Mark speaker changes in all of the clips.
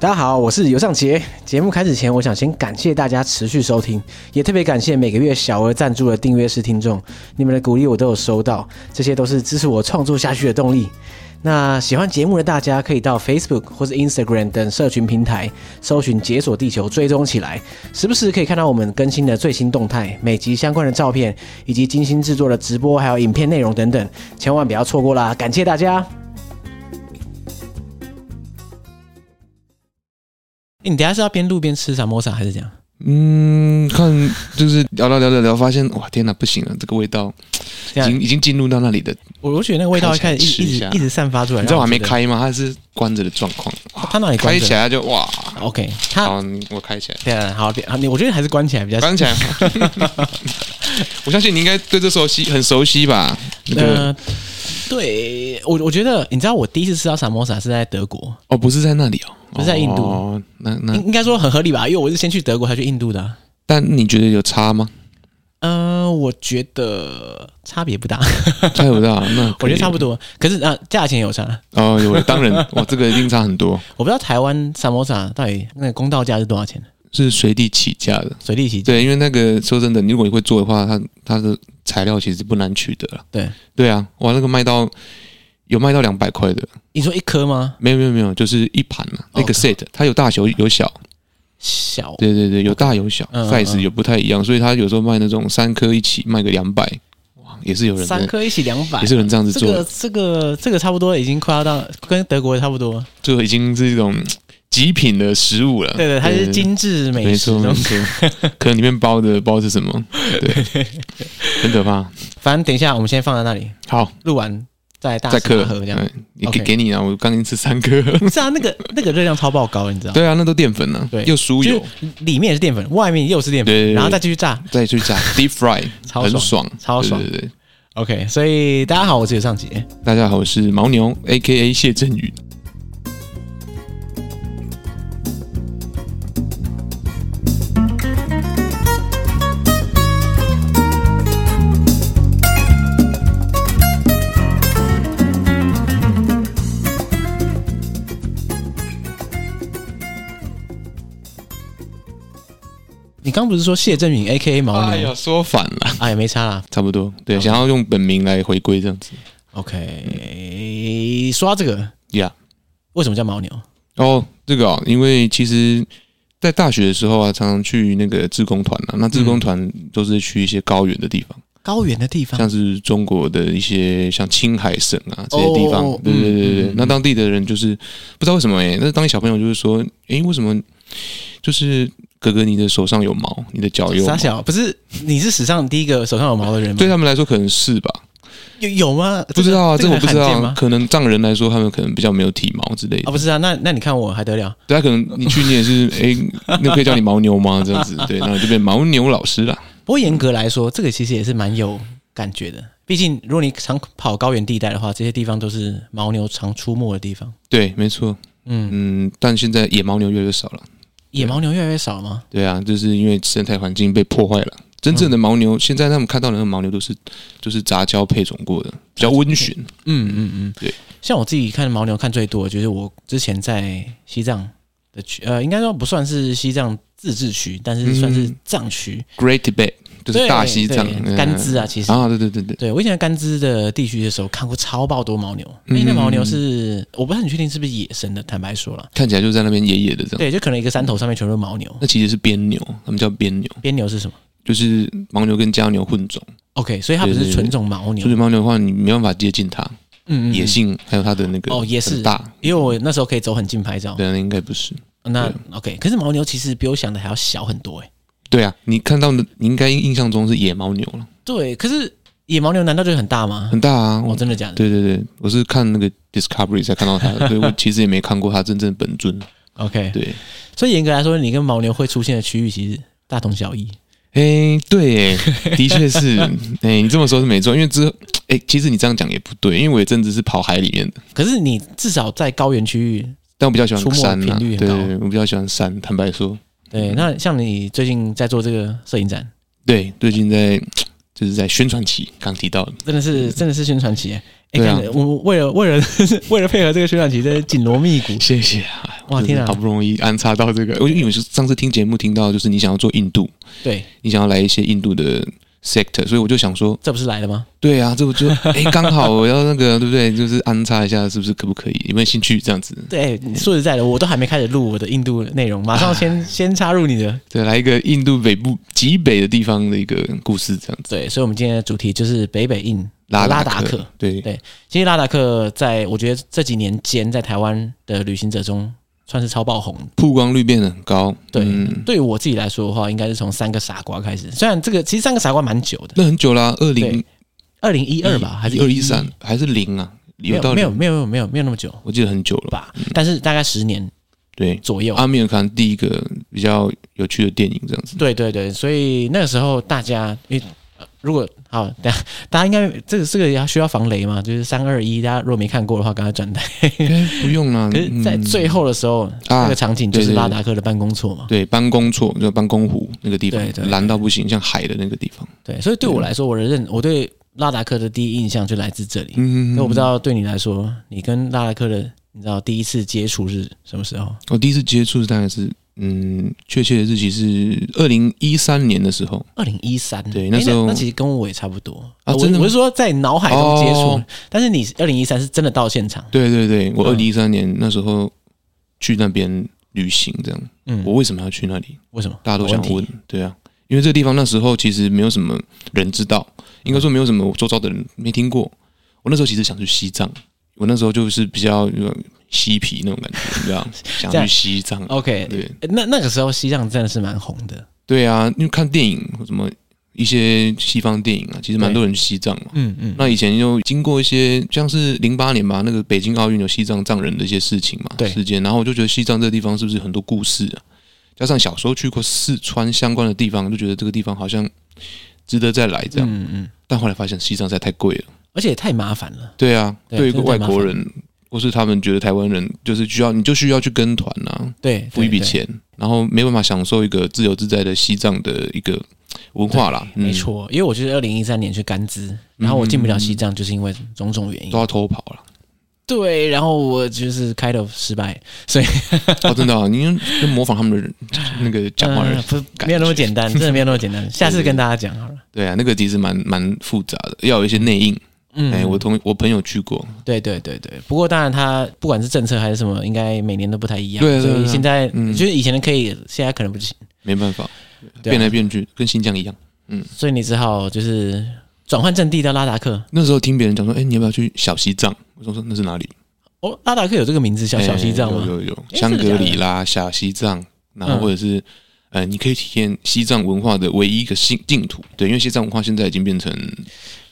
Speaker 1: 大家好，我是尤尚杰。节目开始前，我想先感谢大家持续收听，也特别感谢每个月小额赞助的订阅式听众，你们的鼓励我都有收到，这些都是支持我创作下去的动力。那喜欢节目的大家，可以到 Facebook 或是 Instagram 等社群平台搜寻“解锁地球”，追踪起来，时不时可以看到我们更新的最新动态、每集相关的照片，以及精心制作的直播还有影片内容等等，千万不要错过啦！感谢大家。欸、你等一下是要边录边吃萨摩萨还是怎样？
Speaker 2: 嗯，看就是聊聊聊聊聊，发现哇天哪，不行了，这个味道
Speaker 1: 这
Speaker 2: 已
Speaker 1: 样
Speaker 2: 经已经进入到那里的。
Speaker 1: 我我觉得那个味道一开始
Speaker 2: 开起来吃
Speaker 1: 一直
Speaker 2: 一下
Speaker 1: 一直散发出来。
Speaker 2: 你知道我还没
Speaker 1: 然后
Speaker 2: 开吗？它是关着的状况。
Speaker 1: 我觉得，他哦哪里关
Speaker 2: 开
Speaker 1: 着
Speaker 2: 起来就哇，
Speaker 1: ？OK，他
Speaker 2: 好，你我开起来，
Speaker 1: 对啊，好，别好你我觉得还是关起来比较。
Speaker 2: 关起来。我相信你应该对这熟悉很熟悉吧？那个
Speaker 1: 呃，对我我觉得你知道我第一次吃到萨摩萨是在德国，
Speaker 2: 哦，不是在那里哦，
Speaker 1: 不是在印度
Speaker 2: 哦，那那
Speaker 1: 应应该说很合理吧，因为我是先去德国才去印度的啊。
Speaker 2: 但你觉得有 差吗？
Speaker 1: 嗯，我觉得差别不大，
Speaker 2: 猜不到，那
Speaker 1: 我觉得差不
Speaker 2: 多。
Speaker 1: 多。可是啊，价钱有差。
Speaker 2: 哦，有当然，哇，这个一定差很多，
Speaker 1: 我不知道台湾萨摩萨到底那个公道价是多少钱，
Speaker 2: 是随地起价的。
Speaker 1: 随地起价。
Speaker 2: 对，因为那个说真的，你如果你会做的话，它它的材料其实不难取得了。
Speaker 1: 对，
Speaker 2: 对啊，哇，那个卖到有卖到两百块的，
Speaker 1: 你说一颗吗？
Speaker 2: 没有没有没有，就是一盘啊，
Speaker 1: 哦
Speaker 2: 那个 set 它有大有有小，
Speaker 1: 小
Speaker 2: 对对对，有大有小
Speaker 1: 嗯嗯
Speaker 2: ，size
Speaker 1: 嗯
Speaker 2: 也不太一样，所以它有时候卖那种三颗一起卖个两百，哇，也是有人
Speaker 1: 三
Speaker 2: 的，
Speaker 1: 颗一起两百
Speaker 2: 也，是有人这样子
Speaker 1: 这
Speaker 2: 做
Speaker 1: 个
Speaker 2: 的，
Speaker 1: 这个这个差不多已经快要到跟德国差不多，
Speaker 2: 就已经是一种极品的食物了。
Speaker 1: 对对，它是。精致
Speaker 2: 对
Speaker 1: 美
Speaker 2: 没
Speaker 1: 食哦
Speaker 2: 错，
Speaker 1: 那
Speaker 2: 没
Speaker 1: 种。
Speaker 2: 错，可能里面包的包是什么？对， 很可怕。
Speaker 1: 反正等一下我们先放在那里，
Speaker 2: 好，
Speaker 1: 录完再大
Speaker 2: 再
Speaker 1: 吃
Speaker 2: 刻
Speaker 1: 大喝这样。
Speaker 2: 嗯你
Speaker 1: OK
Speaker 2: 给给你啊，我刚已经吃三颗。
Speaker 1: 不是啊，那个那个热量超爆高，你知道？，
Speaker 2: 哎对啊，那都淀粉呢、
Speaker 1: 对
Speaker 2: 又酥
Speaker 1: 就
Speaker 2: 油，
Speaker 1: 是里面也是淀粉，外面又是淀
Speaker 2: 对对
Speaker 1: 粉，
Speaker 2: 对
Speaker 1: 然后再继续炸。
Speaker 2: 再 去加 deep fry，
Speaker 1: 超
Speaker 2: 很
Speaker 1: 爽
Speaker 2: 爽，
Speaker 1: 超爽
Speaker 2: 对对对，
Speaker 1: OK，所以大家好，我是有上杰。
Speaker 2: 大家好，我是牦牛 A K A 谢振宇。
Speaker 1: 你刚不是说谢振宇 A.K.A 牦
Speaker 2: 哎
Speaker 1: 牛
Speaker 2: 呀，？说反了，
Speaker 1: 哎，没差啦。
Speaker 2: 差不多。对，想要用本名来回归这样子
Speaker 1: OK，说到这个，
Speaker 2: ，Yeah。
Speaker 1: 为什么叫牦牛？
Speaker 2: 哦，这个哦，因为其实，在大学的时候啊，常常去那个志工团啊，那志
Speaker 1: 嗯
Speaker 2: 工团都是去一些高原的地方，
Speaker 1: 高原的地方
Speaker 2: 像是中国的一些像青海省啊这些地方，
Speaker 1: 哦
Speaker 2: 对对对对对
Speaker 1: 嗯嗯。
Speaker 2: 那当地的人就是不知道为什么诶、那当地小朋友就是说，诶、为什么就是哥哥你的手上有毛，你的脚有毛
Speaker 1: 傻？小，不是你是史上第一个手上有毛的人吗？
Speaker 2: 对他们来说可能是吧，
Speaker 1: 有有吗？
Speaker 2: 不知道啊，这
Speaker 1: 个
Speaker 2: 我不知道
Speaker 1: 很罕见
Speaker 2: 啊
Speaker 1: 吗。？
Speaker 2: 可能藏人来说，他们可能比较没有体毛之类
Speaker 1: 啊，
Speaker 2: 的。
Speaker 1: 不是啊，那那你看我还得了？
Speaker 2: 对他啊可能你去年是哎，那可以 叫你牦牛吗？这样子，对，然后就变牦牛老师啦。
Speaker 1: 不过严格来说，这个其实也是蛮有感觉的。毕竟，如果你常跑高原地带的话，这些地方都是牦牛常出没的地方。
Speaker 2: 对，没错，
Speaker 1: 嗯，
Speaker 2: 嗯，但现在野牦牛越来越少了。
Speaker 1: 野牦牛越来越少吗？
Speaker 2: 对啊，就是因为生态环境被破坏了。真正
Speaker 1: 嗯
Speaker 2: 的牦牛，现在他们看到的那个牦牛都是就是杂交配种过的，比较温驯。
Speaker 1: 嗯嗯嗯，
Speaker 2: 对。
Speaker 1: 像我自己看牦牛看最多的，就是我之前在西藏的区，呃，应该说不算是西藏自治区，但是算是
Speaker 2: 嗯
Speaker 1: 藏区，
Speaker 2: Great Tibet 就是
Speaker 1: 对
Speaker 2: 大西藏
Speaker 1: 对
Speaker 2: 嗯
Speaker 1: 甘孜啊，其实。
Speaker 2: 啊，对对对对，
Speaker 1: 对，我以前在甘孜的地区的时候，看过超爆多牦牛。
Speaker 2: 嗯
Speaker 1: 因为那牦牛是我不是很确定是不是野生的，坦白说了，
Speaker 2: 看起来就在那边野野的这样。
Speaker 1: 对，就可能一个山头上面全部都是牦牛。
Speaker 2: 那其实是边牛，他们叫边牛，
Speaker 1: 边牛是什么
Speaker 2: 就是牦牛跟家牛混种。
Speaker 1: ？OK，所以它不
Speaker 2: 对对
Speaker 1: 是
Speaker 2: 对
Speaker 1: 纯种牦牛
Speaker 2: 所以。牦牛的话，你没办法接近它，
Speaker 1: 嗯嗯，嗯
Speaker 2: 野。性还有它的那个
Speaker 1: 哦也是
Speaker 2: 很大，
Speaker 1: 因为我那时候可以走很近拍照。
Speaker 2: 对，那应该不是。
Speaker 1: 那 OK，可是牦牛其实比我想的还要小很多哎。
Speaker 2: 对啊，你看到的，你应该印象中是野牦牛了，
Speaker 1: 对，可是野牦牛难道就很大吗？
Speaker 2: 很大啊。我
Speaker 1: 哦，真的假的？
Speaker 2: 对对对，我是看那个 Discovery 才看到它的，所以我其实也没看过它真正本尊。
Speaker 1: OK，
Speaker 2: 对，
Speaker 1: 所以严格来说，你跟牦牛会出现的区域其实大同小异。
Speaker 2: 哎、 对，的确是，哎、你这么说是没错，因为之后，哎、其实你这样讲也不对，因为我也真的是跑海里面的，
Speaker 1: 可是你至少在高原区域，
Speaker 2: 但我比较喜欢山
Speaker 1: 出没
Speaker 2: 啊，
Speaker 1: 频率
Speaker 2: 对，
Speaker 1: 很高
Speaker 2: 对我比较喜欢山，坦白说，
Speaker 1: 对，
Speaker 2: 嗯
Speaker 1: 那像你最近在做这个摄影展，
Speaker 2: 对，最近在就是在宣传期，刚提到的，
Speaker 1: 真的是真的是宣传期耶。哎、
Speaker 2: 对啊
Speaker 1: 看我为了为了 为了配合这个宣传期，真的紧锣密鼓。
Speaker 2: 谢谢啊，
Speaker 1: 哇
Speaker 2: 真的
Speaker 1: 天啊
Speaker 2: 好不容易安插到这个，我因为我是上次听节目听到，就是你想要做印度，
Speaker 1: 对，
Speaker 2: 你想要来一些印度的 sector，所以我就想说，
Speaker 1: 这不是来了吗？
Speaker 2: 对啊，这不就 哎刚、好我要那个对不对？就是安插一下，是不是可不可以？有没有兴趣这样子？
Speaker 1: 对，说实在的，我都还没开始录我的印度内容，马上先先插入你的。
Speaker 2: 对，来一个印度北部极北的地方的一个故事这样子。
Speaker 1: 对，所以我们今天的主题就是北北印
Speaker 2: 拉
Speaker 1: 拉
Speaker 2: 达
Speaker 1: 达克。
Speaker 2: 对
Speaker 1: 对其实拉达克在我觉得这几年间，在台湾的旅行者中算是超爆红。
Speaker 2: 曝光率变得很高。
Speaker 1: 对，
Speaker 2: 嗯
Speaker 1: 对于我自己来说的话，应该是从三个傻瓜开始。虽然这个其实三个傻瓜蛮久的，
Speaker 2: 那很久啦，二零
Speaker 1: 对二零一二吧，还是
Speaker 2: 二
Speaker 1: 嗯一
Speaker 2: 一三？还是零啊？
Speaker 1: 没
Speaker 2: 有
Speaker 1: 有嗯
Speaker 2: 到
Speaker 1: 没有
Speaker 2: 零，
Speaker 1: 没有没有没有没有那么久
Speaker 2: 我记得很久了。
Speaker 1: 吧，但是大概十年
Speaker 2: 对，
Speaker 1: 左右。
Speaker 2: 阿米尔汗第一个比较有趣的电影 这样子。
Speaker 1: 对对对，所以那个时候大家，因为呃如果好，大家大家应该这个这个要需要防雷嘛，就是三二一，大家如果没看过的话，赶快转台。
Speaker 2: 哎不用啦，
Speaker 1: 可是，在
Speaker 2: 嗯
Speaker 1: 最后的时候，那
Speaker 2: 啊
Speaker 1: 个，场景就
Speaker 2: 对
Speaker 1: 是
Speaker 2: 对
Speaker 1: 拉
Speaker 2: 对
Speaker 1: 达克的办公错嘛。
Speaker 2: 对，班公错，就班公湖那个地方
Speaker 1: 对对，对
Speaker 2: 蓝到不行，像海的那个地方。
Speaker 1: 对，所以对我来说，我的认我对拉达克的第一印象就来自这里。
Speaker 2: 嗯
Speaker 1: 那我不知，道对你来说，你跟拉达克的，你知道第一次接触是什么时候？
Speaker 2: 我第一次接触大概是，嗯，确切的日期是二零一三年的时候。
Speaker 1: 二零一三，
Speaker 2: 对那时候
Speaker 1: 那其实跟我也差不多
Speaker 2: 啊
Speaker 1: 我
Speaker 2: 真的吗
Speaker 1: 我是说在脑海中接触，
Speaker 2: 哦
Speaker 1: 但是你二零一三是真的到现场，
Speaker 2: 对对对，我二
Speaker 1: 嗯
Speaker 2: 零一三年那时候去那边旅行，这样，
Speaker 1: 嗯，
Speaker 2: 我为什么要去那里？
Speaker 1: 为什么
Speaker 2: 哦大家都想
Speaker 1: 好
Speaker 2: 问
Speaker 1: 题，
Speaker 2: 对啊，因为这个地方那时候其实没有什么人知道，应该说没有什么我周遭的人没听过。我那时候其实想去西藏，我那时候就是比较呃嬉皮那 种感觉，你知道，想
Speaker 1: 这
Speaker 2: 去
Speaker 1: 样
Speaker 2: 西藏。
Speaker 1: ？OK，
Speaker 2: 对
Speaker 1: 欸那那个时候西藏真的是蛮红的，
Speaker 2: 对啊，因为看电影什么一些西方电影啊，其实蛮多人去西藏嘛。
Speaker 1: 嗯嗯，
Speaker 2: 那以前就经过一些像是零八年吧，那个北京奥运有西藏藏人的一些事情嘛，
Speaker 1: 对
Speaker 2: 事件，然后我就觉得西藏这个地方是不是很多故事啊？加上小时候去过四川相关的地方，就觉得这个地方好像值得再来这样。
Speaker 1: 嗯嗯，
Speaker 2: 但后来发现西藏实在太贵了，
Speaker 1: 而且也太麻烦了，
Speaker 2: 对啊，
Speaker 1: 对
Speaker 2: 对于一
Speaker 1: 真
Speaker 2: 个
Speaker 1: 的太
Speaker 2: 外
Speaker 1: 麻
Speaker 2: 国人或是他们觉得台湾人就是需要，你就需要去跟团啊，
Speaker 1: 对，
Speaker 2: 付一笔
Speaker 1: 对，
Speaker 2: 钱，然后没办法享受一个自由自在的西藏的一个文化啦，
Speaker 1: 对没
Speaker 2: 嗯，
Speaker 1: 错，因为我就是二零一三年去甘孜，然后我进不了西藏，就是因为种种原因
Speaker 2: 都，要偷跑了。
Speaker 1: 对，然后我就是开头失败，
Speaker 2: 哦，真的、啊，你就模仿他们的人那个讲话的人
Speaker 1: 嗯不
Speaker 2: 感
Speaker 1: 没有那么
Speaker 2: 觉
Speaker 1: 简 单，真的没有那么简单，下次
Speaker 2: 对对
Speaker 1: 跟大家讲好了。
Speaker 2: 对啊，那个其实蛮蛮复杂的，要有一些内应。
Speaker 1: 嗯，
Speaker 2: 哎、我同我朋友去过，
Speaker 1: 对对对对，不过当然，它不管是政策还是什么，应该每年都不太一样。
Speaker 2: 对对
Speaker 1: 所以
Speaker 2: 对
Speaker 1: 现在、
Speaker 2: 嗯
Speaker 1: 就是以前的可以，现在可能不行，
Speaker 2: 没办法，
Speaker 1: 对啊
Speaker 2: 变来变去，跟新疆一样。
Speaker 1: 所以你只好就是转换阵地到拉达克。
Speaker 2: 那时候听别人讲说，哎、你要不要去小西藏？我说说那是哪里？
Speaker 1: 哦，拉达克有这个名字叫小
Speaker 2: 哎
Speaker 1: 西藏吗？
Speaker 2: 有有有，
Speaker 1: 哎
Speaker 2: 香
Speaker 1: 真
Speaker 2: 格
Speaker 1: 的假的
Speaker 2: 里拉、小西藏，然后
Speaker 1: 嗯
Speaker 2: 或者是、呃，你可以体验西藏文化的唯一一个新净土。对，因为西藏文化现在已 经变成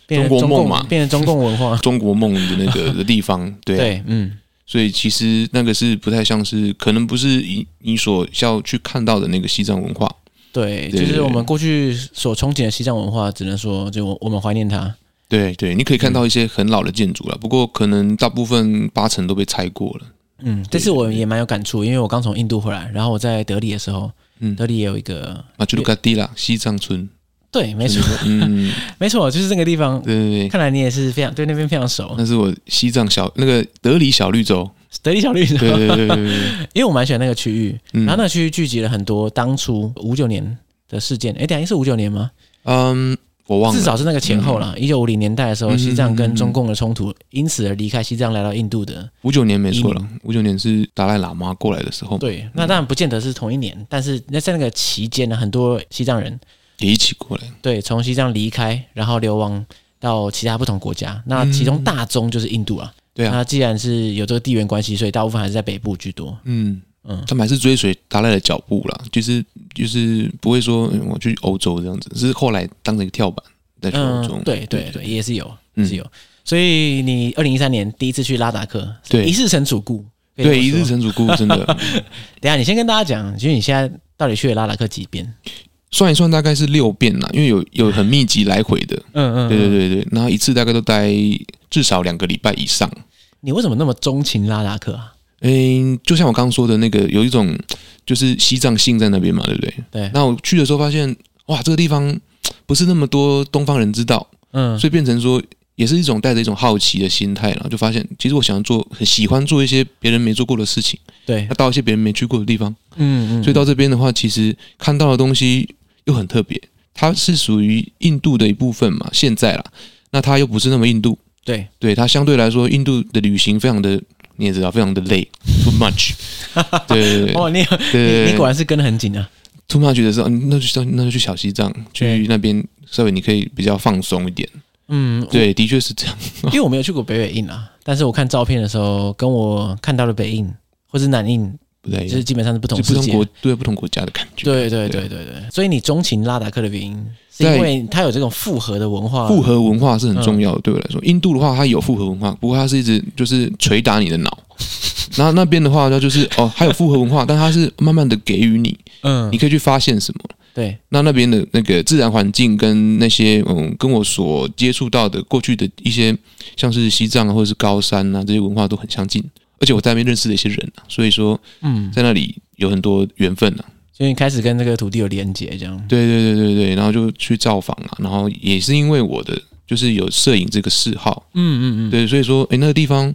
Speaker 1: 变成
Speaker 2: 中国
Speaker 1: 中共
Speaker 2: 梦嘛。
Speaker 1: 变成中共文化
Speaker 2: 中国梦的那个的地方。对啊、
Speaker 1: 对，嗯，
Speaker 2: 所以其实那个是不太像是，可能不是你你所要去看到的那个西藏文化。
Speaker 1: 对，
Speaker 2: 对
Speaker 1: 就是
Speaker 2: 对
Speaker 1: 我们过去所憧憬的西藏文化，只能说就我我们怀念它。
Speaker 2: 对对，你可以
Speaker 1: 嗯
Speaker 2: 看到一些很老的建筑了，不过可能大部分八成都被拆过了。
Speaker 1: 嗯，这次我也蛮有感触，因为我刚从印度回来，然后我在德里的时候，
Speaker 2: 嗯
Speaker 1: 德里也有一个，
Speaker 2: 马丘鲁卡蒂拉西藏村，
Speaker 1: 对，没错，
Speaker 2: 嗯，
Speaker 1: 没错，就是这个地方。
Speaker 2: 对嗯对对，
Speaker 1: 看来你也是非常对那边非常熟，
Speaker 2: 那是我西藏小那个德里小绿洲，
Speaker 1: 德里小绿是吧
Speaker 2: 对对对对对对，
Speaker 1: 因为我蛮喜欢那个区域，
Speaker 2: 嗯
Speaker 1: 然后那个区域聚集了很多当初五九年的事件。哎，等一下是五九年吗？
Speaker 2: 嗯，我忘了，
Speaker 1: 至少是那个前后啦。一九五零年代的时候，
Speaker 2: 嗯
Speaker 1: 西藏跟中共的冲突，因此而离开西藏来到印度的。
Speaker 2: 五九年没错了，五九年是达赖喇嘛过来的时候，
Speaker 1: 对，那当然不见得是同一年，但是那在那个期间呢，很多西藏人
Speaker 2: 也一起过来，
Speaker 1: 对从西藏离开，然后流亡到其他不同国家。那其中大宗就是印度啊。
Speaker 2: 对啊，
Speaker 1: 那既然是有这个地缘关系，所以大部分还是在北部居多。
Speaker 2: 嗯。
Speaker 1: 嗯，
Speaker 2: 他们还是追随达赖的脚步啦，就是就是不会说、嗯我去欧洲这样子，是后来当成一个跳板再去欧洲。
Speaker 1: 嗯，对对对，也是有，
Speaker 2: 嗯
Speaker 1: 也是有。所以你二零一三年第一次去拉达克，
Speaker 2: 对
Speaker 1: 一世成主顾，被
Speaker 2: 对，一
Speaker 1: 这么
Speaker 2: 日
Speaker 1: 说
Speaker 2: 成主顾， 真的
Speaker 1: 等一下你先跟大家讲，就是你现在到底去了拉达克几遍？
Speaker 2: 算一算大概是六遍啦，因为有有很密集来回的，
Speaker 1: 嗯嗯
Speaker 2: 对对对对，然后一次大概都待至少两个礼拜以上。
Speaker 1: 你为什么那么钟情拉达克啊？
Speaker 2: 嗯，就像我刚刚说的那个，有一种就是西藏信在那边嘛，对不对？
Speaker 1: 对，
Speaker 2: 那我去的时候发现，哇，这个地方不是那么多东方人知道，
Speaker 1: 嗯，
Speaker 2: 所以变成说也是一种带着一种好奇的心态，然后就发现，其实我想做，很喜欢做一些别人没做过的事情，
Speaker 1: 对
Speaker 2: 那，到一些别人没去过的地方。
Speaker 1: 哎嗯嗯，
Speaker 2: 所以到这边的话，其实看到的东西又很特别，它是属于印度的一部分嘛，现在啦，那它又不是那么印度，
Speaker 1: 对，
Speaker 2: 对它相对来说，印度的旅行非常的，你也知道，非常的累，too much，对对对
Speaker 1: 哦，你
Speaker 2: 对对，
Speaker 1: 你你果然是跟得很紧啊，
Speaker 2: too much 的时候，嗯那就上那就去小西藏，去
Speaker 1: 对
Speaker 2: 那边稍微你可以比较放松一点，
Speaker 1: 嗯，
Speaker 2: 对，的确是这样，
Speaker 1: 因为我没有去过北北印啊，但是我看照片的时候，跟我看到的北印或是南印，
Speaker 2: 不太一
Speaker 1: 就是
Speaker 2: 样，
Speaker 1: 基本上是不同
Speaker 2: 就不
Speaker 1: 世
Speaker 2: 同
Speaker 1: 界。
Speaker 2: 国对不同国家的感觉，
Speaker 1: 对对对对对，所以你钟情拉达克的原因，是
Speaker 2: 在
Speaker 1: 因为它有这种复合的文化。
Speaker 2: 复合文化是很重要的，对我来说。印度的话，它有复合文化，不过它是一直就是捶打你的脑。然后那边的话，它就是哦，还有复合文化，但它是慢慢的给予你，
Speaker 1: 嗯
Speaker 2: 你，可以去发现什么。
Speaker 1: 对，
Speaker 2: 那那边的那个自然环境跟那些嗯，跟我所接触到的过去的一些，像是西藏啊或者是高山啊这些文化都很相近，而且我在那边认识了一些人啊，所以说
Speaker 1: 嗯，
Speaker 2: 在那里有很多缘分啊。
Speaker 1: 所以你开始跟这个土地有连结，这样。
Speaker 2: 对对对对对，然后就去造访啊，然后也是因为我的就是有摄影这个嗜好，
Speaker 1: 嗯嗯嗯，
Speaker 2: 对，所以说，诶，那个地方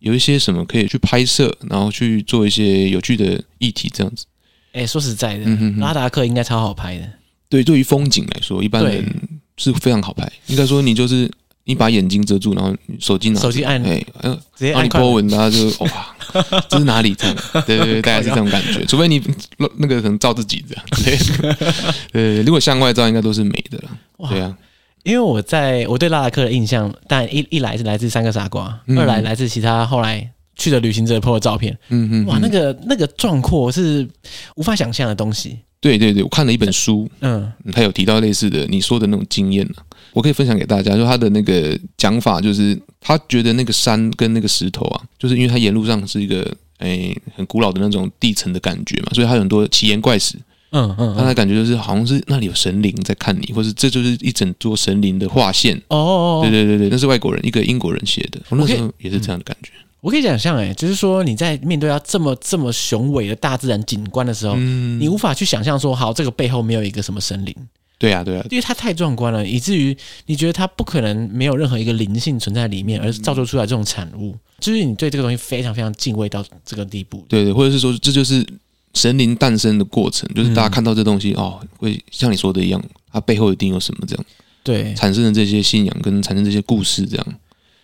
Speaker 2: 有一些什么可以去拍摄，然后去做一些有趣的议题，这样子。
Speaker 1: 哎、说实在的，
Speaker 2: 嗯哼哼
Speaker 1: 拉达克应该超好拍的。
Speaker 2: 对，对于风景来说，一般
Speaker 1: 对
Speaker 2: 人是非常好拍。应该说，你就是你把眼睛遮住，然后手机拿着，
Speaker 1: 手机按
Speaker 2: 哎，呃
Speaker 1: 直接
Speaker 2: 然后
Speaker 1: 按
Speaker 2: 你
Speaker 1: 快
Speaker 2: 波纹，大家啊就 哇，这是哪里？这样，对对对，大概是这种感觉。除非你那个可能照自己这样之类的。对，对如果向外照，应该都是美的啦。
Speaker 1: 哇
Speaker 2: 对啊，
Speaker 1: 因为我在我对拉达克的印象，但一一来是来自三个傻瓜，
Speaker 2: 嗯
Speaker 1: 二来来自其他后来去的旅行者 PO 的照片，
Speaker 2: 嗯嗯，
Speaker 1: 哇，
Speaker 2: 嗯
Speaker 1: 那个那个壮阔是无法想象的东西。
Speaker 2: 对对对，我看了一本书，
Speaker 1: 嗯，
Speaker 2: 嗯他有提到类似的你说的那种经验、啊、我可以分享给大家。就他的那个讲法，就是他觉得那个山跟那个石头啊，就是因为他沿路上是一个诶、很古老的那种地层的感觉嘛，所以他有很多奇岩怪石。
Speaker 1: 嗯嗯嗯，
Speaker 2: 让他感觉就是好像是那里有神灵在看你，或是这就是一整座神灵的画线。
Speaker 1: 哦哦，哦，
Speaker 2: 对对对对，那是外国人一个英国人写的，我那时候也是这样的感觉。
Speaker 1: 我可以想象，哎，就是说你在面对到这么这么雄伟的大自然景观的时候，
Speaker 2: 嗯，
Speaker 1: 你无法去想象说，好，这个背后没有一个什么神灵，
Speaker 2: 对啊对啊，
Speaker 1: 因为它太壮观了，以至于你觉得它不可能没有任何一个灵性存在里面，而造就出来这种产物，就是你对这个东西非常非常敬畏到这个地步。
Speaker 2: 对对，或者是说这就是神灵诞生的过程，就是大家
Speaker 1: 嗯
Speaker 2: 看到这东西、哦，会像你说的一样，它背后一定有什么这样。
Speaker 1: 对，
Speaker 2: 产生的这些信仰跟产生这些故事，这样。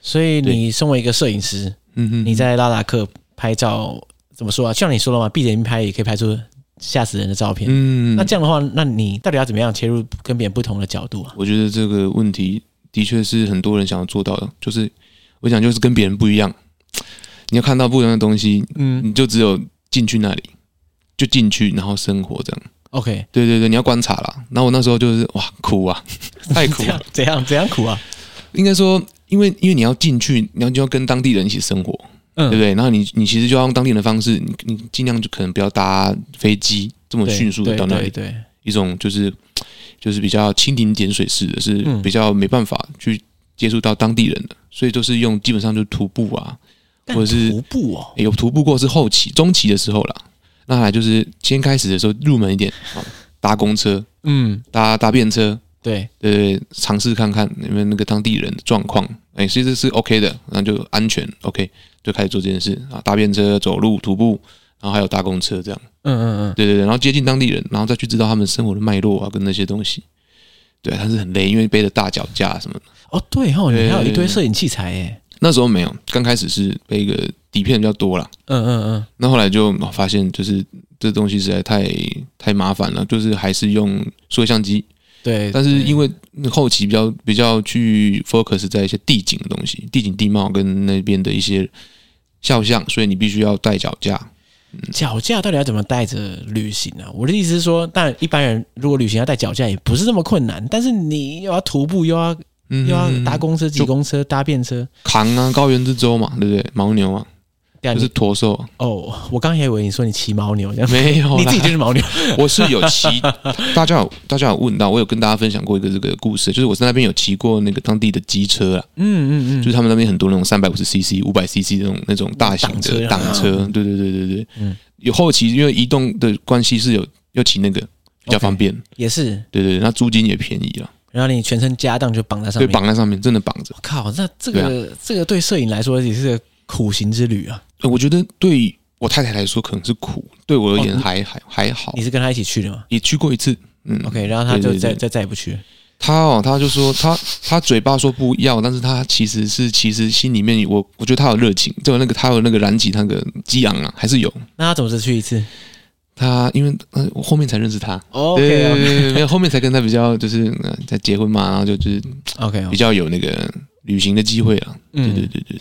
Speaker 1: 所以你身为一个摄影师，
Speaker 2: 嗯哼，
Speaker 1: 你在拉达克拍照怎么说啊？就像你说了嘛，闭着眼睛拍也可以拍出吓死人的照片。
Speaker 2: 嗯，
Speaker 1: 那这样的话，那你到底要怎么样切入跟别人不同的角度啊？
Speaker 2: 我觉得这个问题的确是很多人想要做到的，就是我想就是跟别人不一样，你要看到不一样的东西，
Speaker 1: 嗯
Speaker 2: 你就只有进去那里，就进去，然后生活这样。
Speaker 1: ，OK，
Speaker 2: 对对对，你要观察啦。那我那时候就是哇，苦 啊，太苦
Speaker 1: 怎样
Speaker 2: 了。
Speaker 1: 怎样怎样苦啊？
Speaker 2: 应该说，因为因为你要进去，你要就要跟当地人一起生活，
Speaker 1: 嗯
Speaker 2: 对不对？然后你你其实就要用当地人的方式，你你尽量就可能不要搭飞机这么
Speaker 1: 对
Speaker 2: 迅速的
Speaker 1: 对
Speaker 2: 到那
Speaker 1: 对
Speaker 2: 里，
Speaker 1: 对，
Speaker 2: 一种就是就是比较蜻蜓点水式的，是
Speaker 1: 嗯
Speaker 2: 比较没办法去接触到当地人的，所以都是用基本上就徒步啊，
Speaker 1: 干
Speaker 2: 或者是
Speaker 1: 徒步哦，
Speaker 2: 诶有徒步过是后期、中期的时候啦。那还就是先开始的时候入门一点，好搭公车、
Speaker 1: 嗯，
Speaker 2: 搭搭便车，
Speaker 1: 对，
Speaker 2: 对对，对呃尝试看看你们那个当地人的状况，哎，其实是 OK 的，那就安全 OK，就开始做这件事啊，搭便车、走路、徒步，然后还有搭公车这样。
Speaker 1: 嗯嗯嗯，
Speaker 2: 对对对，然后接近当地人，然后再去知道他们生活的脉络啊，跟那些东西。对，他是很累，因为背着大脚架什么的。
Speaker 1: 哦对哦，
Speaker 2: 对
Speaker 1: 你还有一
Speaker 2: 对
Speaker 1: 堆摄影器材诶，
Speaker 2: 那时候没有，刚开始是背一个底片比较多啦。
Speaker 1: 嗯嗯嗯，
Speaker 2: 那后来就、哦发现，就是这东西实在太太麻烦了，就是还是用数位相机。
Speaker 1: 对，
Speaker 2: 但是因为后期比较比较去 focus 在一些地景的东西，地景地貌跟那边的一些肖像，所以你必须要带脚架。
Speaker 1: 脚架到底要怎么带着旅行啊？我的意思是说，当然一般人如果旅行要带脚架也不是那么困难，但是你又要徒步，又要
Speaker 2: 嗯
Speaker 1: 又要搭公车、
Speaker 2: 就
Speaker 1: 挤公车、搭便车，
Speaker 2: 扛啊，高原之舟嘛，对不对？牦牛啊，
Speaker 1: 对啊，
Speaker 2: 就是
Speaker 1: 你
Speaker 2: 驼兽，
Speaker 1: 哦，我刚以为你说你骑牦牛，这样
Speaker 2: 没有啦
Speaker 1: 你自己就是牦牛，
Speaker 2: 我是有骑， 大家有大家有问到，我有跟大家分享过一个这个故事，就是我在那边有骑过那个当地的机车啊，
Speaker 1: 嗯嗯
Speaker 2: 就是他们那边很多那种三百五十 CC、五百 CC 那种那种大型的
Speaker 1: 挡车啊
Speaker 2: 挡车，对对对对对，
Speaker 1: 嗯
Speaker 2: 有后期因为移动的关系是有要骑那个比
Speaker 1: OK
Speaker 2: 较方便，
Speaker 1: 也是。
Speaker 2: 对对，对那租金也便宜了，
Speaker 1: 然后你全身家当就绑在上
Speaker 2: 对，
Speaker 1: 面，
Speaker 2: 绑在上面真的绑着。
Speaker 1: 靠，那这个、这个对摄影来说也是个苦行之旅啊。
Speaker 2: 呃我觉得对于我太太来说可能是苦，对我而言
Speaker 1: 哦
Speaker 2: 还、还还好
Speaker 1: 你。是跟他一起去的吗
Speaker 2: 也去过一次，嗯
Speaker 1: ？OK，然后他
Speaker 2: 对对
Speaker 1: 就再
Speaker 2: 对
Speaker 1: 再再也不去。
Speaker 2: 他哦，他就说他他嘴巴说不要，但是他其实是其实心里面我我觉得他有热情，就有那个他有那个燃起那个激昂啊，还是有。
Speaker 1: 那他总是去一次
Speaker 2: 他因为呃我后面才认识他对对
Speaker 1: ？OK
Speaker 2: 对对没有后面才跟他比较就是呃在结婚嘛，然后就就是
Speaker 1: OK，
Speaker 2: 比较有那个旅行的机会了。对对
Speaker 1: 嗯。
Speaker 2: 对对，对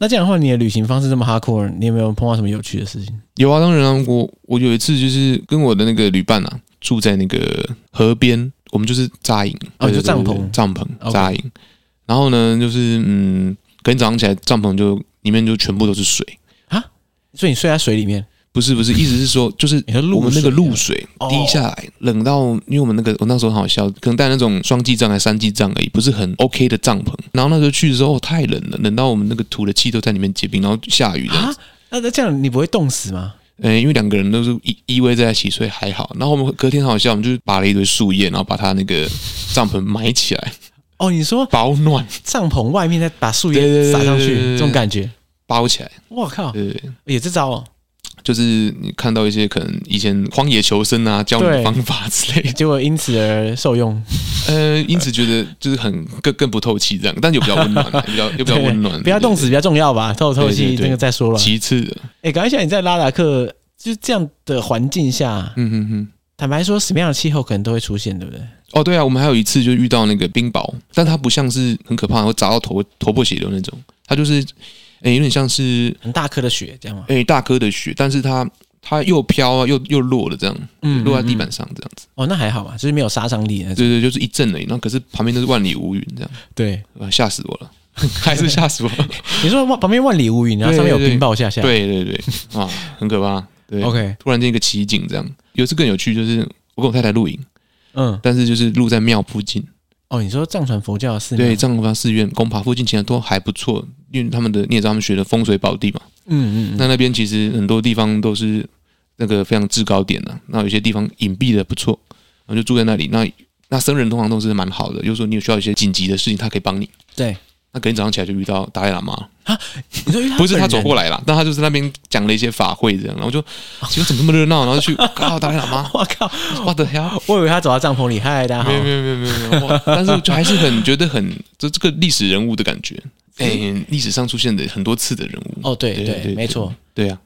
Speaker 1: 那这样的话，你的旅行方式这么 hardcore，你有没有碰到什么有趣的事情？
Speaker 2: 有啊，当然啊，我我有一次就是跟我的那个旅伴啊，住在那个河边，我们就是扎营，
Speaker 1: 哦就
Speaker 2: 对对对
Speaker 1: 帐篷
Speaker 2: 对帐篷
Speaker 1: OK
Speaker 2: 扎营。然后呢，就是嗯，隔天早上起来，帐篷就里面就全部都是水，
Speaker 1: 所以你睡在水里面，
Speaker 2: 不是不是，意思是说就是
Speaker 1: 你说露
Speaker 2: 我们那
Speaker 1: 水
Speaker 2: 个
Speaker 1: 啊
Speaker 2: 露水
Speaker 1: 哦
Speaker 2: 滴下来，冷到因为我们那个我那时候很好笑，可能带那种双季帐还是三季帐而已，不是很 OK 的帐篷。然后那时候去的时候、哦太冷了，冷到我们那个土的气都在里面结冰，然后下雨了
Speaker 1: 啊。那那这样你不会冻死吗？
Speaker 2: 嗯，因为两个人都是依依偎在一起，所以还好。然后我们隔天好笑，我们就是拔了一堆树叶，然后把它那个帐篷埋起来，
Speaker 1: 哦，你说
Speaker 2: 保暖
Speaker 1: 帐篷外面再把树
Speaker 2: 对对
Speaker 1: 叶
Speaker 2: 对
Speaker 1: 撒上
Speaker 2: 对
Speaker 1: 去，
Speaker 2: 对对
Speaker 1: 这种感觉，
Speaker 2: 包起来。
Speaker 1: 我靠，
Speaker 2: 对对，对
Speaker 1: 也这招哦，
Speaker 2: 就是你看到一些可能以前荒野求生啊教你
Speaker 1: 对
Speaker 2: 的方法之类的，
Speaker 1: 结果因此而受用，
Speaker 2: 呃，因此觉得就是很更更不透气这样，但有比较温暖，有比较有比较温暖，
Speaker 1: 不要冻死比较重要吧，透透
Speaker 2: 对
Speaker 1: 气
Speaker 2: 对对
Speaker 1: 那个再说
Speaker 2: 对。
Speaker 1: 了。
Speaker 2: 其次的，
Speaker 1: 哎，刚才想你在拉达克就是这样的环境下，
Speaker 2: 嗯哼哼。
Speaker 1: 坦白说，什么样的气候可能都会出现，对不对？
Speaker 2: 哦，对啊，我们还有一次就遇到那个冰雹，但它不像是很可怕，会砸到头头破血流那种，它就是，诶，有点像是
Speaker 1: 很大颗的雪，这样吗？
Speaker 2: 哎、大颗的雪，但是它它又飘啊，又又落了这样，
Speaker 1: 嗯
Speaker 2: 落在地板上这样子。
Speaker 1: 哦，那还好吧，就是没有杀伤力那种。
Speaker 2: 对对，就是一阵而已。然后可是旁边都是万里无云这样，
Speaker 1: 对，
Speaker 2: 啊吓死我了， 还是吓死我 了。
Speaker 1: 你说万旁边万里无云，然后上面有
Speaker 2: 对对对
Speaker 1: 冰雹下下。
Speaker 2: 对对对，啊，很可怕。对
Speaker 1: OK
Speaker 2: 突然间一个奇景这样，有一次更有趣，就是我跟我太太露营，
Speaker 1: 嗯，
Speaker 2: 但是就是露在庙附近，
Speaker 1: 哦，你说藏传佛教的寺庙，
Speaker 2: 对啊藏王寺院、宫爬附近，其实都还不错，因为他们的你也知道，他们学的风水宝地嘛，
Speaker 1: 嗯嗯嗯，
Speaker 2: 那那边其实很多地方都是那个非常制高点的、那有些地方隐蔽的不错，然后就住在那里。那那僧人通常都是蛮好的，就是说你有需要一些紧急的事情，他可以帮你。
Speaker 1: 对。
Speaker 2: 那隔天早上起来就遇到达赖喇嘛，
Speaker 1: 你说因为
Speaker 2: 不是他走过
Speaker 1: 来，
Speaker 2: 来啦，但他就是那边讲了一些法会这样，然后 我就其实怎么这么热闹，然后去 靠达赖喇嘛，
Speaker 1: 我靠，
Speaker 2: 我的 hell！
Speaker 1: 我以为他走到帐篷里，嗨，大家好
Speaker 2: 没有。没有没有没有没有，哇 但是就还是很觉得很这这个历史人物的感觉，哎、历史上出现的很多次的人物，
Speaker 1: 哦，对
Speaker 2: 对对
Speaker 1: 对，
Speaker 2: 对
Speaker 1: 没错。
Speaker 2: 对啊，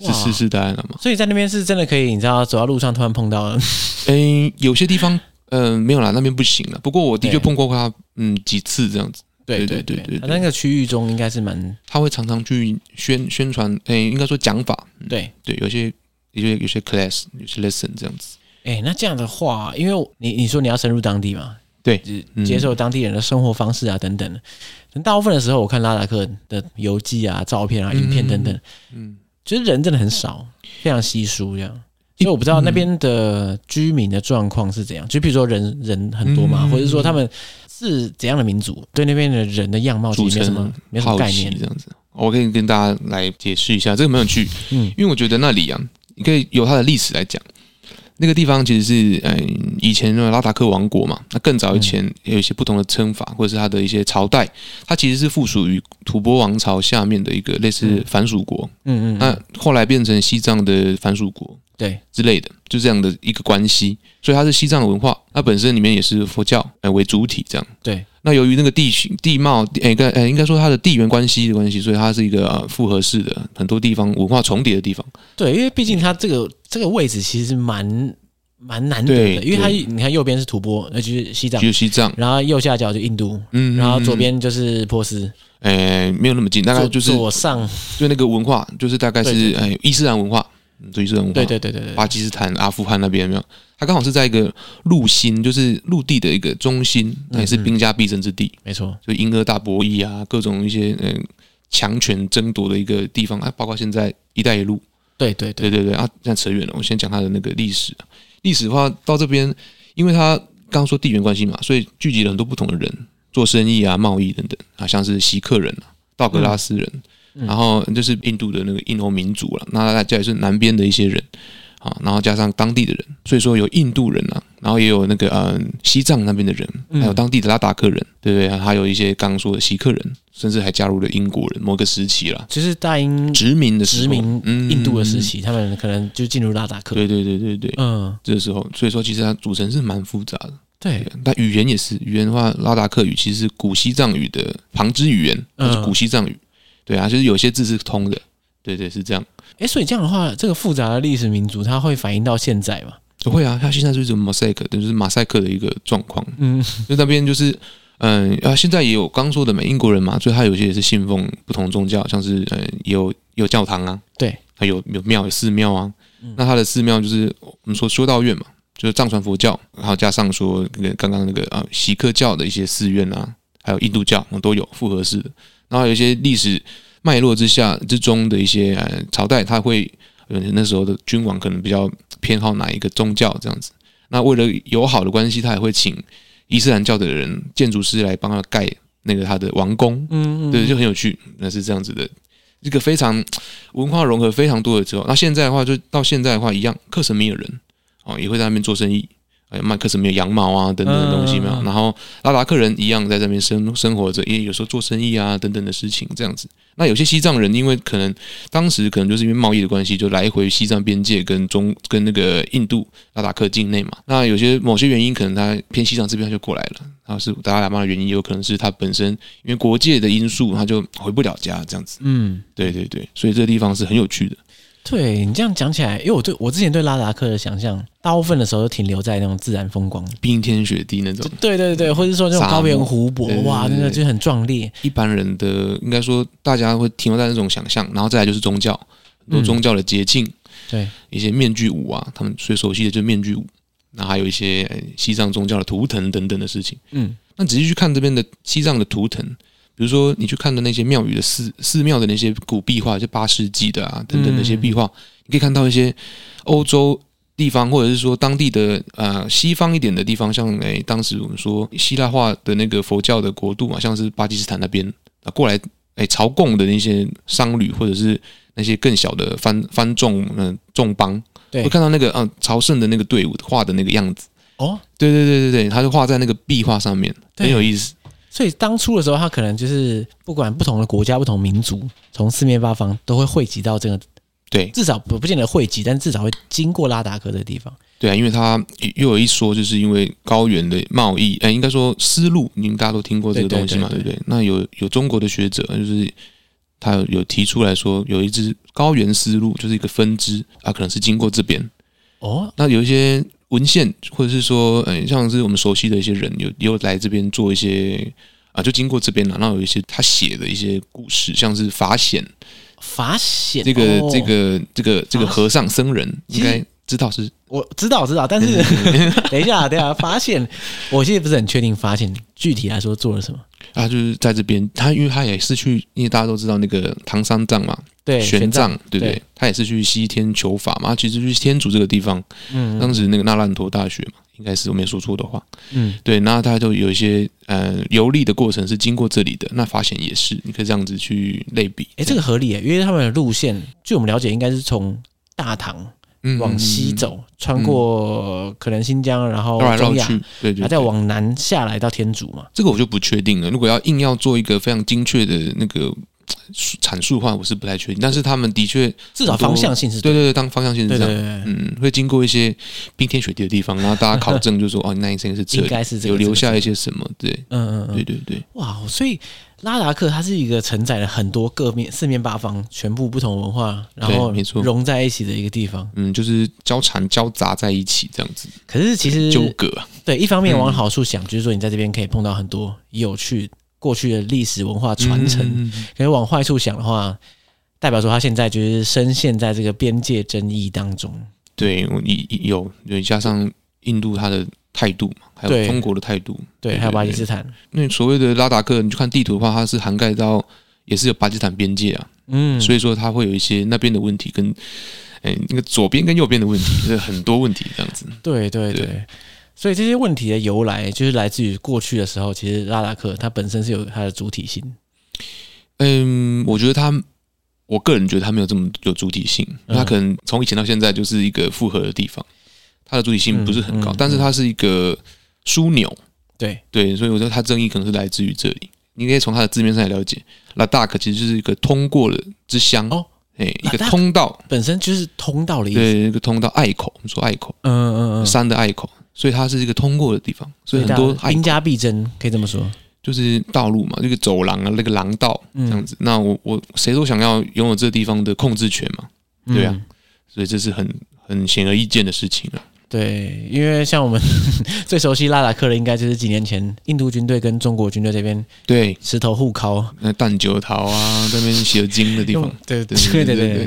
Speaker 2: 是
Speaker 1: 哇
Speaker 2: 是是达赖喇嘛。
Speaker 1: 所以在那边是真的可以，你知道，走到路上突然碰到了，
Speaker 2: 诶、哎有些地方，嗯、没有啦，那边不行了。不过我的确
Speaker 1: 对
Speaker 2: 碰过他，嗯，几次这样子。
Speaker 1: 对
Speaker 2: 对
Speaker 1: 对
Speaker 2: 对对
Speaker 1: 他
Speaker 2: 对
Speaker 1: 那个区域中应该是蛮
Speaker 2: 他会常常去宣宣传，诶、应该说讲法，
Speaker 1: 对。
Speaker 2: 对，有些有些有些 class，有些 lesson 这样子。
Speaker 1: 哎，那这样的话，因为你你说你要深入当地嘛，
Speaker 2: 对，
Speaker 1: 就是接受当地人的生活方式啊等等的。但大部分的时候，我看拉达克的游记啊、照片啊、影片等等，
Speaker 2: 嗯，
Speaker 1: 就是人真的很少，非常稀疏这样。因为我不
Speaker 2: 嗯
Speaker 1: 知道那边的居民的状况是怎样，就比如说人人很多嘛，
Speaker 2: 嗯
Speaker 1: 或者说他们是怎样的民族，对那边的人的样貌其
Speaker 2: 组
Speaker 1: 实没什
Speaker 2: 成
Speaker 1: 么没什么
Speaker 2: 好
Speaker 1: 概
Speaker 2: 奇
Speaker 1: 念
Speaker 2: 这。样子。哦我可以跟大家来解释一下，这个蛮有趣，
Speaker 1: 嗯
Speaker 2: 因为我觉得那里啊，你可以由它的历史来讲。那个地方其实是，嗯、以前的拉达克王国嘛，那更早以前也有一些不同的称法，或者是它的一些朝代，它其实是附属于吐蕃王朝下面的一个类似藩属国，
Speaker 1: 嗯嗯嗯，
Speaker 2: 那后来变成西藏的藩属国
Speaker 1: 对，
Speaker 2: 之类的，就这样的一个关系，所以它是西藏的文化，它本身里面也是佛教呃为主体这样。
Speaker 1: 对，
Speaker 2: 那由于那个地形、地貌，诶、该呃，应该说它的地缘关系的关系，所以它是一个、呃、复合式的，很多地方文化重叠的地方。
Speaker 1: 对，因为毕竟它这个这个位置其实蛮蛮难得的，
Speaker 2: 对
Speaker 1: 因为它
Speaker 2: 对
Speaker 1: 你看右边是吐蕃，那就是西藏
Speaker 2: 只，有西藏，
Speaker 1: 然后右下角就印度，
Speaker 2: 嗯，
Speaker 1: 然后左边就是波斯，
Speaker 2: 诶、哎没有那么近，大概
Speaker 1: 左
Speaker 2: 就是嗯
Speaker 1: 左上，
Speaker 2: 就那个文化，就是大概
Speaker 1: 对
Speaker 2: 是诶、伊斯兰文化，嗯，就伊斯兰文化，
Speaker 1: 对对对对对，
Speaker 2: 巴基斯坦、阿富汗那边有没有？它刚好是在一个陆心，就是陆地的一
Speaker 1: 嗯
Speaker 2: 个中心，那也是兵家必争之地。
Speaker 1: 没错，
Speaker 2: 就英俄大博弈啊，各种一些嗯、强权争夺的一个地方啊，包括现在“一带一路
Speaker 1: 对对”，对
Speaker 2: 对对对啊，现在扯远了，我先讲它的那个历史啊。历史的话，到这边，因为它刚刚说地缘关系嘛，所以聚集了很多不同的人，做生意啊、贸易等等啊，像是锡克人啊、道格拉斯人，
Speaker 1: 嗯
Speaker 2: 然后就是印度的那个印欧民族了、那那这也是南边的一些人啊，然后加上当地的人，所以说有印度人啊，然后也有那个嗯、呃、西藏那边的人，
Speaker 1: 嗯
Speaker 2: 还有当地的拉达克人，对不对？还有一些刚刚说的锡克人，甚至还加入了英国人某个时期啦，
Speaker 1: 其实大英
Speaker 2: 殖民的时
Speaker 1: 殖
Speaker 2: 候
Speaker 1: 民
Speaker 2: 嗯
Speaker 1: 印度的时期，他们可能就进入拉达克。
Speaker 2: 对对对对对，
Speaker 1: 嗯，
Speaker 2: 这时候，所以说其实它组成是蛮复杂的。
Speaker 1: 对，
Speaker 2: 但语言也是语言的话，拉达克语其实是古西藏语的旁支语言，
Speaker 1: 嗯
Speaker 2: 就是古西藏语。对啊，就是有些字是通的。对对，是这样。
Speaker 1: 哎，所以这样的话，这个复杂的历史民族，它会反映到现在嘛？
Speaker 2: 会啊，它现在就是马赛克，就是马赛克的一个状况。
Speaker 1: 嗯，
Speaker 2: 就那边就是，嗯啊，现在也有刚说的嘛，英国人嘛，所以他有些也是信奉不同宗教，像是嗯，也有也有教堂啊，
Speaker 1: 对，
Speaker 2: 还有有庙有寺庙啊。那他的寺庙就是我们说修道院嘛，就是藏传佛教，然后加上说那个刚刚那个啊锡克教的一些寺院啊，还有印度教嗯都有复合式的。然后有一些历史脉络之下之中的一些呃朝代，他会呃那时候的君王可能比较偏好哪一个宗教这样子。那为了友好的关系，他也会请伊斯兰教的人建筑师来帮他盖那个他的王宫，
Speaker 1: 嗯，
Speaker 2: 对，就很有趣。那是这样子的，一个非常文化融合非常多的之后，那现在的话，就到现在的话一样，克什米尔人哦也会在那边做生意，哎卖克什米尔羊毛啊等等的东西嘛。
Speaker 1: 嗯嗯嗯
Speaker 2: 然后拉达克人一样在这边生生活着，也有时候做生意啊等等的事情这样子。那有些西藏人因为可能当时可能就是因为贸易的关系，就来回西藏边界跟中跟那个印度拉达克境内嘛。那有些某些原因，可能他偏西藏这边他就过来了，然后是达赖喇嘛的原因，也有可能是他本身因为国界的因素，他就回不了家这样子。
Speaker 1: 嗯，
Speaker 2: 对对对，所以这个地方是很有趣的。
Speaker 1: 对你这样讲起来，因为我对我之前对拉达克的想象，大部分的时候都停留在那种自然风光，
Speaker 2: 冰天雪地那种
Speaker 1: 就，对对对，或者说那种
Speaker 2: 沙漠
Speaker 1: 高原湖泊
Speaker 2: 对，对
Speaker 1: 哇，
Speaker 2: 对
Speaker 1: 那
Speaker 2: 对
Speaker 1: 个就很壮烈。
Speaker 2: 一般人的应该说大家会停留在那种想象，然后再来就是宗教，很多
Speaker 1: 嗯
Speaker 2: 宗教的捷径，
Speaker 1: 对，
Speaker 2: 一些面具舞啊，他们最熟悉的就是面具舞，那还有一些呃西藏宗教的图腾等等的事情。
Speaker 1: 嗯，
Speaker 2: 那仔细去看这边的西藏的图腾，比如说你去看的那些庙宇的寺寺庙的那些古壁画，就八世纪的啊等等那些壁画，
Speaker 1: 嗯
Speaker 2: 你可以看到一些欧洲地方或者是说当地的呃西方一点的地方，像诶、当时我们说希腊化的那个佛教的国度嘛，像是巴基斯坦那边啊过来诶、朝贡的那些商旅或者是那些更小的藩藩众嗯、呃众邦，
Speaker 1: 对
Speaker 2: 会看到那个嗯、呃朝圣的那个队伍画的那个样子。
Speaker 1: 哦，
Speaker 2: 对对对对对，他就画在那个壁画上面，
Speaker 1: 对
Speaker 2: 很有意思。
Speaker 1: 所以当初的时候，他可能就是不管不同的国家、不同民族，从四面八方都会汇集到这个，
Speaker 2: 对
Speaker 1: 至少不不见得汇集，但至少会经过拉达克的地方。
Speaker 2: 对啊，因为他又有一说，就是因为高原的贸易，哎，应该说丝路，你们大家都听过这个
Speaker 1: 对对
Speaker 2: 东西嘛，
Speaker 1: 对
Speaker 2: 对
Speaker 1: 对
Speaker 2: 不对？那有有中国的学者，就是他有有提出来说，有一支高原丝路，就是一个分支啊，可能是经过这边。
Speaker 1: 哦，
Speaker 2: 那有一些文献，或者是说，嗯，像是我们熟悉的一些人，有也有来这边做一些啊，就经过这边了。那有一些他写的一些故事，像是法显
Speaker 1: 哦法显
Speaker 2: 这个、
Speaker 1: 哦
Speaker 2: 这个这个这个和尚僧人，
Speaker 1: 啊其
Speaker 2: 应
Speaker 1: 实
Speaker 2: 该知道是
Speaker 1: 我知道，知道，但是
Speaker 2: 嗯
Speaker 1: 等一下，等一下，发现我现在不是很确定，发现具体来说做了什么。
Speaker 2: 他就是在这边，他因为他也是去，因为大家都知道那个唐三藏嘛，
Speaker 1: 对，
Speaker 2: 玄奘，对不对
Speaker 1: 对？
Speaker 2: 他也是去西天求法嘛，他其实去天竺这个地方，
Speaker 1: 嗯
Speaker 2: 当时那个那烂陀大学嘛，应该是我没说错的话，
Speaker 1: 嗯，
Speaker 2: 对，那他就有一些呃游历的过程是经过这里的，那法显也是，你可以这样子去类比，
Speaker 1: 哎，这个合理耶，因为他们的路线，据我们了解，应该是从大唐
Speaker 2: 嗯嗯
Speaker 1: 往西，走，穿过可能新疆，然后
Speaker 2: 绕来绕
Speaker 1: 中亚，
Speaker 2: 去，对对，
Speaker 1: 然后
Speaker 2: 对
Speaker 1: 再往南下来到天竺嘛。
Speaker 2: 这个我就不确定了。如果要硬要做一个非常精确的那个呃阐述的话，我是不太确定，但是他们的确，
Speaker 1: 至少方向性是
Speaker 2: 对对
Speaker 1: 对
Speaker 2: 对，当方向性是
Speaker 1: 对
Speaker 2: 这
Speaker 1: 对
Speaker 2: 样。
Speaker 1: 对，对
Speaker 2: 嗯，会经过一些冰天雪地的地方，然后大家考证 就说哦，那一生是这
Speaker 1: 应
Speaker 2: 里，
Speaker 1: 该是这个
Speaker 2: 有留下一
Speaker 1: 些，
Speaker 2: 些什么？对，
Speaker 1: 嗯嗯
Speaker 2: 对
Speaker 1: 嗯，
Speaker 2: 对对，
Speaker 1: 哇，所以拉达克它是一个承载了很多各面四面八方全部不同文化，然后
Speaker 2: 对没错
Speaker 1: 融在一起的一个地方。
Speaker 2: 嗯，就是交缠交杂在一起这样子，
Speaker 1: 可是其实
Speaker 2: 纠葛啊，
Speaker 1: 对，一方面往好处想，就是说你在这边可以碰到很多有趣过去的历史文化传承；
Speaker 2: 嗯
Speaker 1: 可是往坏处想的话，代表说他现在就是深陷在这个边界争议当中。
Speaker 2: 对，我一一有有加上印度它的态度嘛，还
Speaker 1: 对
Speaker 2: 有中国的态度，
Speaker 1: 对，
Speaker 2: 对
Speaker 1: 还有巴基
Speaker 2: 对
Speaker 1: 斯坦，
Speaker 2: 那所谓的拉达克，你去看地图的话，它是涵盖到也是有巴基斯坦边界啊，
Speaker 1: 嗯，
Speaker 2: 所以说它会有一些那边的问题跟，哎、那个左边跟右边的问题，就是很多问题这样子。
Speaker 1: 对对对。
Speaker 2: 对
Speaker 1: 所以这些问题的由来，就是来自于过去的时候，其实拉达克它本身是有它的主体性。
Speaker 2: 嗯，我觉得他，我个人觉得他没有这么有主体性，
Speaker 1: 嗯
Speaker 2: 他可能从以前到现在就是一个复合的地方，他的主体性不是很高，
Speaker 1: 嗯嗯
Speaker 2: 但是它是一个枢纽，
Speaker 1: 对，
Speaker 2: 对，所以我觉得它争议可能是来自于这里。你可以从它的字面上来了解，拉大克其实就是一个通过了之乡
Speaker 1: 哦，
Speaker 2: 哎、一个
Speaker 1: Ladakh
Speaker 2: 通道，
Speaker 1: 本身就是通道的意思。
Speaker 2: 对，一个通道隘口，我们说隘口、
Speaker 1: 嗯嗯嗯，
Speaker 2: 山的隘口，所以它是一个通过的地方，所以很
Speaker 1: 大
Speaker 2: 多
Speaker 1: 家
Speaker 2: 隘
Speaker 1: 兵家必争，可以这么说。
Speaker 2: 就是道路嘛，那个走廊啊，那个廊道
Speaker 1: 嗯
Speaker 2: 这样子。那我我谁都想要拥有这个地方的控制权嘛，对啊
Speaker 1: 嗯
Speaker 2: 所以这是很很显而易见的事情啊。
Speaker 1: 对，因为像我们 最熟悉拉达克的，应该就是几年前印度军队跟中国军队这边
Speaker 2: 对，
Speaker 1: 石头互敲。
Speaker 2: 那蛋酒桃啊，那边蛇精的地方
Speaker 1: 用，对
Speaker 2: 对
Speaker 1: 对对
Speaker 2: 对
Speaker 1: 对，
Speaker 2: 的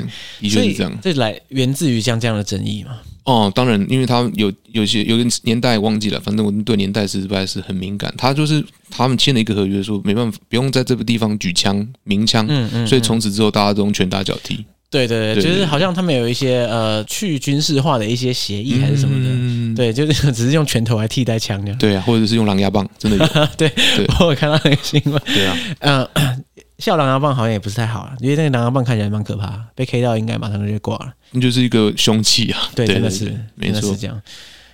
Speaker 1: 所
Speaker 2: 确
Speaker 1: 以
Speaker 2: 是这样。
Speaker 1: 这来源自于像这样的争议嘛？
Speaker 2: 哦，当然，因为他有有些有个年代忘记了，反正我对年代实在是很敏感。他就是他们签了一个合约，说没办法，不用在这个地方举枪鸣枪，
Speaker 1: 嗯嗯
Speaker 2: 所以从此之后大家都用拳打脚踢，
Speaker 1: 对对对，
Speaker 2: 对对
Speaker 1: 就是好像他们有一些呃去军事化的一些协议还是什么的，
Speaker 2: 嗯
Speaker 1: 对，就是 只是用拳头来替代枪这样。
Speaker 2: 对啊，或者是用狼牙棒，真的有，
Speaker 1: 对，
Speaker 2: 对
Speaker 1: 我有看到那个新闻，
Speaker 2: 对啊。
Speaker 1: 嗯、呃， 笑狼牙棒好像也不是太好啊，因为那个狼牙棒看起来蛮可怕的，被 K 到应该马上就挂了。
Speaker 2: 那就是一个凶器啊。
Speaker 1: 对，真的是，
Speaker 2: 没
Speaker 1: 真的
Speaker 2: 错
Speaker 1: 是，这样。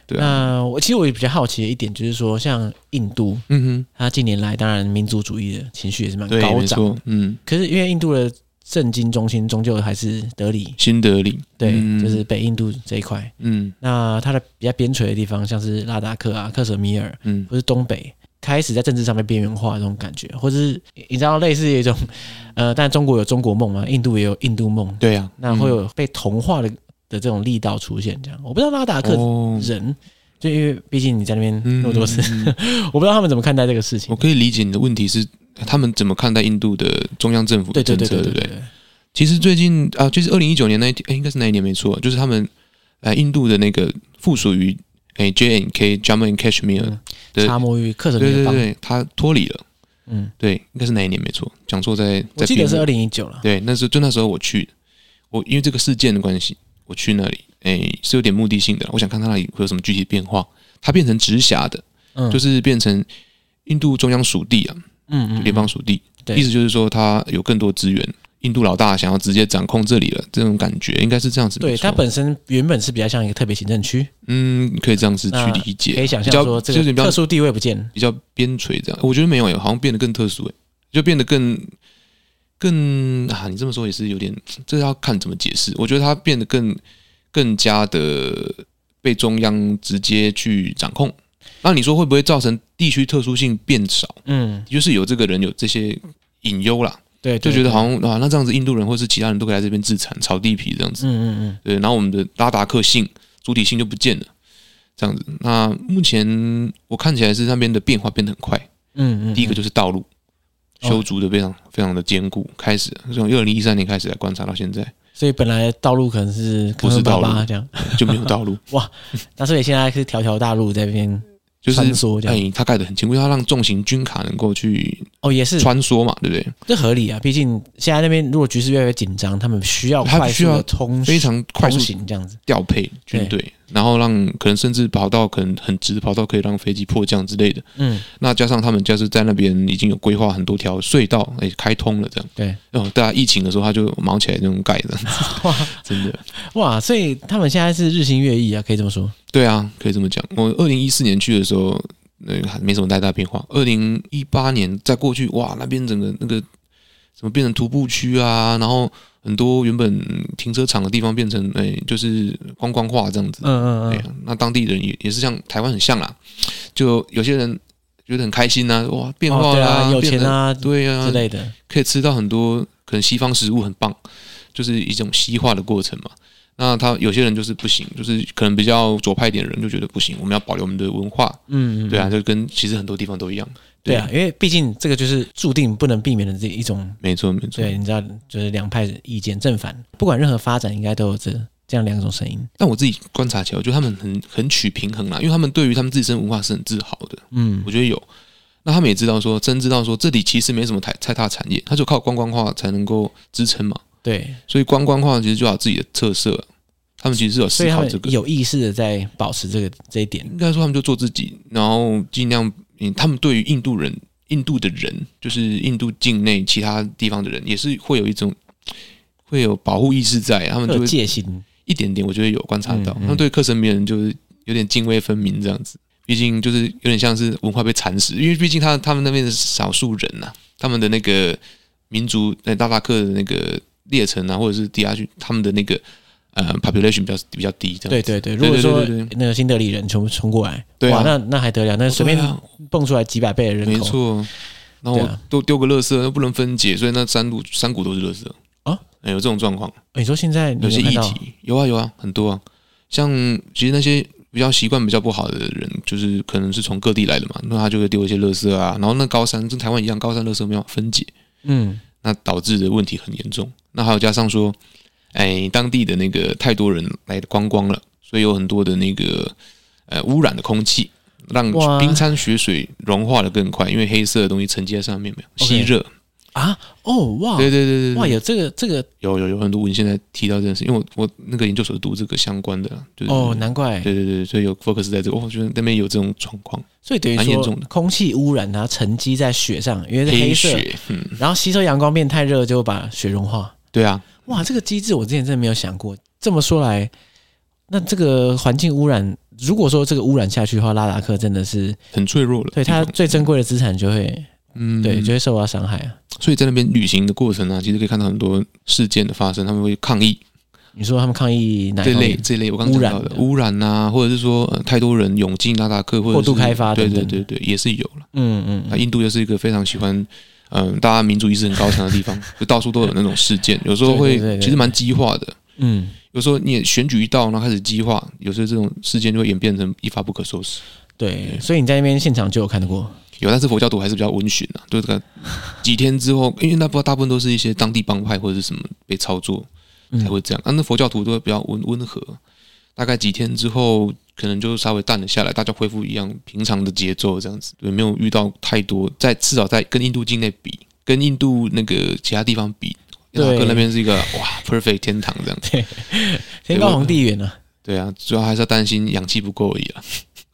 Speaker 2: 对啊，
Speaker 1: 那我其实我也比较好奇的一点就是说，像印度，
Speaker 2: 嗯
Speaker 1: 它近年来当然民族主义的情绪也是蛮
Speaker 2: 哼，对，
Speaker 1: 高
Speaker 2: 没
Speaker 1: 涨
Speaker 2: 错，，嗯，
Speaker 1: 可是因为印度的政经中心终究还是德里，
Speaker 2: 新德里，
Speaker 1: 对，
Speaker 2: 嗯
Speaker 1: 就是北印度这一块。
Speaker 2: 嗯
Speaker 1: 那它的比较边陲的地方，像是拉达克啊、克什米尔，
Speaker 2: 嗯，
Speaker 1: 或是东北，开始在政治上面边缘化的这种感觉，或者是你知道类似有一种，呃，但中国有中国梦嘛，印度也有印度梦，
Speaker 2: 对啊，
Speaker 1: 那会有被同化的的这种力道出现。这样，我不知道拉达克
Speaker 2: 哦，
Speaker 1: 人，就因为毕竟你在那边
Speaker 2: 嗯
Speaker 1: 那么多次，
Speaker 2: 嗯嗯
Speaker 1: 我不知道他们怎么看待这个事情
Speaker 2: 我。可以理解你的问题是他们怎么看待印度的中央政府
Speaker 1: 对
Speaker 2: 的
Speaker 1: 对
Speaker 2: 政
Speaker 1: 对
Speaker 2: 策，
Speaker 1: 对
Speaker 2: 对不
Speaker 1: 对
Speaker 2: 对？其实最近啊，就是二零一九年那一天，哎应该是那一年没错，就是他们呃印度的那个附属于哎 J N K Jammu and Kashmir
Speaker 1: 嗯对，
Speaker 2: 的，
Speaker 1: 查摩与克什
Speaker 2: 对
Speaker 1: 米尔
Speaker 2: 对对
Speaker 1: 邦，
Speaker 2: 对，他脱离了，
Speaker 1: 嗯，
Speaker 2: 对，应该是那一年没错，讲错在
Speaker 1: 我
Speaker 2: 在
Speaker 1: 记得是
Speaker 2: 边
Speaker 1: 二
Speaker 2: 缘
Speaker 1: 零一九了。
Speaker 2: 对，那时候就那时候我去，我因为这个事件的关系，我去那里，哎、是有点目的性的啦，我想看它那里会有什么具体变化。它变成直辖的，
Speaker 1: 嗯，
Speaker 2: 就是变成印度中央属地啊，
Speaker 1: 嗯嗯，
Speaker 2: 联邦属地，
Speaker 1: 对
Speaker 2: 意思就是说它有更多资源。印度老大想要直接掌控这里了，这种感觉应该是这样子没
Speaker 1: 对，
Speaker 2: 错。
Speaker 1: 它本身原本是比较像一个特别行政区，
Speaker 2: 嗯，可以这样子去
Speaker 1: 那
Speaker 2: 理解，
Speaker 1: 可以想
Speaker 2: 比
Speaker 1: 象
Speaker 2: 较
Speaker 1: 说这
Speaker 2: 就是
Speaker 1: 个
Speaker 2: 比较
Speaker 1: 特殊地位不见。
Speaker 2: 比较边陲这样。我觉得没有耶，好像变得更特殊诶，就变得更更啊，你这么说也是有点，这要看怎么解释。我觉得它变得更更加的被中央直接去掌控。那你说会不会造成地区特殊性变少？
Speaker 1: 嗯，
Speaker 2: 就是有这个人有这些隐忧啦，
Speaker 1: 对，
Speaker 2: 就
Speaker 1: 对
Speaker 2: 觉得
Speaker 1: 对
Speaker 2: 好像啊，那这样子印度人或是其他人都可以来这边自产炒地皮这样子。
Speaker 1: 嗯嗯
Speaker 2: 对，然后我们的拉达克性、主体性就不见了，这样子。那目前我看起来是那边的变化变得很快。
Speaker 1: 嗯嗯嗯，
Speaker 2: 第一个就是道路
Speaker 1: 哦
Speaker 2: 修筑的非常非常的坚固，开始从二零一三年开始来观察到现在
Speaker 1: 所以本来道路可能是
Speaker 2: 不
Speaker 1: 坑
Speaker 2: 是
Speaker 1: 坑巴巴
Speaker 2: 道路
Speaker 1: 这样，
Speaker 2: 就没有 道路，
Speaker 1: 那所以现在是条条大路在那边
Speaker 2: 就是
Speaker 1: 穿梭这样。
Speaker 2: 哎，它盖得很坚固，因为它让重型军卡能够去
Speaker 1: 哦，也是，
Speaker 2: 穿梭嘛，对不对？
Speaker 1: 这合理啊，毕竟现在那边如果局势越来越紧张，他们需要
Speaker 2: 他们
Speaker 1: 快
Speaker 2: 需
Speaker 1: 速
Speaker 2: 要
Speaker 1: 的通
Speaker 2: 非常快
Speaker 1: 通
Speaker 2: 速
Speaker 1: 行这样子。
Speaker 2: 调配军队，然后让可能甚至跑道可能很直的跑道可以让飞机迫降之类的。
Speaker 1: 嗯，
Speaker 2: 那加上他们就是在那边已经有规划很多条隧道，哎，开通了这样。
Speaker 1: 对，
Speaker 2: 哦，大家疫情的时候他就忙起来那种盖 的，真的。
Speaker 1: 哇，所以他们现在是日新月异啊，可以这么说。
Speaker 2: 对啊，可以这么讲。我二零一四年去的时候，那、个还没什么太大变化。二零一八年再过去，哇，那边整个那个什么变成徒步区啊，然后很多原本停车场的地方变成哎、就是观光化这样子。
Speaker 1: 嗯嗯
Speaker 2: 对啊，那当地人也也是像台湾很像啦，就有些人觉得很开心呐、哇，变
Speaker 1: 嗯，
Speaker 2: 化
Speaker 1: 哦，对
Speaker 2: 啦、
Speaker 1: 啊，有
Speaker 2: 变
Speaker 1: 钱
Speaker 2: 得，
Speaker 1: 啊
Speaker 2: 对啊
Speaker 1: 之类的。
Speaker 2: 可以吃到很多可能西方食物，很棒，就是一种西化的过程嘛。那他有些人就是不行，就是可能比较左派一点的人就觉得不行，我们要保留我们的文化，
Speaker 1: 嗯，嗯
Speaker 2: 对啊，，就跟其实很多地方都一样，
Speaker 1: 对啊，因为毕竟这个就是注定不能避免的这一种，
Speaker 2: 没错没错。
Speaker 1: 对，你知道，就是两派意见正反，不管任何发展，应该都有这这样两种声音。
Speaker 2: 但我自己观察啊起来，我觉得他们很很取平衡啦，因为他们对于他们自身文化是很自豪的，
Speaker 1: 嗯
Speaker 2: 我觉得有。那他们也知道说，真知道说这里其实没什么太太大产业，它就靠观光化才能够支撑嘛。
Speaker 1: 对，
Speaker 2: 所以观光化其实就有自己的特色了，他们其实是有思
Speaker 1: 所以他
Speaker 2: 考
Speaker 1: 们
Speaker 2: 这个，
Speaker 1: 有意识的在保持这个这一点。
Speaker 2: 应该说他们就做自己，然后尽量嗯，他们对于印度人、印度的人，就是印度境内其他地方的人，也是会有一种会有保护意识在，他们
Speaker 1: 会
Speaker 2: 就
Speaker 1: 有
Speaker 2: 会
Speaker 1: 戒心，
Speaker 2: 一点点，我觉得有观察到，
Speaker 1: 嗯嗯
Speaker 2: 他们对克什米尔人就是有点泾渭分明这样子。毕竟就是有点像是文化被蚕食，因为毕竟他他们那边的少数人呐、啊他们的那个民族呃拉达克的那个列城啊，或者是低下去，他们的那个呃 population 比较比较低这样
Speaker 1: 对对
Speaker 2: 子。
Speaker 1: 对。如果
Speaker 2: 对对
Speaker 1: 说
Speaker 2: 对对对
Speaker 1: 那个新德里人全部冲过来，
Speaker 2: 对啊
Speaker 1: 哇，那那还得了？那随便
Speaker 2: 对啊
Speaker 1: 蹦出来几百倍的人
Speaker 2: 没
Speaker 1: 口，
Speaker 2: 错。然后
Speaker 1: 对
Speaker 2: 我
Speaker 1: 啊
Speaker 2: 丢丢个垃圾，又不能分解，所以那山谷山谷都是垃圾
Speaker 1: 啊。
Speaker 2: 哎有这种状况，
Speaker 1: 你说现在你
Speaker 2: 有些
Speaker 1: 看
Speaker 2: 议
Speaker 1: 到
Speaker 2: 题有啊有啊，很多啊。像其实那些比较习惯比较不好的人，就是可能是从各地来的嘛，那他就会丢一些垃圾啊。然后那高山跟台湾一样，高山垃圾没有分解，
Speaker 1: 嗯，
Speaker 2: 那导致的问题很严重。那还有加上说，哎，当地的那个太多人来观光了，所以有很多的那个呃污染的空气，让
Speaker 1: 哇
Speaker 2: 冰川雪水融化的更快，因为黑色的东西沉积在上面，没有
Speaker 1: OK
Speaker 2: 吸热。
Speaker 1: 啊，哦哇，
Speaker 2: 对对对对，
Speaker 1: 哇，
Speaker 2: 对
Speaker 1: 有这个这个
Speaker 2: 有有有很多文献在提到这件事，因为我我那个研究所是读这个相关的啊，就是
Speaker 1: 哦，难怪，
Speaker 2: 对对对，所以有 focus 在这个，哦我觉得那边有这种状况，
Speaker 1: 所以等于
Speaker 2: 蛮严
Speaker 1: 说
Speaker 2: 重的
Speaker 1: 空气污染它沉积在雪上，因为是黑色，
Speaker 2: 雪，嗯，
Speaker 1: 然后吸收阳光变太热就把雪融化。
Speaker 2: 对啊，
Speaker 1: 哇，这个机制我之前真的没有想过。这么说来，那这个环境污染，如果说这个污染下去的话，拉达克真的是
Speaker 2: 很脆弱了。
Speaker 1: 对它最珍贵的资产就会
Speaker 2: 嗯，
Speaker 1: 对就会受到伤害啊。
Speaker 2: 所以在那边旅行的过程啊，其实可以看到很多事件的发生，他们会抗议
Speaker 1: 你说他们抗议哪一
Speaker 2: 这
Speaker 1: 方
Speaker 2: 类
Speaker 1: 面？
Speaker 2: 这类我刚刚讲到
Speaker 1: 污
Speaker 2: 的
Speaker 1: 染
Speaker 2: 污染啊，或者是说、呃、太多人涌进拉达克，或者是
Speaker 1: 过度开发
Speaker 2: 对
Speaker 1: 等
Speaker 2: 对
Speaker 1: 等
Speaker 2: 对对，也是有了。
Speaker 1: 嗯嗯
Speaker 2: 那
Speaker 1: 嗯，
Speaker 2: 印度又是一个非常喜欢。嗯，大家民族意识很高强的地方，就到处都有那种事件，有时候
Speaker 1: 对
Speaker 2: 会
Speaker 1: 对对对
Speaker 2: 其实蛮激化的。
Speaker 1: 嗯，
Speaker 2: 有时候你也选举一到，然后开始激化，有时候这种事件就会演变成一发不可收拾。
Speaker 1: 对，所以你在那边现场就有看过。
Speaker 2: 有，但是佛教徒还是比较温驯啊，就是个几天之后，因为那部大部分都是一些当地帮派或者是什么被操作才会这样，啊、那佛教徒都会比较温温和，大概几天之后，可能就稍微淡了下来，大家恢复一样平常的节奏，这样子，对，没有遇到太多，在至少在跟印度境内比，跟印度那个其他地方比，
Speaker 1: 对
Speaker 2: 跟那边是一个哇 perfect 天堂这样子，
Speaker 1: 天高皇帝远啊！
Speaker 2: 对啊，主要还是要担心氧气不够而已啊，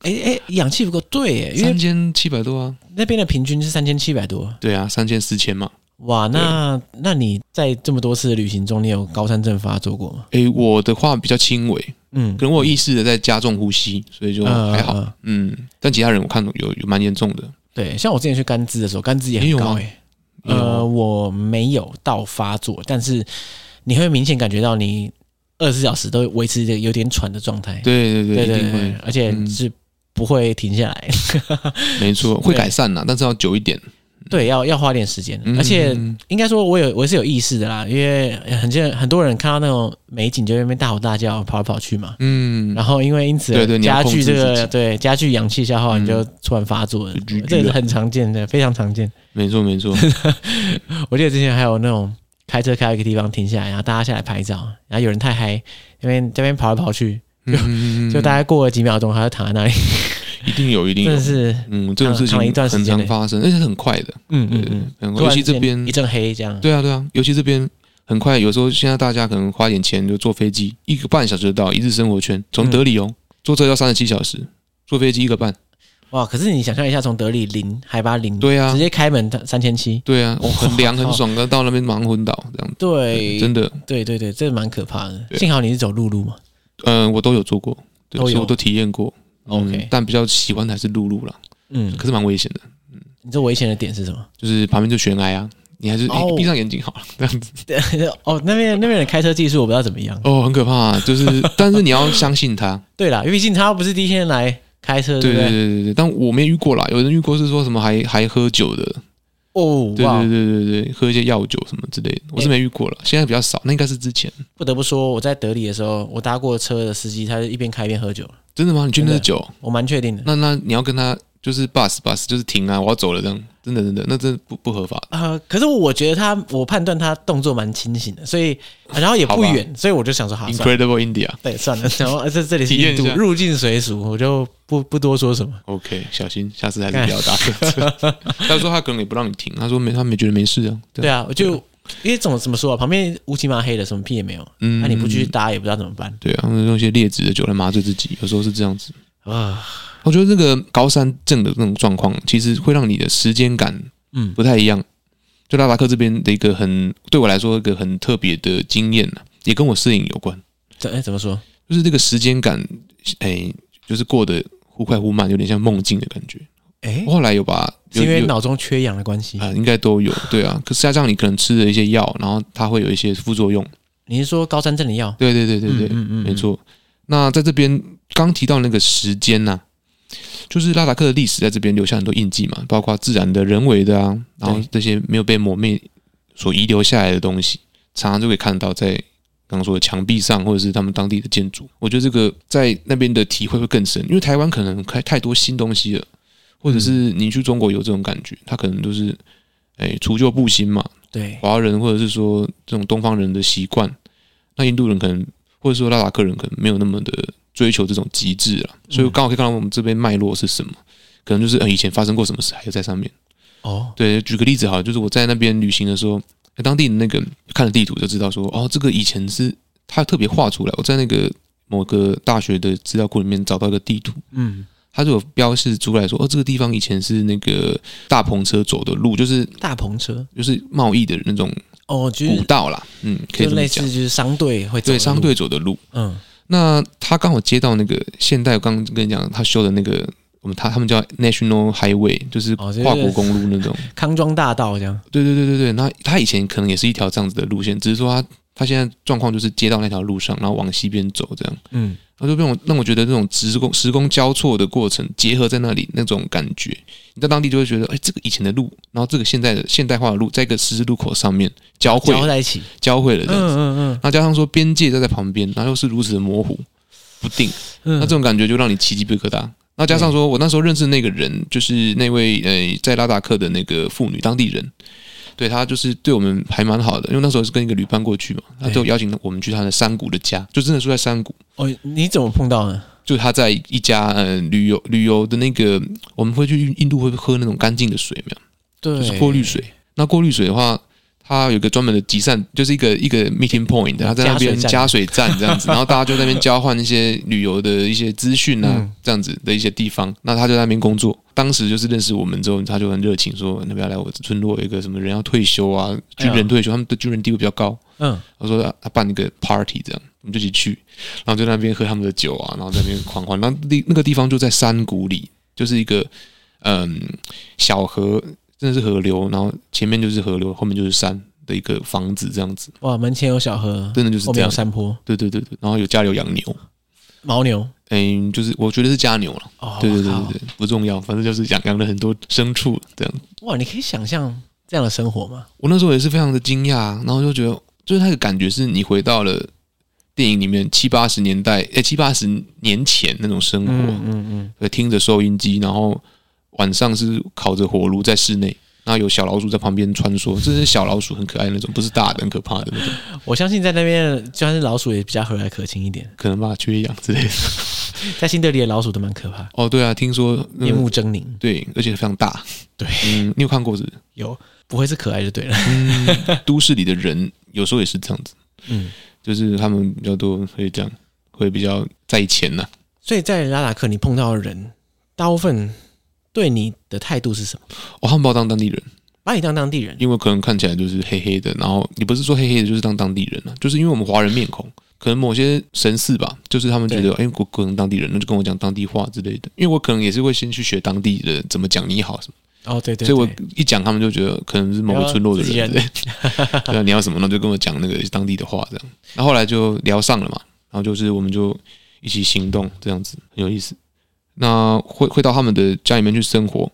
Speaker 1: 哎哎，氧气不够，对耶，因为
Speaker 2: 三千七百多啊，
Speaker 1: 那边的平均是三千七百多。
Speaker 2: 对啊，三千四千嘛，
Speaker 1: 哇，那那你在这么多次的旅行中，你有高山症发作过吗？
Speaker 2: 诶、我的话比较轻微。
Speaker 1: 嗯
Speaker 2: 可，能我有意识的在加重呼吸，所以就
Speaker 1: 嗯
Speaker 2: 还好。
Speaker 1: 嗯嗯
Speaker 2: 嗯，但其他人我看有有蛮严重的，
Speaker 1: 对，像我之前去甘孜的时候，甘孜也
Speaker 2: 你有啊
Speaker 1: 很
Speaker 2: 吗
Speaker 1: 高诶、呃，
Speaker 2: 有
Speaker 1: 我没有到发作，但是你会明显感觉到你二十四小时都维持着有点喘的状态。
Speaker 2: 对对对，
Speaker 1: 对
Speaker 2: 一
Speaker 1: 对
Speaker 2: 定
Speaker 1: 对
Speaker 2: 会，，
Speaker 1: 而且
Speaker 2: 嗯
Speaker 1: 是不会停下来。
Speaker 2: 没错，会改善啦，但是要久一点。
Speaker 1: 对，要要花点时间，
Speaker 2: 嗯
Speaker 1: 而且应该说，我有我是有意识的啦，因为很多人很多人看到那种美景就在那边大吼大叫、跑来跑去嘛。
Speaker 2: 嗯，
Speaker 1: 然后因为因此
Speaker 2: 对对你要
Speaker 1: 加
Speaker 2: 控制
Speaker 1: 剧这
Speaker 2: 自
Speaker 1: 个
Speaker 2: 己
Speaker 1: 对加剧氧气消耗，
Speaker 2: 嗯
Speaker 1: 你就突然发作了
Speaker 2: 就居，
Speaker 1: 这
Speaker 2: 居
Speaker 1: 是
Speaker 2: 了
Speaker 1: 很常见的，非常常见。
Speaker 2: 没错没错，
Speaker 1: 我记得之前还有那种开车开到一个地方停下来，然后大家下来拍照，然后有人太嗨，那边这边跑来跑去，
Speaker 2: 嗯
Speaker 1: 就大概过了几秒钟，他就躺在 那里，
Speaker 2: 一定有一定
Speaker 1: 真的
Speaker 2: 有。
Speaker 1: 是
Speaker 2: 嗯，这种事
Speaker 1: 躺
Speaker 2: 情
Speaker 1: 了一段时
Speaker 2: 很
Speaker 1: 间
Speaker 2: 常
Speaker 1: 嘞
Speaker 2: 发生，而且是很快的。
Speaker 1: 嗯
Speaker 2: 对
Speaker 1: 嗯
Speaker 2: 对
Speaker 1: 嗯，
Speaker 2: 嗯，
Speaker 1: 突
Speaker 2: 尤
Speaker 1: 然
Speaker 2: 其
Speaker 1: 之
Speaker 2: 这
Speaker 1: 间
Speaker 2: 边
Speaker 1: 一，阵黑这样，
Speaker 2: 对啊对啊，尤其这边很快。有时候现在大家可能花点钱就坐飞机，一个半小时就到一日生活圈，从
Speaker 1: 嗯
Speaker 2: 德里哦，坐车要三十七小时，坐飞机一个半。
Speaker 1: 哇！可是你想象一下，从德里零海拔零，
Speaker 2: 对啊
Speaker 1: 直接开门三千七，
Speaker 2: 对啊，哦，很凉很爽，但到那边马上昏倒这样子。
Speaker 1: 对，
Speaker 2: 真的，
Speaker 1: 对对对，这蛮可怕的。
Speaker 2: 对
Speaker 1: 幸好你是走陆路嘛，
Speaker 2: 嗯，我都有做过，对，
Speaker 1: 都有
Speaker 2: 所以我都体验过。嗯
Speaker 1: OK
Speaker 2: 但比较喜欢的还是露露啦，
Speaker 1: 嗯
Speaker 2: 可，是蛮危险的，
Speaker 1: 你这危险的点是什么？
Speaker 2: 就是旁边就悬崖啊，你还是哎
Speaker 1: 哦
Speaker 2: 闭上眼睛好了，这样子
Speaker 1: 哦，那边那边的开车技术我不知道怎么样。
Speaker 2: 哦，很可怕、啊。就是， 但是你要相信他，
Speaker 1: 对啦，因为毕竟他不是第一天来开车，
Speaker 2: 对
Speaker 1: 不
Speaker 2: 对
Speaker 1: 对？
Speaker 2: 对对对。但我没遇过啦，有人遇过是说什么还还喝酒的，
Speaker 1: 哦，
Speaker 2: 对
Speaker 1: 哇
Speaker 2: 对！对对对，喝一些药酒什么之类的，我是没遇过了，现在比较少，那应该是之前。
Speaker 1: 不得不说，我在德里的时候，我搭过车的司机，他是一边开一边喝酒，
Speaker 2: 真的吗？你去那
Speaker 1: 真的
Speaker 2: 是酒？
Speaker 1: 我蛮确定的。
Speaker 2: 那那你要跟他就是 bus bus 就是停啊，我要走了这样，真的真的，那真的不不合法。
Speaker 1: 呃，可是我觉得他，我判断他动作蛮清醒的，所以然后也
Speaker 2: 好
Speaker 1: 不
Speaker 2: 吧
Speaker 1: 远，所以我就想说，好，算了
Speaker 2: Incredible India。
Speaker 1: 对，算了。然后呃这这里是
Speaker 2: 体验
Speaker 1: 印
Speaker 2: 一
Speaker 1: 度，
Speaker 2: 下
Speaker 1: 入境随俗，我就不不多说什么。
Speaker 2: OK，小心，下次还是不要搭 客车。他说他可能也不让你停，他说没，他没觉得没事啊。
Speaker 1: 对，啊，我就因为怎么怎么说啊，旁边乌漆麻黑的，什么屁也没有，那、
Speaker 2: 嗯
Speaker 1: 你不去搭也不知道怎么办
Speaker 2: 对啊，他们用一些劣质的酒来麻醉自己，有时候是这样子。
Speaker 1: 啊。
Speaker 2: 我觉得这个高山症的那种状况，其实会让你的时间感
Speaker 1: 嗯
Speaker 2: 不太一样。就拉达克这边的一个很对我来说一个很特别的经验呢、也跟我摄影有关，
Speaker 1: 怎哎怎么说？
Speaker 2: 就是这个时间感，哎、就是过得忽快忽慢，有点像梦境的感觉。
Speaker 1: 哎、
Speaker 2: 我后来有把
Speaker 1: 是
Speaker 2: 有
Speaker 1: 因为
Speaker 2: 有
Speaker 1: 脑中缺氧的关系。
Speaker 2: 啊、应该都有对啊。可是加上你可能吃了一些药，然后它会有一些副作用。
Speaker 1: 你是说高山症的药？
Speaker 2: 对对对对对，
Speaker 1: 嗯嗯嗯
Speaker 2: 没错。那在这边刚提到那个时间呐、就是拉达克的历史在这边留下很多印记嘛，包括自然的、人为的啊，然后
Speaker 1: 对
Speaker 2: 这些没有被抹灭所遗留下来的东西，常常就可以看到在刚刚说的墙壁上，或者是他们当地的建筑。我觉得这个在那边的体会会更深，因为台湾可能开太多新东西了，或者是
Speaker 1: 嗯
Speaker 2: 你去中国有这种感觉，他可能都是哎除旧布新嘛，
Speaker 1: 对，
Speaker 2: 华人或者是说这种东方人的习惯，那印度人可能或者说拉达克人可能没有那么的追求这种极致了，所以刚好可以看到我们这边脉络是什么，可能就是、呃、以前发生过什么事还有在上面。
Speaker 1: 哦，
Speaker 2: 对，举个例子好了，就是我在那边旅行的时候，哎当地的那个看了地图就知道说，哦，这个以前是他特别画出来，我在那个某个大学的资料库里面找到一个地图，
Speaker 1: 嗯，
Speaker 2: 它就有标示出来说，哦，这个地方以前是那个大篷车走的路，就是
Speaker 1: 大篷车
Speaker 2: 就是贸易的那种
Speaker 1: 哦，就
Speaker 2: 古
Speaker 1: 是
Speaker 2: 道啦，嗯，可以
Speaker 1: 就
Speaker 2: 这么
Speaker 1: 类
Speaker 2: 讲
Speaker 1: 似，就是商队会走
Speaker 2: 对，
Speaker 1: 的
Speaker 2: 商
Speaker 1: 路
Speaker 2: 队走的路。
Speaker 1: 嗯
Speaker 2: 那他刚好接到那个现代，我刚刚跟你讲，他修的那个，我们他他们叫 National Highway，就是
Speaker 1: 哦就是
Speaker 2: 跨国公路 那种。
Speaker 1: 康庄大道这样。
Speaker 2: 对对对对对，那他以前可能也是一条这样子的路线，只是说他他现在状况就是接到那条路上，然后往西边走这样。
Speaker 1: 嗯，
Speaker 2: 他就让我让我觉得那种时空时空交错的过程结合在那里那种感觉，你在当地就会觉得，哎，这个以前的路，然后这个现在的现代化的路，在一个十字路口上面交汇
Speaker 1: 交在一起。
Speaker 2: 交汇了
Speaker 1: 嗯
Speaker 2: 这样子。
Speaker 1: 嗯
Speaker 2: 那加上说边界都在旁边，然后又是如此的模糊不定，
Speaker 1: 嗯
Speaker 2: 那这种感觉就让你起鸡皮疙瘩。那加上说我那时候认识那个人，就是那位呃在拉达克的那个妇女，当地人，对她就是对我们还蛮好的，因为那时候是跟一个旅伴过去嘛，她就邀请我们去她的山谷的家，就真的住在山谷，
Speaker 1: 哦，你怎么碰到呢？
Speaker 2: 就她在一家呃旅游旅游的那个，我们会去印度会喝那种干净的水，有没有？
Speaker 1: 对，
Speaker 2: 就是过滤水。那过滤水的话，它有一个专门的集散，就是一个一个 meeting point，它在那边
Speaker 1: 加
Speaker 2: 加水站 这样子，然后大家就在那边交换一些旅游的一些资讯啊，
Speaker 1: 嗯
Speaker 2: 这样子的一些地方。那他就在那边工作，当时就是认识我们之后，他就很热情说，那不要来我村落有一个什么人要退休啊，军
Speaker 1: 哎呀
Speaker 2: 人退休，他们的军人地位比较高，
Speaker 1: 嗯，
Speaker 2: 他说啊他办一个 party 这样，我们就一起去，然后就在那边喝他们的酒啊，然后在那边狂欢。然后那那个地方就在山谷里，就是一个嗯小河，真的是河流，然后前面就是河流，后面就是山的一个房子这样子，
Speaker 1: 哇，门前有小河，
Speaker 2: 真的就是
Speaker 1: 后
Speaker 2: 这
Speaker 1: 面有
Speaker 2: 样。
Speaker 1: 山坡，
Speaker 2: 对对对对，然后有家里有养牛，
Speaker 1: 牦牛。
Speaker 2: 嗯，就是我觉得是家牛了。
Speaker 1: 哦，
Speaker 2: 对对对
Speaker 1: 我靠
Speaker 2: 对对，不重要，反正就是养养了很多牲畜这样。
Speaker 1: 哇，你可以想象这样的生活吗？
Speaker 2: 我那时候也是非常的惊讶，然后就觉得，就是那个感觉是你回到了电影里面七八十年代，诶、七八十年前那种生活，
Speaker 1: 嗯嗯，
Speaker 2: 呃听着收音机，然后晚上是烤着火炉在室内，然后有小老鼠在旁边穿梭，这是小老鼠很可爱那种，不是大的很可怕的那 种，
Speaker 1: 我相信在那边就算是老鼠也比较和蔼可亲一点，
Speaker 2: 可能吧缺氧之类的。
Speaker 1: 在新德里的老鼠都蛮可怕，
Speaker 2: 哦，对啊，听说、那
Speaker 1: 面
Speaker 2: 个
Speaker 1: 目狰狞。
Speaker 2: 对，而且非常大。
Speaker 1: 对，
Speaker 2: 嗯，你有看过是 不是？
Speaker 1: 有不会是可爱就对了。
Speaker 2: 嗯，都市里的人有时候也是这样子，
Speaker 1: 嗯，
Speaker 2: 就是他们比较多会这样，会比较在意钱呐、
Speaker 1: 所以在拉达克你碰到的人，大部分对你的态度是什么？
Speaker 2: 哦，汉堡当当地人，
Speaker 1: 把你当当地人，
Speaker 2: 因为可能看起来就是黑黑的，然后你不是说黑黑的，就是当当地人啊，就是因为我们华人面孔，可能某些神似吧，就是他们觉得，哎、我可能当地人，那就跟我讲当地话之类的，因为我可能也是会先去学当地的怎么讲你好什么，
Speaker 1: 哦对对，
Speaker 2: 所以我
Speaker 1: 对
Speaker 2: 一讲他们就觉得可能是某个村落的
Speaker 1: 自己人
Speaker 2: 人，对对啊， 你要什么，那就跟我讲那个当地的话这样，那后来就聊上了嘛，然后就是我们就一起行动这样子，很有意思。那会会到他们的家里面去生活，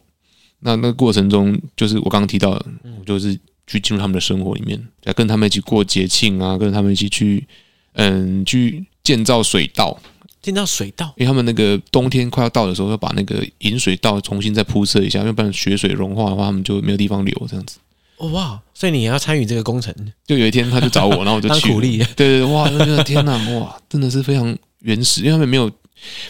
Speaker 2: 那那个过程中，就是我刚刚提到的，我就是去进入他们的生活里面，再跟他们一起过节庆啊，跟他们一起去，嗯，去建造水稻，
Speaker 1: 进到水稻，
Speaker 2: 因为他们那个冬天快要到的时候，要把那个引水道重新再铺设一下，要不然雪水融化的话，他们就没有地方流，这样子。
Speaker 1: 哦哇！所以你也要参与这个工程，
Speaker 2: 就有一天他就找我，然后我就
Speaker 1: 当
Speaker 2: 去了
Speaker 1: 苦力
Speaker 2: 对对对，哇，那个天哪，哇，真的是非常原始，因为他们没有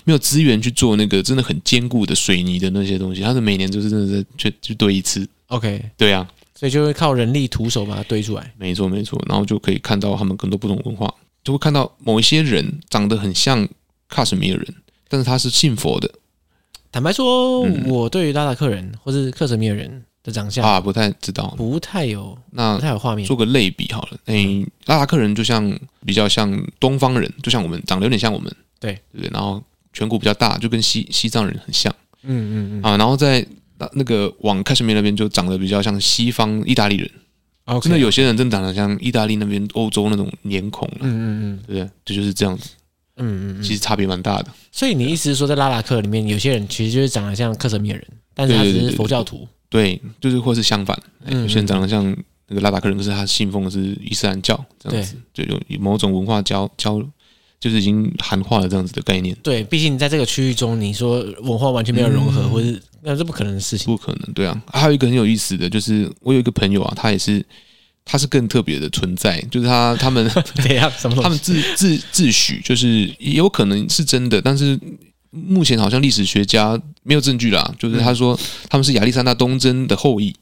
Speaker 2: 没有资源去做那个真的很坚固的水泥的那些东西，他是每年就是真的是去去堆一次。
Speaker 1: OK，
Speaker 2: 对啊，
Speaker 1: 所以就会靠人力徒手把它堆出来。
Speaker 2: 没错没错，然后就可以看到他们很多不同文化，就会看到某一些人长得很像喀什米尔人，但是他是信佛的
Speaker 1: 坦白说，
Speaker 2: 嗯
Speaker 1: 我对于拉达克人或是克什米尔人的长相
Speaker 2: 啊，不太知道。
Speaker 1: 不太有
Speaker 2: 那
Speaker 1: 不太有画面
Speaker 2: 做个类比好了，
Speaker 1: 嗯
Speaker 2: 诶、拉达克人就像比较像东方人，就像我们长得有点像我们，
Speaker 1: 对
Speaker 2: 对不对？然后颧骨比较大，就跟西西藏人很像。
Speaker 1: 嗯嗯嗯
Speaker 2: 啊，然后在那那个往喀什米尔那边就长得比较像西方意大利人，
Speaker 1: ，OK，
Speaker 2: 真的有些人真的长得像意大利那边欧洲那种脸孔了，
Speaker 1: 嗯，嗯嗯
Speaker 2: 对不对？这就是这样子，
Speaker 1: 嗯嗯嗯
Speaker 2: 其
Speaker 1: 嗯。
Speaker 2: 实差别蛮大的。
Speaker 1: 所以你意思是说，在拉达克里面，有些人其实就是长得像克什米尔人，但是他
Speaker 2: 对对
Speaker 1: 只
Speaker 2: 对
Speaker 1: 是
Speaker 2: 对
Speaker 1: 佛教徒。
Speaker 2: 对，就是或是相反，哎
Speaker 1: 嗯
Speaker 2: 有些人长得像那个拉达克人，可是他信奉的是伊斯兰教，这样子就有某种文化交交，就是已经含化了这样子的概念，
Speaker 1: 对，毕竟在这个区域中，你说文化完全没有融合，
Speaker 2: 嗯
Speaker 1: 或是那是不可能的事情。
Speaker 2: 不可能。对啊，还有一个很有意思的，就是我有一个朋友啊，他也是。他是更特别的存在，就是他 他们
Speaker 1: 对呀，什么
Speaker 2: 他
Speaker 1: 东
Speaker 2: 们
Speaker 1: 西？
Speaker 2: 自自自诩，就是也有可能是真的，但是目前好像历史学家没有证据啦。
Speaker 1: 嗯
Speaker 2: 就是他说他们是亚历山大东征的后裔，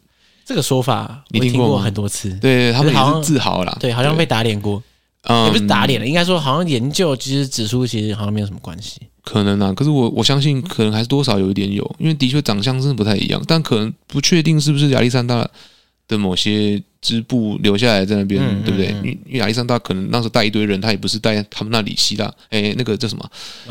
Speaker 1: 这个说法我
Speaker 2: 你听
Speaker 1: 听
Speaker 2: 过吗
Speaker 1: 过很多次，
Speaker 2: 对他们
Speaker 1: 好
Speaker 2: 也
Speaker 1: 像
Speaker 2: 是自豪啦。
Speaker 1: 对，好像被打脸过，
Speaker 2: 嗯
Speaker 1: 也不是打脸了，应该说好像研究其实指出，其实好像没有什么关系。
Speaker 2: 可能啊，可是我我相信可能还是多少有一点有，因为的确长相真的不太一样，但可能不确定是不是亚历山大的某些支部留下来在那边，
Speaker 1: 嗯
Speaker 2: 对不对？
Speaker 1: 嗯嗯
Speaker 2: 因为因为亚历山大可能那时候带一堆人，他也不是带他们那里希腊，哎、那个叫什么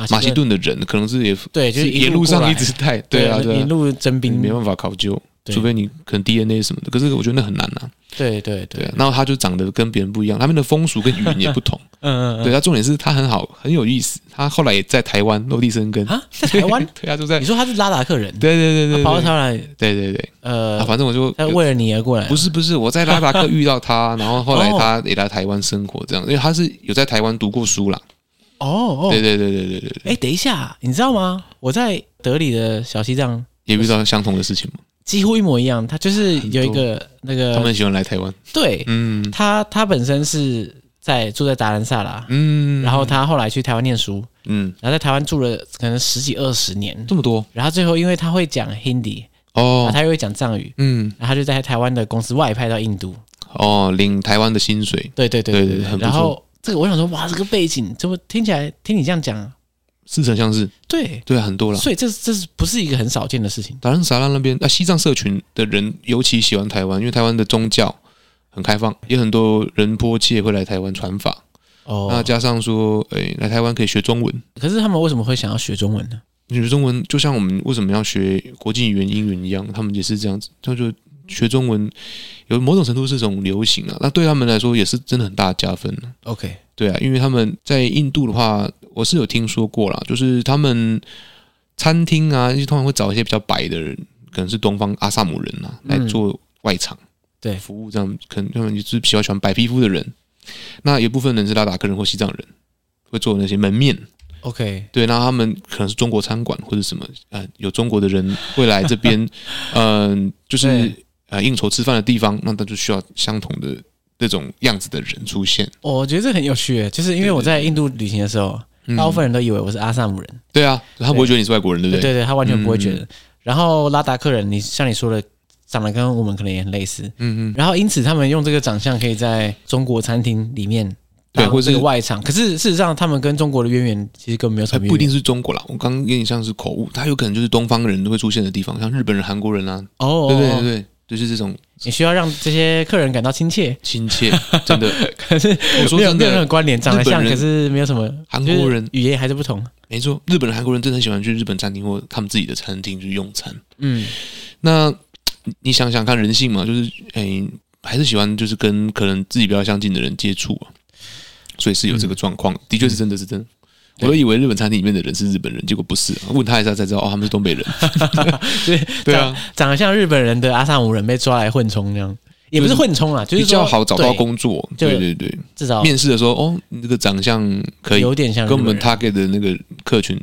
Speaker 2: 马其
Speaker 1: 顿
Speaker 2: 顿的人，可能是也
Speaker 1: 对，就是
Speaker 2: 沿
Speaker 1: 路
Speaker 2: 路
Speaker 1: 过
Speaker 2: 上
Speaker 1: 来
Speaker 2: 一直带，对啊，对
Speaker 1: 一
Speaker 2: 啊，
Speaker 1: 路征
Speaker 2: 你
Speaker 1: 兵，
Speaker 2: 没办法考究，
Speaker 1: 对
Speaker 2: 除非你可能 DNA 什么的。可是我觉得那很难啊，
Speaker 1: 对对对
Speaker 2: 对啊。然后他就长得跟别人不一样，他们的风俗跟语言也不同，
Speaker 1: 嗯嗯
Speaker 2: 对。他重点是他很好，很有意思。他后来也在台湾落地生根，
Speaker 1: 嗯，啊，在 台湾
Speaker 2: 对啊，就在
Speaker 1: 你，说他是拉达克人，
Speaker 2: 对对对
Speaker 1: 他
Speaker 2: 对
Speaker 1: 跑到台
Speaker 2: 对，
Speaker 1: 湾来，
Speaker 2: 对对对啊，
Speaker 1: 呃，
Speaker 2: 反正我就
Speaker 1: 他为了你而过来，
Speaker 2: 不是不是，我在拉达克遇到他，然后后来
Speaker 1: 哦
Speaker 2: 他也来台湾生活，这样，因为他是有在台湾读过书啦，
Speaker 1: 哦
Speaker 2: 对
Speaker 1: 哦，
Speaker 2: 对对对对对对，
Speaker 1: 哎，等一下，你知道吗？我在德里的小西藏
Speaker 2: 也遇到相同的事情嘛，
Speaker 1: 几乎一模一样，他就是有一
Speaker 2: 很多
Speaker 1: 个那
Speaker 2: 他们
Speaker 1: 个
Speaker 2: 很喜欢来台湾，
Speaker 1: 呃对，
Speaker 2: 嗯
Speaker 1: 他他本身是在住在达兰萨拉，
Speaker 2: 嗯，
Speaker 1: 然后他后来去台湾念书，
Speaker 2: 嗯
Speaker 1: 然后在台湾住了可能十几二十年，
Speaker 2: 这么多
Speaker 1: 然后最后因为他会讲 Hindi，然后
Speaker 2: 哦，
Speaker 1: 啊他又会讲藏语，
Speaker 2: 嗯
Speaker 1: 然后他就在台湾的公司外派到印度。
Speaker 2: 哦，领台湾的薪水。
Speaker 1: 对对对
Speaker 2: 对
Speaker 1: 对
Speaker 2: 对很不
Speaker 1: 然后这个我想说，哇，这个背景怎么听起来听你这样讲，
Speaker 2: 似曾相识，
Speaker 1: 对，
Speaker 2: 对啊，很多啦。
Speaker 1: 所以这这是不是一个很少见的事情？
Speaker 2: 达兰萨拉那边啊，西藏社群的人尤其喜欢台湾，因为台湾的宗教很开放，也很多人迫切会来台湾传法。
Speaker 1: 哦
Speaker 2: 那加上说，哎、来台湾可以学中文，
Speaker 1: 可是他们为什么会想要学中文呢？
Speaker 2: 你学中文就像我们为什么要学国际语言英语一样，他们也是这样子，他就学中文有某种程度是一种流行啊。那对他们来说也是真的很大的加分、啊
Speaker 1: OK，
Speaker 2: 对啊，因为他们在印度的话，我是有听说过啦，就是他们餐厅啊，通常会找一些比较白的人，可能是东方阿萨姆人啊，来
Speaker 1: 嗯
Speaker 2: 做外场、
Speaker 1: 对
Speaker 2: 服务，这样可能他们就是比较喜欢白皮肤的人。那有部分人是拉达克人或西藏人，会做那些门面。
Speaker 1: OK，
Speaker 2: 对，那他们可能是中国餐馆或者什么，呃，有中国的人会来 这边，嗯、就是
Speaker 1: 对
Speaker 2: 呃应酬吃饭的地方，那他就需要相同的这种样子的人出现。
Speaker 1: 哦我觉得这很有趣耶，就是因为我在印度旅行的时候，
Speaker 2: 嗯
Speaker 1: 大部分人都以为我是阿萨姆人，
Speaker 2: 对啊，他不会觉得你是外国人，对不
Speaker 1: 对
Speaker 2: 对？
Speaker 1: 对对，他完全不会觉得。
Speaker 2: 嗯
Speaker 1: 然后拉达克人，你像你说的，长得跟我们可能也很类似，
Speaker 2: 嗯嗯，
Speaker 1: 然后因此他们用这个长相可以在中国餐厅里面。
Speaker 2: 对或
Speaker 1: 这
Speaker 2: 是
Speaker 1: 个外场，可是事实上，他们跟中国的渊源其实根本没有什
Speaker 2: 还
Speaker 1: 么渊源。
Speaker 2: 哎不一定是中国啦，我刚刚有点像是口误，他有可能就是东方人都会出现的地方，像日本人、韩国人啊，
Speaker 1: 哦，
Speaker 2: 对对
Speaker 1: 哦
Speaker 2: 对对，就是这种
Speaker 1: 你需要让这些客人感到亲切，
Speaker 2: 亲切，真的，
Speaker 1: 可是
Speaker 2: 我说
Speaker 1: 没有
Speaker 2: 真
Speaker 1: 没有任何
Speaker 2: 的，
Speaker 1: 关联，长得像，
Speaker 2: 日本
Speaker 1: 可
Speaker 2: 人
Speaker 1: 是没有什么
Speaker 2: 韩国人
Speaker 1: 就是语言还是不同。
Speaker 2: 没错，日本人、韩国人真的很喜欢去日本餐厅或他们自己的餐厅去用餐。
Speaker 1: 嗯，
Speaker 2: 那你你想想看，人性嘛，就是诶、还是喜欢就是跟可能自己比较相近的人接触啊，所以是有
Speaker 3: 嗯
Speaker 2: 这个状况，的确是真的是真的。我都以为日本餐厅里面的人是日本人，结果不是、啊。问他一下才知道，哦，他们 是东北人。
Speaker 1: 对
Speaker 2: 对啊，
Speaker 1: 长得像日本人的阿萨姆人被抓来混充这样，
Speaker 3: 也不是混充啦，就是
Speaker 2: 比
Speaker 3: 说
Speaker 2: 较好找到，
Speaker 3: 对
Speaker 2: 工作。
Speaker 3: 就
Speaker 2: 对对对，
Speaker 3: 至少
Speaker 2: 面试的时候，哦，你这个长相可以
Speaker 3: 有点像
Speaker 2: 跟我们
Speaker 3: 他
Speaker 2: target 的那个客群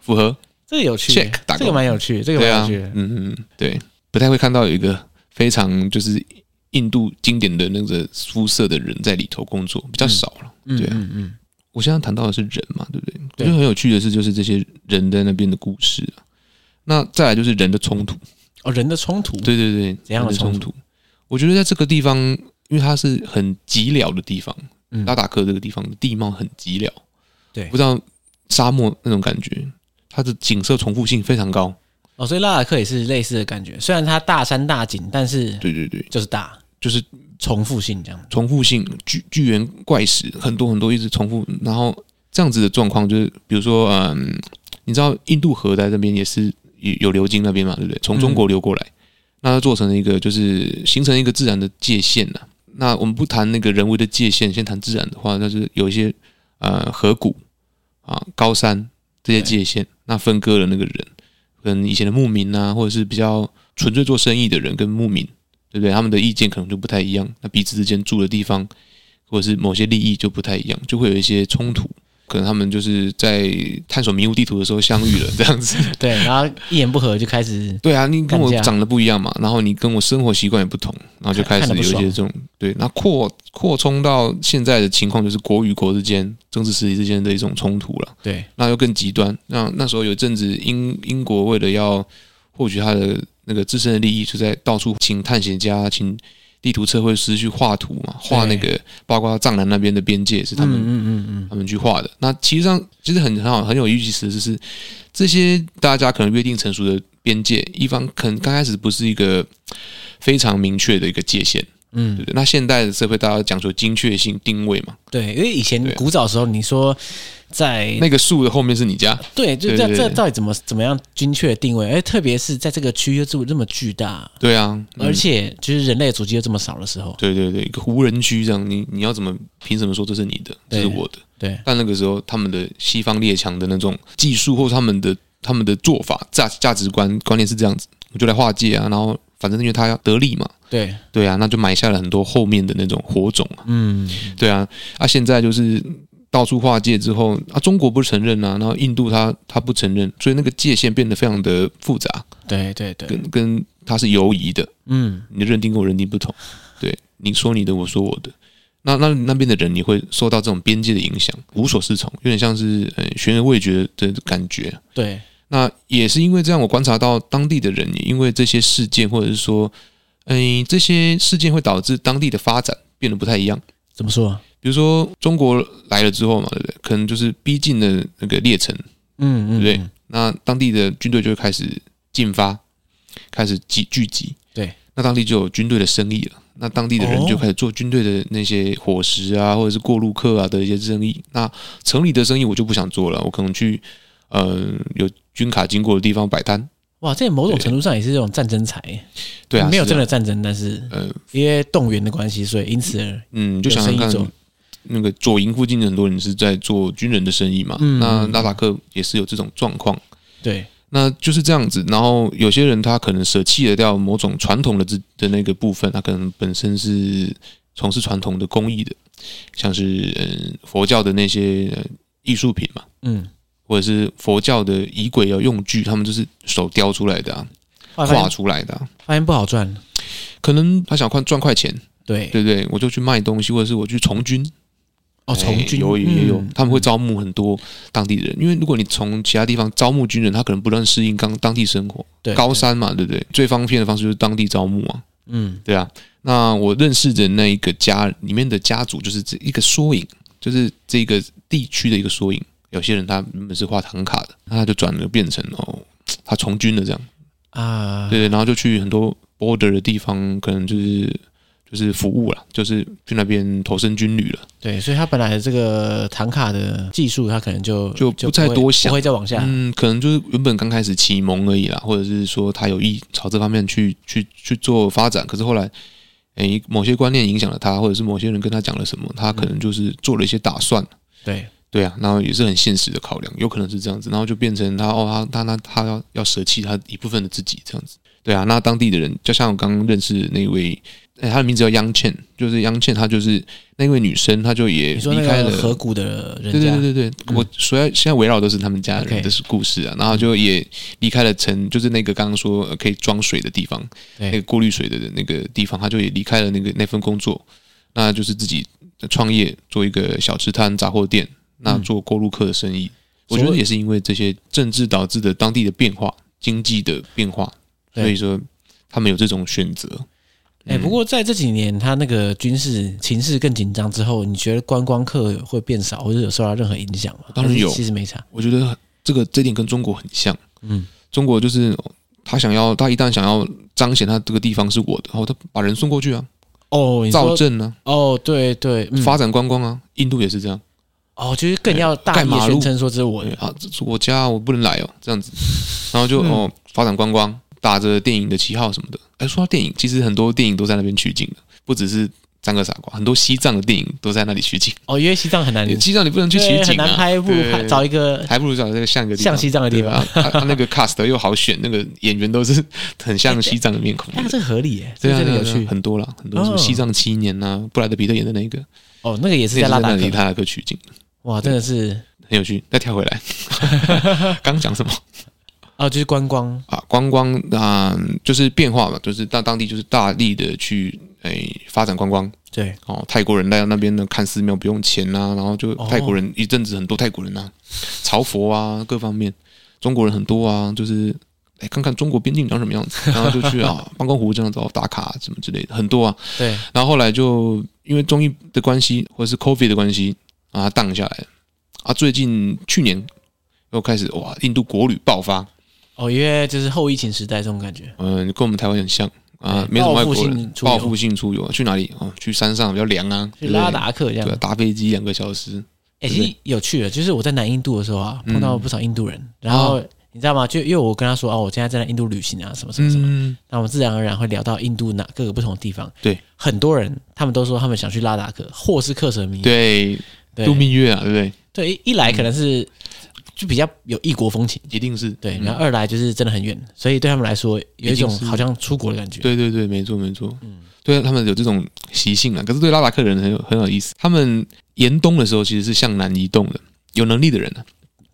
Speaker 2: 符合。
Speaker 3: 这个有趣
Speaker 2: check，打，
Speaker 3: 这
Speaker 2: 勾
Speaker 3: 个蛮有趣，这个
Speaker 2: 对
Speaker 3: 蛮有
Speaker 2: 啊
Speaker 3: 趣的，，
Speaker 2: 嗯嗯，对，不太会看到有一个非常就是印度经典的那个肤色的人在里头工作，比较少了。
Speaker 3: 嗯
Speaker 2: 对啊
Speaker 3: 嗯嗯，
Speaker 2: 我现在谈到的是人嘛，对不对？我
Speaker 3: 对
Speaker 2: 觉得很有趣的是，就是这些人在那边的故事、啊。那再来就是人的冲突，
Speaker 3: 哦，人的冲突，
Speaker 2: 对对对，
Speaker 3: 怎样的
Speaker 2: 人
Speaker 3: 冲
Speaker 2: 突？我觉得在这个地方，因为它是很寂寥的地方，
Speaker 3: 嗯
Speaker 2: 拉达克这个地方的地貌很寂寥，
Speaker 3: 对
Speaker 2: 不知道沙漠那种感觉，它的景色重复性非常高。
Speaker 3: 哦，所以拉达克也是类似的感觉，虽然它大山大景，但是
Speaker 2: 对对对，
Speaker 3: 就是大
Speaker 2: 就是
Speaker 3: 重复性这 样，
Speaker 2: 重复性巨巨源怪石很多很多一直重复，然后这样子的状况就是，比如说嗯，你知道印度河在这边也是有有流经那边嘛，对不对？从中国流过来，那它做成了一个就是形成一个自然的界限了、那我们不谈那个人为的界限，先谈自然的话，那就是有一些呃河谷啊、高山这些界限，那分割了那个人跟以前的牧民啊，或者是比较纯粹做生意的人跟牧民，对不对？他们的意见可能就不太一样，那彼此之间住的地方或者是某些利益就不太一样，就会有一些冲突。可能他们就是在探索迷雾地图的时候相遇 了，这样子。
Speaker 3: 对，然后一言不合就开始
Speaker 2: 对啊，你跟我
Speaker 3: 干架
Speaker 2: 长得不一样嘛，然后你跟我生活习惯也不同，然后就开
Speaker 3: 看
Speaker 2: 始
Speaker 3: 看得
Speaker 2: 有
Speaker 3: 不
Speaker 2: 一些
Speaker 3: 爽
Speaker 2: 这种对，那扩扩充到现在的情况就是国与国之间、政治实体之间的一种冲突了，
Speaker 3: 对
Speaker 2: 那又更极端。那那时候有一阵子英英国为了要获取他的那个自身的利益，就在到处请探险家、请地图测绘师去画图嘛，画那个包括藏南那边的边界是他们
Speaker 3: 嗯嗯嗯嗯，
Speaker 2: 他们去画的。那其实上其实很很好很有预期的就是，这些大家可能约定成熟的边界，一方可能刚开始不是一个非常明确的一个界限，
Speaker 3: 嗯
Speaker 2: 对不对？那现代的社会大家讲求精确性定位嘛，
Speaker 3: 对，因为以前
Speaker 2: 对
Speaker 3: 古早时候你说在
Speaker 2: 那个树的后面是你家，
Speaker 3: 对，就
Speaker 2: 对
Speaker 3: 这
Speaker 2: 对
Speaker 3: 这
Speaker 2: 对
Speaker 3: 到底怎么怎么样精确地定位？哎，特别是在这个区又住这么巨大，
Speaker 2: 对啊，嗯
Speaker 3: 而且就是人类的足迹又这么少的时候，
Speaker 2: 对对对，一个无人区这样，你你要怎么凭什么说这是你的，
Speaker 3: 对
Speaker 2: 这是我的？
Speaker 3: 对
Speaker 2: 但那个时候他们的西方列强的那种技术或他们的他们的做法价价值观观念是这样子，我就来划界啊，然后反正因为他要得利嘛，
Speaker 3: 对，
Speaker 2: 对啊，那就埋下了很多后面的那种火种啊。
Speaker 3: 嗯，
Speaker 2: 对啊，啊，现在就是到处划界之后，啊，中国不承认啊，然后印度它它不承认，所以那个界限变得非常的复杂，
Speaker 3: 对对对，
Speaker 2: 跟跟它是游移的，
Speaker 3: 嗯，
Speaker 2: 你的认定跟我认定不同，对，你说你的，我说我的。那那那边的人，你会受到这种边界的影响，无所适从，有点像是呃悬而未决的感觉。
Speaker 3: 对，
Speaker 2: 那也是因为这样，我观察到当地的人也因为这些事件，或者是说，嗯、这些事件会导致当地的发展变得不太一样。
Speaker 3: 怎么说？
Speaker 2: 比如说中国来了之后嘛，对不对？可能就是逼近了那个列城，
Speaker 3: 嗯
Speaker 2: 对
Speaker 3: 嗯，
Speaker 2: 不对？
Speaker 3: 嗯
Speaker 2: 那当地的军队就会开始进发，开始集聚集。
Speaker 3: 对，
Speaker 2: 那当地就有军队的生意了。那当地的人
Speaker 3: 哦
Speaker 2: 就开始做军队的那些伙食啊，或者是过路客啊的一些生意。那城里的生意我就不想做了，我可能去呃有军卡经过的地方摆摊。
Speaker 3: 哇，这某种
Speaker 2: 对
Speaker 3: 程度上也是这种战争财，
Speaker 2: 对啊，
Speaker 3: 嗯没有
Speaker 2: 是啊
Speaker 3: 真的战争，但是
Speaker 2: 呃
Speaker 3: 因为动员的关系，所以因此而
Speaker 2: 嗯，就
Speaker 3: 有
Speaker 2: 想想
Speaker 3: 生意
Speaker 2: 看
Speaker 3: 做，
Speaker 2: 那个左营附近的很多人是在做军人的生意嘛，
Speaker 3: 嗯
Speaker 2: 那
Speaker 3: 嗯
Speaker 2: 拉达克也是有这种状况，
Speaker 3: 对
Speaker 2: 那就是这样子。然后有些人他可能舍弃了掉某种传统的这的那个部分，他可能本身是从事传统的工艺的，像是嗯佛教的那些呃艺术品嘛，
Speaker 3: 嗯，
Speaker 2: 或者是佛教的仪轨啊用具，他们就是手雕出来的啊，
Speaker 3: 后来发
Speaker 2: 画
Speaker 3: 现
Speaker 2: 出来的、啊，
Speaker 3: 发现不好赚，
Speaker 2: 可能他想换赚快钱，
Speaker 3: 对
Speaker 2: 对不对？我就去卖东西，或者是我去从军。
Speaker 3: 哦，从
Speaker 2: 哎
Speaker 3: 军
Speaker 2: 有也也有
Speaker 3: 嗯，
Speaker 2: 他们会招募很多当地人，因为如果你从其他地方招募军人，他可能不能适应刚当地生活，
Speaker 3: 对
Speaker 2: 高，山嘛，对不对？最方便的方式就是当地招募啊，
Speaker 3: 对嗯，
Speaker 2: 对啊。那我认识的那一个家里面的家族，就是这一个缩影，就是这个地区的一个缩影。有些人他原本是画唐卡的，那他就转了变成哦，他从军了这样，
Speaker 3: 啊，
Speaker 2: 对，然后就去很多 border 的地方，可能就是就是服务了，就是去那边投身军旅了。
Speaker 3: 对，所以他本来这个唐卡的技术，他可能就
Speaker 2: 就不再
Speaker 3: 会
Speaker 2: 多想
Speaker 3: 不会再往下，
Speaker 2: 嗯，可能就是原本刚开始启蒙而已啦，或者是说他有意朝这方面去去去做发展，可是后来，诶、某些观念影响了他，或者是某些人跟他讲了什么，他可能就是做了一些打算，
Speaker 3: 对
Speaker 2: 对啊，然后也是很现实的考量，有可能是这样子，然后就变成他哦，他他那他要要舍弃他一部分的自己这样子，对啊，那当地的人就像我刚认识那位，哎，他的名字叫 Yang Chen，就是 Yang Chen，她就是那位女生，她就也
Speaker 1: 你说
Speaker 2: 离
Speaker 1: 那
Speaker 2: 开
Speaker 1: 个
Speaker 2: 了
Speaker 1: 河谷的人
Speaker 2: 对
Speaker 1: 家，嗯
Speaker 2: 对对对对，我所以现在围绕都是他们家人
Speaker 1: OK
Speaker 2: 的故事啊，然后就也离开了城，就是那个刚刚说呃可以装水的地方，
Speaker 1: 对
Speaker 2: 那个过滤水的那个地方，他就也离开了那个那份工作，那就是自己创业做一个小吃摊杂货店，那做过路客的生意。我觉
Speaker 1: 嗯所
Speaker 2: 得
Speaker 1: 以
Speaker 2: 也是因为这些政治导致的当地的变化、经济的变化，
Speaker 1: 对
Speaker 2: 所以说他们有这种选择。
Speaker 1: 哎、
Speaker 2: 嗯
Speaker 1: 不过在这几年，他那个军事情势更紧张之后，你觉得观光客会变少，或者有受到任何影响吗？
Speaker 2: 当然
Speaker 1: 还是
Speaker 2: 有
Speaker 1: 其实没差。
Speaker 2: 我觉得这个这点跟中国很像。
Speaker 1: 嗯，
Speaker 2: 中国就是他想要，他一旦想要彰显他这个地方是我的，哦然后他把人送过去啊，
Speaker 1: 哦，你
Speaker 2: 造
Speaker 1: 说
Speaker 2: 镇啊，
Speaker 1: 哦，对对，嗯、
Speaker 2: 发展观光啊。印度也是这样，
Speaker 1: 哦，就是更要大
Speaker 2: 盖
Speaker 1: 力
Speaker 2: 马
Speaker 1: 地宣
Speaker 2: 路
Speaker 1: 称说这是我
Speaker 2: 对
Speaker 1: 的，
Speaker 2: 啊，这是我家，我不能来哦，这样子，然后就
Speaker 1: 嗯
Speaker 2: 哦发展观光，打着电影的旗号什么的。哎，说到电影，其实很多电影都在那边取景的，不只是。三个傻瓜，很多西藏的电影都在那里取景。
Speaker 1: 哦，因为西藏很难
Speaker 2: 西藏你不能去取
Speaker 1: 对很
Speaker 2: 景啊，
Speaker 1: 难拍，不如拍
Speaker 2: 对
Speaker 1: 找一个
Speaker 2: 还不如找这个像一个地方
Speaker 1: 像西藏的地方
Speaker 2: 对啊他他那个 cast 又好选，那个演员都是很像西藏的面 孔。
Speaker 1: 哎，这合理耶，
Speaker 2: 对
Speaker 1: 这
Speaker 2: 啊，
Speaker 1: 真的有
Speaker 2: 对啊对啊
Speaker 1: 趣。
Speaker 2: 很多啦，很多什么
Speaker 1: 哦
Speaker 2: 西藏七年呐，布莱德彼特演的那一个，
Speaker 1: 哦，那个也是
Speaker 2: 这
Speaker 1: 在
Speaker 2: 也是
Speaker 1: 拉
Speaker 2: 在
Speaker 1: 达
Speaker 2: 那里
Speaker 1: 克，
Speaker 2: 他那个取景，
Speaker 1: 哇，真的是
Speaker 2: 很有趣。再跳回 来，刚讲什么
Speaker 1: 哦，就是观光，
Speaker 2: 啊？观光啊、就是变化嘛，就是当当地就是大力的去哎、发展观光
Speaker 1: 对，
Speaker 2: 哦。泰国人来到那边呢，看寺庙不用钱呐、然后就
Speaker 1: 哦
Speaker 2: 泰国人、一阵子很多泰国人呐、朝佛啊各方面，中国人很多啊，就是。哎，看看中国边境长什么 样子，然后就去啊，办公湖这样子哦打卡什么之类的，很多啊。
Speaker 1: 对，
Speaker 2: 然后后来就因为中医的关系，或者是 COVID 的关系，啊，它荡下来了啊，最近去年又开始哇，印度国旅爆发，
Speaker 1: 哦，因为就是后疫情时代这种感觉，
Speaker 2: 嗯、跟我们台湾很像啊
Speaker 1: 对，
Speaker 2: 没什么外
Speaker 1: 哎报复
Speaker 2: 国人
Speaker 1: 性，出游
Speaker 2: 报复性出游，去哪里？哦，去山上比较凉啊，
Speaker 1: 去
Speaker 2: 对不对
Speaker 1: 拉达克这样
Speaker 2: 对，，搭飞机两个小时，
Speaker 1: 哎、
Speaker 2: 对不
Speaker 1: 其
Speaker 2: 对
Speaker 1: 实有趣的，就是我在南印度的时候啊，碰到不少印度人，然
Speaker 2: 啊
Speaker 1: 后你知道吗？就因为我跟他说哦，我现在在印度旅行啊，什么什么什么，
Speaker 2: 嗯，
Speaker 1: 那、我们自然而然会聊到印度哪各个不同的地方。
Speaker 2: 对，
Speaker 1: 很多人他们都说他们想去拉达克或是克什米尔，
Speaker 2: 对，度
Speaker 1: 对
Speaker 2: 蜜月啊，对不对？
Speaker 1: 对，一一来可能是、就比较有异国风情，
Speaker 2: 一定是
Speaker 1: 对，
Speaker 2: 嗯
Speaker 1: 然后二来就是真的很远，所以对他们来说有一种
Speaker 2: 一定是
Speaker 1: 好像出国的感觉。
Speaker 2: 对对对，没错没错，嗯，对他们有这种习性啊。可是对拉达克人很有很有意思，他们严冬的时候其实是向南移动的，有能力的人啊。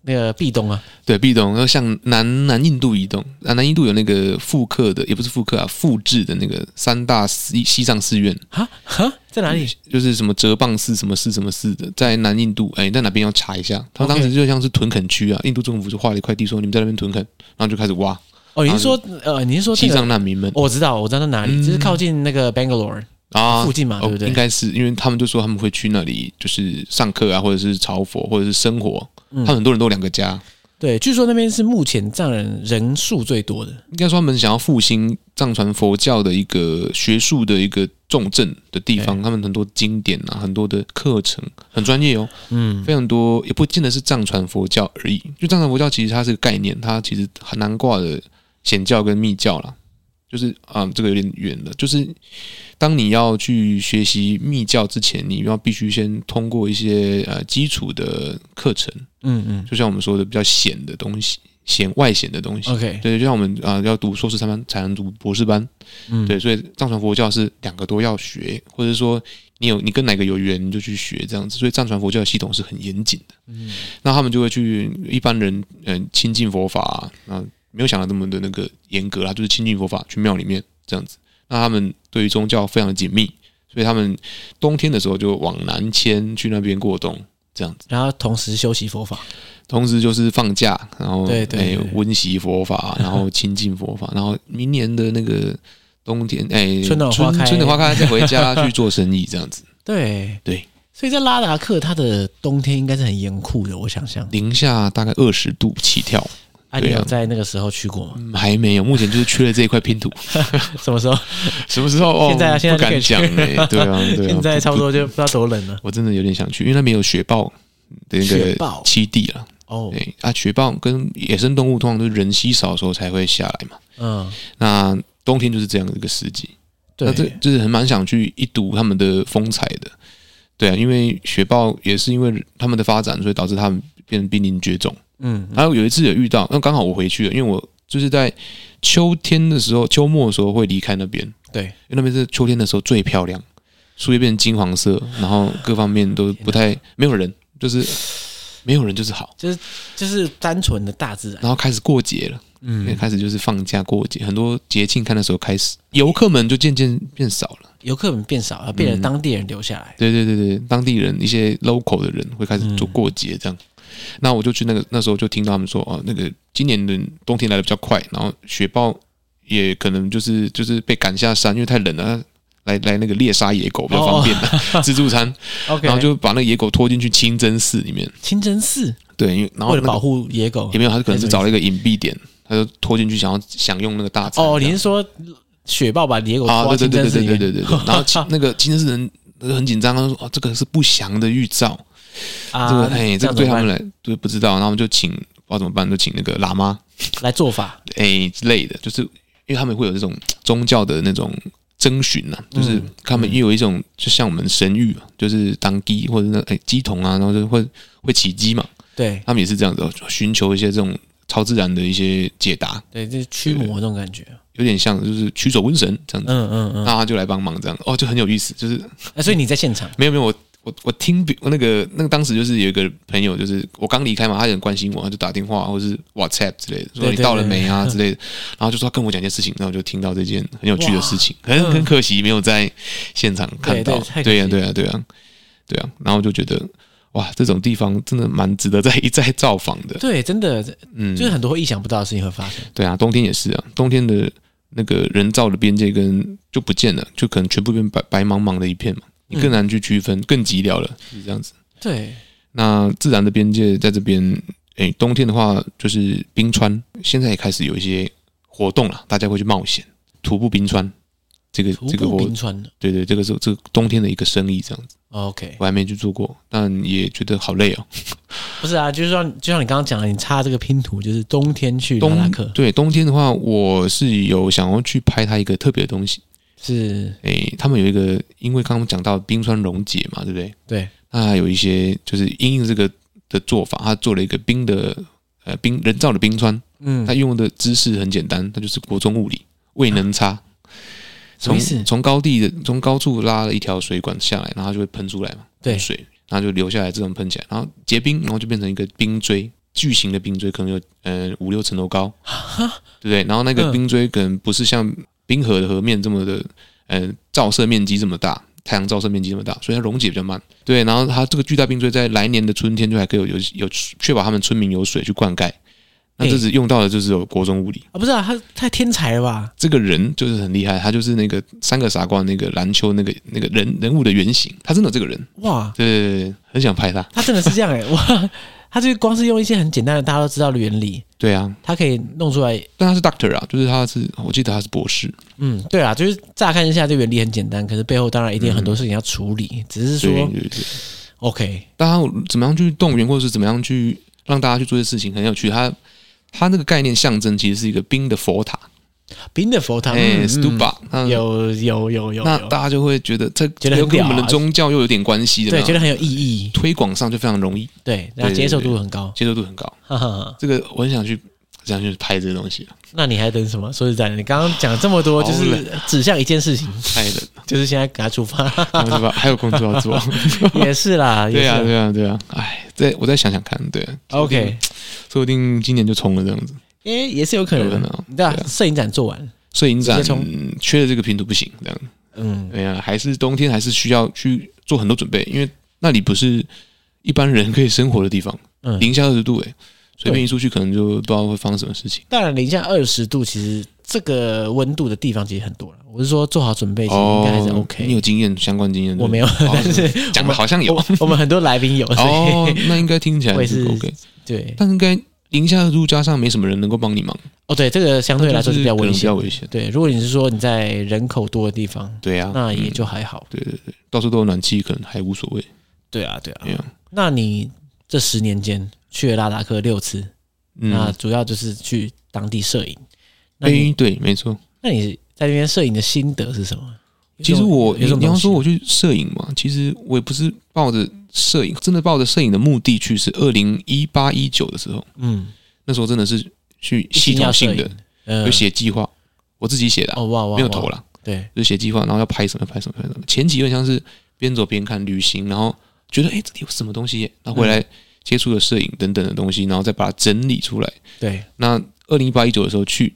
Speaker 1: 那个壁咚啊，
Speaker 2: 对，壁咚要向南南印度移动啊，南印度有那个复刻的，也不是复刻啊，复制的那个三大西西藏寺院，
Speaker 1: 哈哈，在哪里？
Speaker 2: 就是什么哲蚌寺、什么寺、什么寺的，在南印度，哎，在哪边要查一下。他们
Speaker 1: OK
Speaker 2: 当时就像是屯垦区啊，印度政府就划了一块地，说你们在那边屯垦，然后就开始挖
Speaker 1: 哦，你是说呃，你是说这
Speaker 2: 嗯西
Speaker 1: 个？哦
Speaker 2: 藏难民们
Speaker 1: 我知道，我知道在哪里，
Speaker 2: 嗯
Speaker 1: 就是靠近那个 Bangalore
Speaker 2: 啊
Speaker 1: 附。近嘛，对不对？
Speaker 2: 应该是因为他们就说他们会去那里，就是上课啊，或者是朝佛，或者是生活。
Speaker 1: 嗯
Speaker 2: 他们很多人都有两个家，
Speaker 1: 对，据说那边是目前藏人人数最多的。
Speaker 2: 应该说他们想要复兴藏传佛教的一个学术的一个重镇的地方，他们很多经典啊，很多的课程很专业哦，
Speaker 1: 嗯，
Speaker 2: 非常多，也不见得是藏传佛教而已。就藏传佛教其实它是个概念，它其实很难挂的显教跟密教啦。就是啊、这个有点远了。就是当你要去学习密教之前，你要必须先通过一些呃基础的课程，
Speaker 1: 嗯嗯
Speaker 2: 就像我们说的比较显的东西，显外显的东西。
Speaker 1: ，OK，
Speaker 2: 对，就像我们啊、呃要读硕士才能才能读博士班，
Speaker 1: 嗯
Speaker 2: 对，所以藏传佛教是两个都要学，或者说你有你跟哪个有缘你就去学这样子，所以藏传佛教的系统是很严谨的。那他们就会去一般人嗯、呃亲近佛法啊，啊没有想到这么的那个严格啦，就是亲近佛法去庙里面这样子。那他们对于宗教非常的紧密，所以他们冬天的时候就往南迁去那边过冬这样子。
Speaker 1: 然后同时修习佛法，
Speaker 2: 同时就是放假，然后
Speaker 1: 对对
Speaker 2: 哎
Speaker 1: 对
Speaker 2: 温习佛 法，然后亲近佛法，然后明年的那个冬天，哎，
Speaker 1: 春暖花开
Speaker 2: 春暖花开再回家去做生意，这样子
Speaker 1: 对
Speaker 2: 对，
Speaker 1: 所以在拉达克，它的冬天应该是很严酷的，我想象。
Speaker 2: 零下大概二十度起跳，
Speaker 1: 啊，你
Speaker 2: 对啊
Speaker 1: 有在那个时候去过吗？
Speaker 2: 嗯还没有，目前就是缺了这一块拼图，
Speaker 1: 什么时候？
Speaker 2: 什么时候？哦
Speaker 1: 现在啊现在
Speaker 2: 不敢讲
Speaker 1: 就可以去
Speaker 2: 哎，对啊， 对啊，
Speaker 1: 现在
Speaker 2: 不
Speaker 1: 差不，多就不知道多冷了。
Speaker 2: 不我真的有点想去，因为那边有雪豹的那
Speaker 1: 雪
Speaker 2: 个
Speaker 1: 豹
Speaker 2: 栖地了，
Speaker 1: 哦，
Speaker 2: 对啊，雪豹跟野生动物通常都是人稀少的时候才会下来嘛，
Speaker 1: 嗯，
Speaker 2: 那冬天就是这样的一个时机。那这
Speaker 1: 对，嗯
Speaker 2: 就是很蛮想去一睹他们的风采的。对啊，因为雪豹也是因为他们的发展，所以导致他们变得濒临绝种。
Speaker 1: 嗯，
Speaker 2: 然后有一次有遇到，那刚好我回去了，因为我就是在秋天的时候，秋末的时候会离开那边，
Speaker 1: 对，
Speaker 2: 因为那边是秋天的时候最漂亮，树叶变成金黄色，然后各方面都不太没有人，就是没有人就是好。
Speaker 1: 就是就是单纯的大自然，
Speaker 2: 然后开始过节了，嗯，开始就是放假过节，很多节庆看的时候开始，游客们就渐渐变少了。
Speaker 1: 游客们变少
Speaker 2: 嗯
Speaker 1: 了，变成当地人留下来。
Speaker 2: 对对对对，当地人一些 local 的人会开始做过节这样。那我就去那个那时候就听到他们说哦，那个今年的冬天来的比较快，然后雪豹也可能就是就是被赶下山，因为太冷了，来来那个猎杀野狗比较方便了，自助餐，
Speaker 1: 哦 OK，
Speaker 2: 然后就把那个野狗拖进去清真寺里面。
Speaker 1: 清真寺
Speaker 2: 对，因为然后
Speaker 1: 为了
Speaker 2: 那个
Speaker 1: 保护野狗
Speaker 2: 也没有，他可能是找了一个隐蔽点，他就拖进去想要享用那个大餐这样。
Speaker 1: 哦，你是说雪豹把野狗
Speaker 2: 啊，
Speaker 1: 抓
Speaker 2: 对对
Speaker 1: 清真
Speaker 2: 对对
Speaker 1: 寺
Speaker 2: 对
Speaker 1: 里
Speaker 2: 对
Speaker 1: 面？
Speaker 2: 对对 对。然后清那个清真寺人很紧张，他说：“哦，这个是不祥的预兆，
Speaker 1: 啊，
Speaker 2: 这个哎，这
Speaker 1: 这样怎么
Speaker 2: 个对他
Speaker 1: 办
Speaker 2: 们来对不知道。”然后我们就请不知道怎么办，就请那个喇嘛
Speaker 1: 来做法，
Speaker 2: 哎之类的，就是因为他们会有这种宗教的那种。征询呐、
Speaker 1: 嗯
Speaker 2: 就是他们也有一种，就像我们神谕嘛，就是当鸡或者那哎鸡童啊，然后就会会起鸡嘛，
Speaker 1: 对
Speaker 2: 他们也是这样子哦，寻求一些这种超自然的一些解答，
Speaker 1: 对，就是驱魔那种感觉。
Speaker 2: 有点像就是驱走瘟神这样子，
Speaker 1: 嗯嗯嗯
Speaker 2: 那他就来帮忙这样，哦，就很有意思，就是
Speaker 1: 哎，所以你在现场
Speaker 2: 没有没有，我我我听别我那个那个当时就是有一个朋友，就是我刚离开嘛，他也很关心我，他就打电话或是 WhatsApp 之类的，说
Speaker 1: 对
Speaker 2: 你
Speaker 1: 对
Speaker 2: 到了
Speaker 1: 对
Speaker 2: 没啊之类的，然后就说他跟我讲一件事情，然后我就听到这件很有趣的事情，很很可惜没有在现场看到
Speaker 1: 对对太可惜，
Speaker 2: 对呀啊对呀对呀对呀，然后我就觉得哇，这种地方真的蛮值得再一再造访的，
Speaker 1: 对，真的
Speaker 2: 嗯，
Speaker 1: 就是很多意想不到的事情会发生。
Speaker 2: 对啊，冬天也是啊，冬天的那个人造的边界跟就不见了，就可能全部变白白茫茫的一片嘛，你
Speaker 1: 嗯
Speaker 2: 更难去区分，更寂寥了，是这样子。
Speaker 1: 对，
Speaker 2: 那自然的边界在这边，诶，冬天的话就是冰川，现在也开始有一些活动了，大家会去冒险，徒步冰川，这个
Speaker 1: 徒
Speaker 2: 这个
Speaker 1: 步
Speaker 2: 活
Speaker 1: 冰，川的
Speaker 2: 对对，这个是这个冬天的一个生意，这样子，
Speaker 1: OK，
Speaker 2: 我还没去做过，但也觉得好累哦。
Speaker 1: 不是啊，就是说，就像你刚刚讲的，你插这个拼图，就是冬天去拉拉
Speaker 2: 冬
Speaker 1: 克
Speaker 2: 对冬天的话，我是有想要去拍它一个特别的东西。
Speaker 1: 是，
Speaker 2: 诶、他们有一个，因为刚刚讲到冰川溶解嘛，对不对？
Speaker 1: 对，
Speaker 2: 那还有一些就是因应这个的做法，他做了一个冰的呃冰人造的冰川，
Speaker 1: 嗯
Speaker 2: 他，用的知识很简单，那就是国中物理未能差，
Speaker 1: 什么
Speaker 2: 从
Speaker 1: 意思？
Speaker 2: 从高地的从高处拉了一条水管下来，然后它就会喷出来嘛，
Speaker 1: 对啊
Speaker 2: 水，然后就流下来，自动喷起来，然后结冰，然后就变成一个冰锥，巨型的冰锥，可能有呃五六层楼高，对不对？然后那个
Speaker 1: 嗯
Speaker 2: 冰锥可能不是像冰河的河面这么的，呃，照射面积这么大。太阳照射面积这么大，所以它溶解比较慢。对，然后它这个巨大冰锥在来年的春天就还可以有有有确保他们村民有水去灌溉。那这
Speaker 1: 哎
Speaker 2: 只用到的就是有国中物理，
Speaker 1: 啊，不是啊，他太天才了吧？
Speaker 2: 这个人就是很厉害，他就是那个三个傻瓜那个篮球那个那个人人物的原型，他真的有这个人，
Speaker 1: 哇，
Speaker 2: 对对对对，很想拍他，
Speaker 1: 他真的是这样哎、哇， 他就光是用一些很简单的大家都知道的原理，
Speaker 2: 对啊，
Speaker 1: 他可以弄出来。
Speaker 2: 但他是 Doctor 啊，就是他是我记得他是博士，
Speaker 1: 嗯，对啊，就是乍看一下这原理很简单，可是背后当然一定有很多事情要处理，只是
Speaker 2: 对
Speaker 1: 说
Speaker 2: 对对，
Speaker 1: OK，
Speaker 2: 大家怎么样去动员，或者是怎么样去让大家去做这些事情，很有趣。他他那个概念象征其实是一个冰的佛塔，
Speaker 1: 冰的佛堂，
Speaker 2: 哎
Speaker 1: 嗯
Speaker 2: ，Stupa，那
Speaker 1: 嗯有有有有
Speaker 2: 那
Speaker 1: 有，
Speaker 2: 大家就会觉得这
Speaker 1: 觉得很
Speaker 2: 跟我
Speaker 1: 屌啊
Speaker 2: 们的宗教又有点关系，有没
Speaker 1: 对，
Speaker 2: 有
Speaker 1: 觉得很有意义，
Speaker 2: 推广上就非常容易，
Speaker 1: 对，然后
Speaker 2: 对对
Speaker 1: 接受
Speaker 2: 对
Speaker 1: 度很高，
Speaker 2: 接受度很高。
Speaker 1: 哈哈哈。
Speaker 2: 这个我很想去想去拍这个东西，啊
Speaker 1: 那你还等什么？说实在的，你刚刚讲这么多，就
Speaker 2: 好
Speaker 1: 是指向一件事情，
Speaker 2: 拍的。
Speaker 1: 就是现在给他出发，
Speaker 2: 然后就把还有工作要做。
Speaker 1: 也是啦，也
Speaker 2: 对
Speaker 1: 是
Speaker 2: 啊，
Speaker 1: 啦
Speaker 2: 对啊，对啊。哎，再我再想想看，对啊，
Speaker 1: OK，
Speaker 2: 说不定今年就冲了这样子。
Speaker 1: 因为也是有可能
Speaker 2: 有可能啊，
Speaker 1: 对啊
Speaker 2: 对，啊
Speaker 1: 摄影展做完，
Speaker 2: 摄影展
Speaker 1: 直接冲
Speaker 2: 嗯缺了这个拼图不行，这样。
Speaker 1: 嗯，
Speaker 2: 对啊，还是冬天还是需要去做很多准备，因为那里不是一般人可以生活的地方，
Speaker 1: 嗯
Speaker 2: 零下二十度哎、随
Speaker 1: 对
Speaker 2: 便一出去可能就不知道会发生什么事情。
Speaker 1: 当然零下二十度，其实这个温度的地方其实很多了。我是说做好准备，其实应该还是 OK。
Speaker 2: 哦你有经验相关经验？对不对
Speaker 1: 我没有
Speaker 2: 哦
Speaker 1: 但是
Speaker 2: 讲的好像有
Speaker 1: 我我们很多来 宾有，所以、
Speaker 2: 哦，那应该听起
Speaker 1: 我
Speaker 2: 来
Speaker 1: 也
Speaker 2: 是
Speaker 1: 是
Speaker 2: OK，
Speaker 1: 对
Speaker 2: 但应该零下二十度加上没什么人能够帮你忙，
Speaker 1: 哦对，这个相对来说
Speaker 2: 就是
Speaker 1: 比较
Speaker 2: 可
Speaker 1: 危
Speaker 2: 能比
Speaker 1: 险
Speaker 2: 较
Speaker 1: 的。
Speaker 2: 危险。
Speaker 1: 对，如果你是说你在人口多的地方，
Speaker 2: 对啊，
Speaker 1: 那也
Speaker 2: 嗯
Speaker 1: 就还好。
Speaker 2: 对对对，到处都有暖气，可能还无所谓。
Speaker 1: 对啊，对啊。
Speaker 2: 对啊，
Speaker 1: 那你这十年间去了拉达克六次，那
Speaker 2: 嗯，
Speaker 1: 主要就是去当地摄影。那你、
Speaker 2: 哎，对，没错，
Speaker 1: 那你在那边摄影的心得是什么？
Speaker 2: 其实我
Speaker 1: 有
Speaker 2: 你
Speaker 1: 这种
Speaker 2: 你要
Speaker 1: 东西
Speaker 2: 说我去摄影嘛，其实我也不是抱着摄影，真的抱着摄影的目的去，是二零一八一九的时候，
Speaker 1: 嗯，
Speaker 2: 那时候真的是去系
Speaker 1: 一定
Speaker 2: 统
Speaker 1: 要摄
Speaker 2: 性的
Speaker 1: 影呃
Speaker 2: 有写计划，我自己写的啊、
Speaker 1: 哦哇哇
Speaker 2: 没有投
Speaker 1: 哇
Speaker 2: 啦，
Speaker 1: 对，
Speaker 2: 就写计划，然后要拍什么拍什么拍什么。前期有点像是边走边看旅行，然后觉得哎、诶这里有什么东西耶，然后回
Speaker 1: 嗯
Speaker 2: 来接触了摄影等等的东西，然后再把它整理出来。
Speaker 1: 对，
Speaker 2: 那二零一八一九的时候去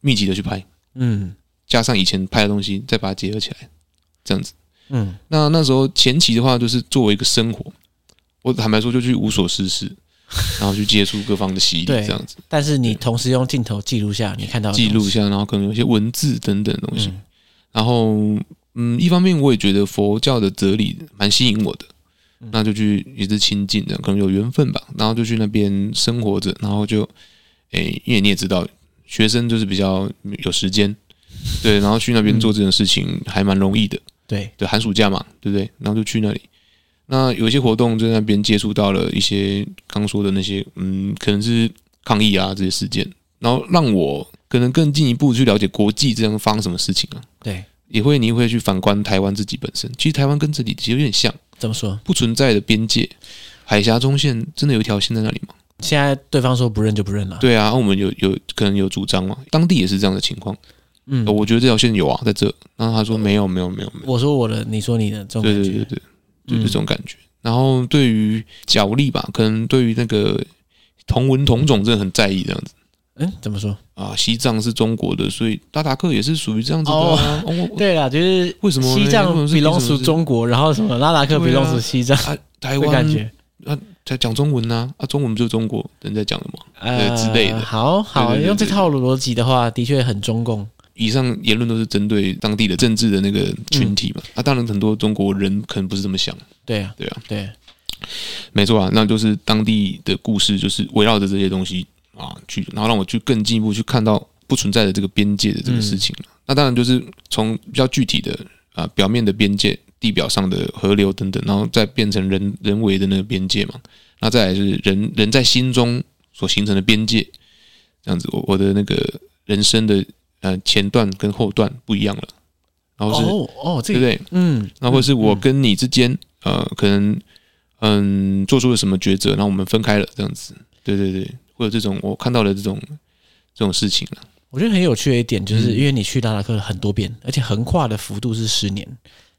Speaker 2: 密集的去拍，
Speaker 1: 嗯
Speaker 2: 加上以前拍的东西，再把它结合起来，这样子。
Speaker 1: 嗯，
Speaker 2: 那那时候前期的话，就是作为一个生活，我坦白说就去无所事事，然后去接触各方的洗礼，
Speaker 1: 对
Speaker 2: 这样子
Speaker 1: 但是你同时用镜头记录下你看到的
Speaker 2: 记录一
Speaker 1: 东西，
Speaker 2: 下，然后可能有一些文字等等的东西。
Speaker 1: 嗯
Speaker 2: 然后，嗯，一方面我也觉得佛教的哲理蛮吸引我的，
Speaker 1: 嗯
Speaker 2: 那就去也是亲近的，可能有缘分吧。然后就去那边生活着，然后就，诶、因为你也知道，学生就是比较有时间，对，然后去那
Speaker 1: 嗯
Speaker 2: 边做这种事情还蛮容易的。
Speaker 1: 对，
Speaker 2: 对，寒暑假嘛，对不对？然后就去那里。那有一些活动就在那边接触到了一些刚说的那些，嗯，可能是抗议啊这些事件，然后让我可能更进一步去了解国际这样发生什么事情啊，
Speaker 1: 对，
Speaker 2: 也会你会去反观台湾自己本身。其实台湾跟这里其实有点像，
Speaker 1: 怎么说？
Speaker 2: 不存在的边界，海峡中线真的有一条线在那里吗？
Speaker 1: 现在对方说不认就不认了，，
Speaker 2: 对啊，我们有有可能有主张嘛，当地也是这样的情况。
Speaker 1: 嗯
Speaker 2: 呃，我觉得这条线有啊，在这。然后他说没有，没有，没有，没有。
Speaker 1: 我说我的，你说你的，这种
Speaker 2: 对
Speaker 1: 感
Speaker 2: 对
Speaker 1: 觉
Speaker 2: 对，对，就是
Speaker 1: 嗯
Speaker 2: 这种感觉。然后对于角力吧，可能对于那个同文同种，真的很在意这样子
Speaker 1: 嗯，怎么说？
Speaker 2: 啊。西藏是中国的，所以达达克也是属于这样子的、啊。哦，我
Speaker 1: 对啦，就是
Speaker 2: 为什么
Speaker 1: 西藏
Speaker 2: 为什么是
Speaker 1: 比龙
Speaker 2: 为什
Speaker 1: 属
Speaker 2: 么是
Speaker 1: 中国，然后什么拉达克比龙属西藏
Speaker 2: 啊，台
Speaker 1: 的感
Speaker 2: 湾
Speaker 1: 觉，
Speaker 2: 在讲中文呐、啊，中文不就是中国人在讲的吗？
Speaker 1: 呃
Speaker 2: 之类的
Speaker 1: 好好，
Speaker 2: 对对对
Speaker 1: 用这
Speaker 2: 对
Speaker 1: 套逻辑的话，的确很中共。
Speaker 2: 以上言论都是针对当地的政治的那个
Speaker 1: 嗯
Speaker 2: 群体嘛。啊，当然很多中国人可能不是这么想，
Speaker 1: 对啊，
Speaker 2: 对啊，
Speaker 1: 对，
Speaker 2: 没错啊，那就是当地的故事，就是围绕着这些东西啊去，然后让我去更进一步去看到不存在的这个边界的这个事情了。那当然就是从比较具体的啊、表面的边界、地表上的河流等等，然后再变成人人为的那个边界嘛。那再来就是人人在心中所形成的边界，这样子，我我的那个人生的呃前段跟后段不一样了，然后是、
Speaker 1: 哦哦，这
Speaker 2: 对
Speaker 1: 个，
Speaker 2: 不对？
Speaker 1: 嗯，
Speaker 2: 那或是我跟你之间，呃，可能嗯做出了什么抉择，然后我们分开了，这样子，对对对，会有这种我看到的这种这种事情啊了，
Speaker 1: 我觉得很有趣的一点，就是
Speaker 2: 嗯
Speaker 1: 因为你去拉达克很多遍，而且横跨的幅度是十年，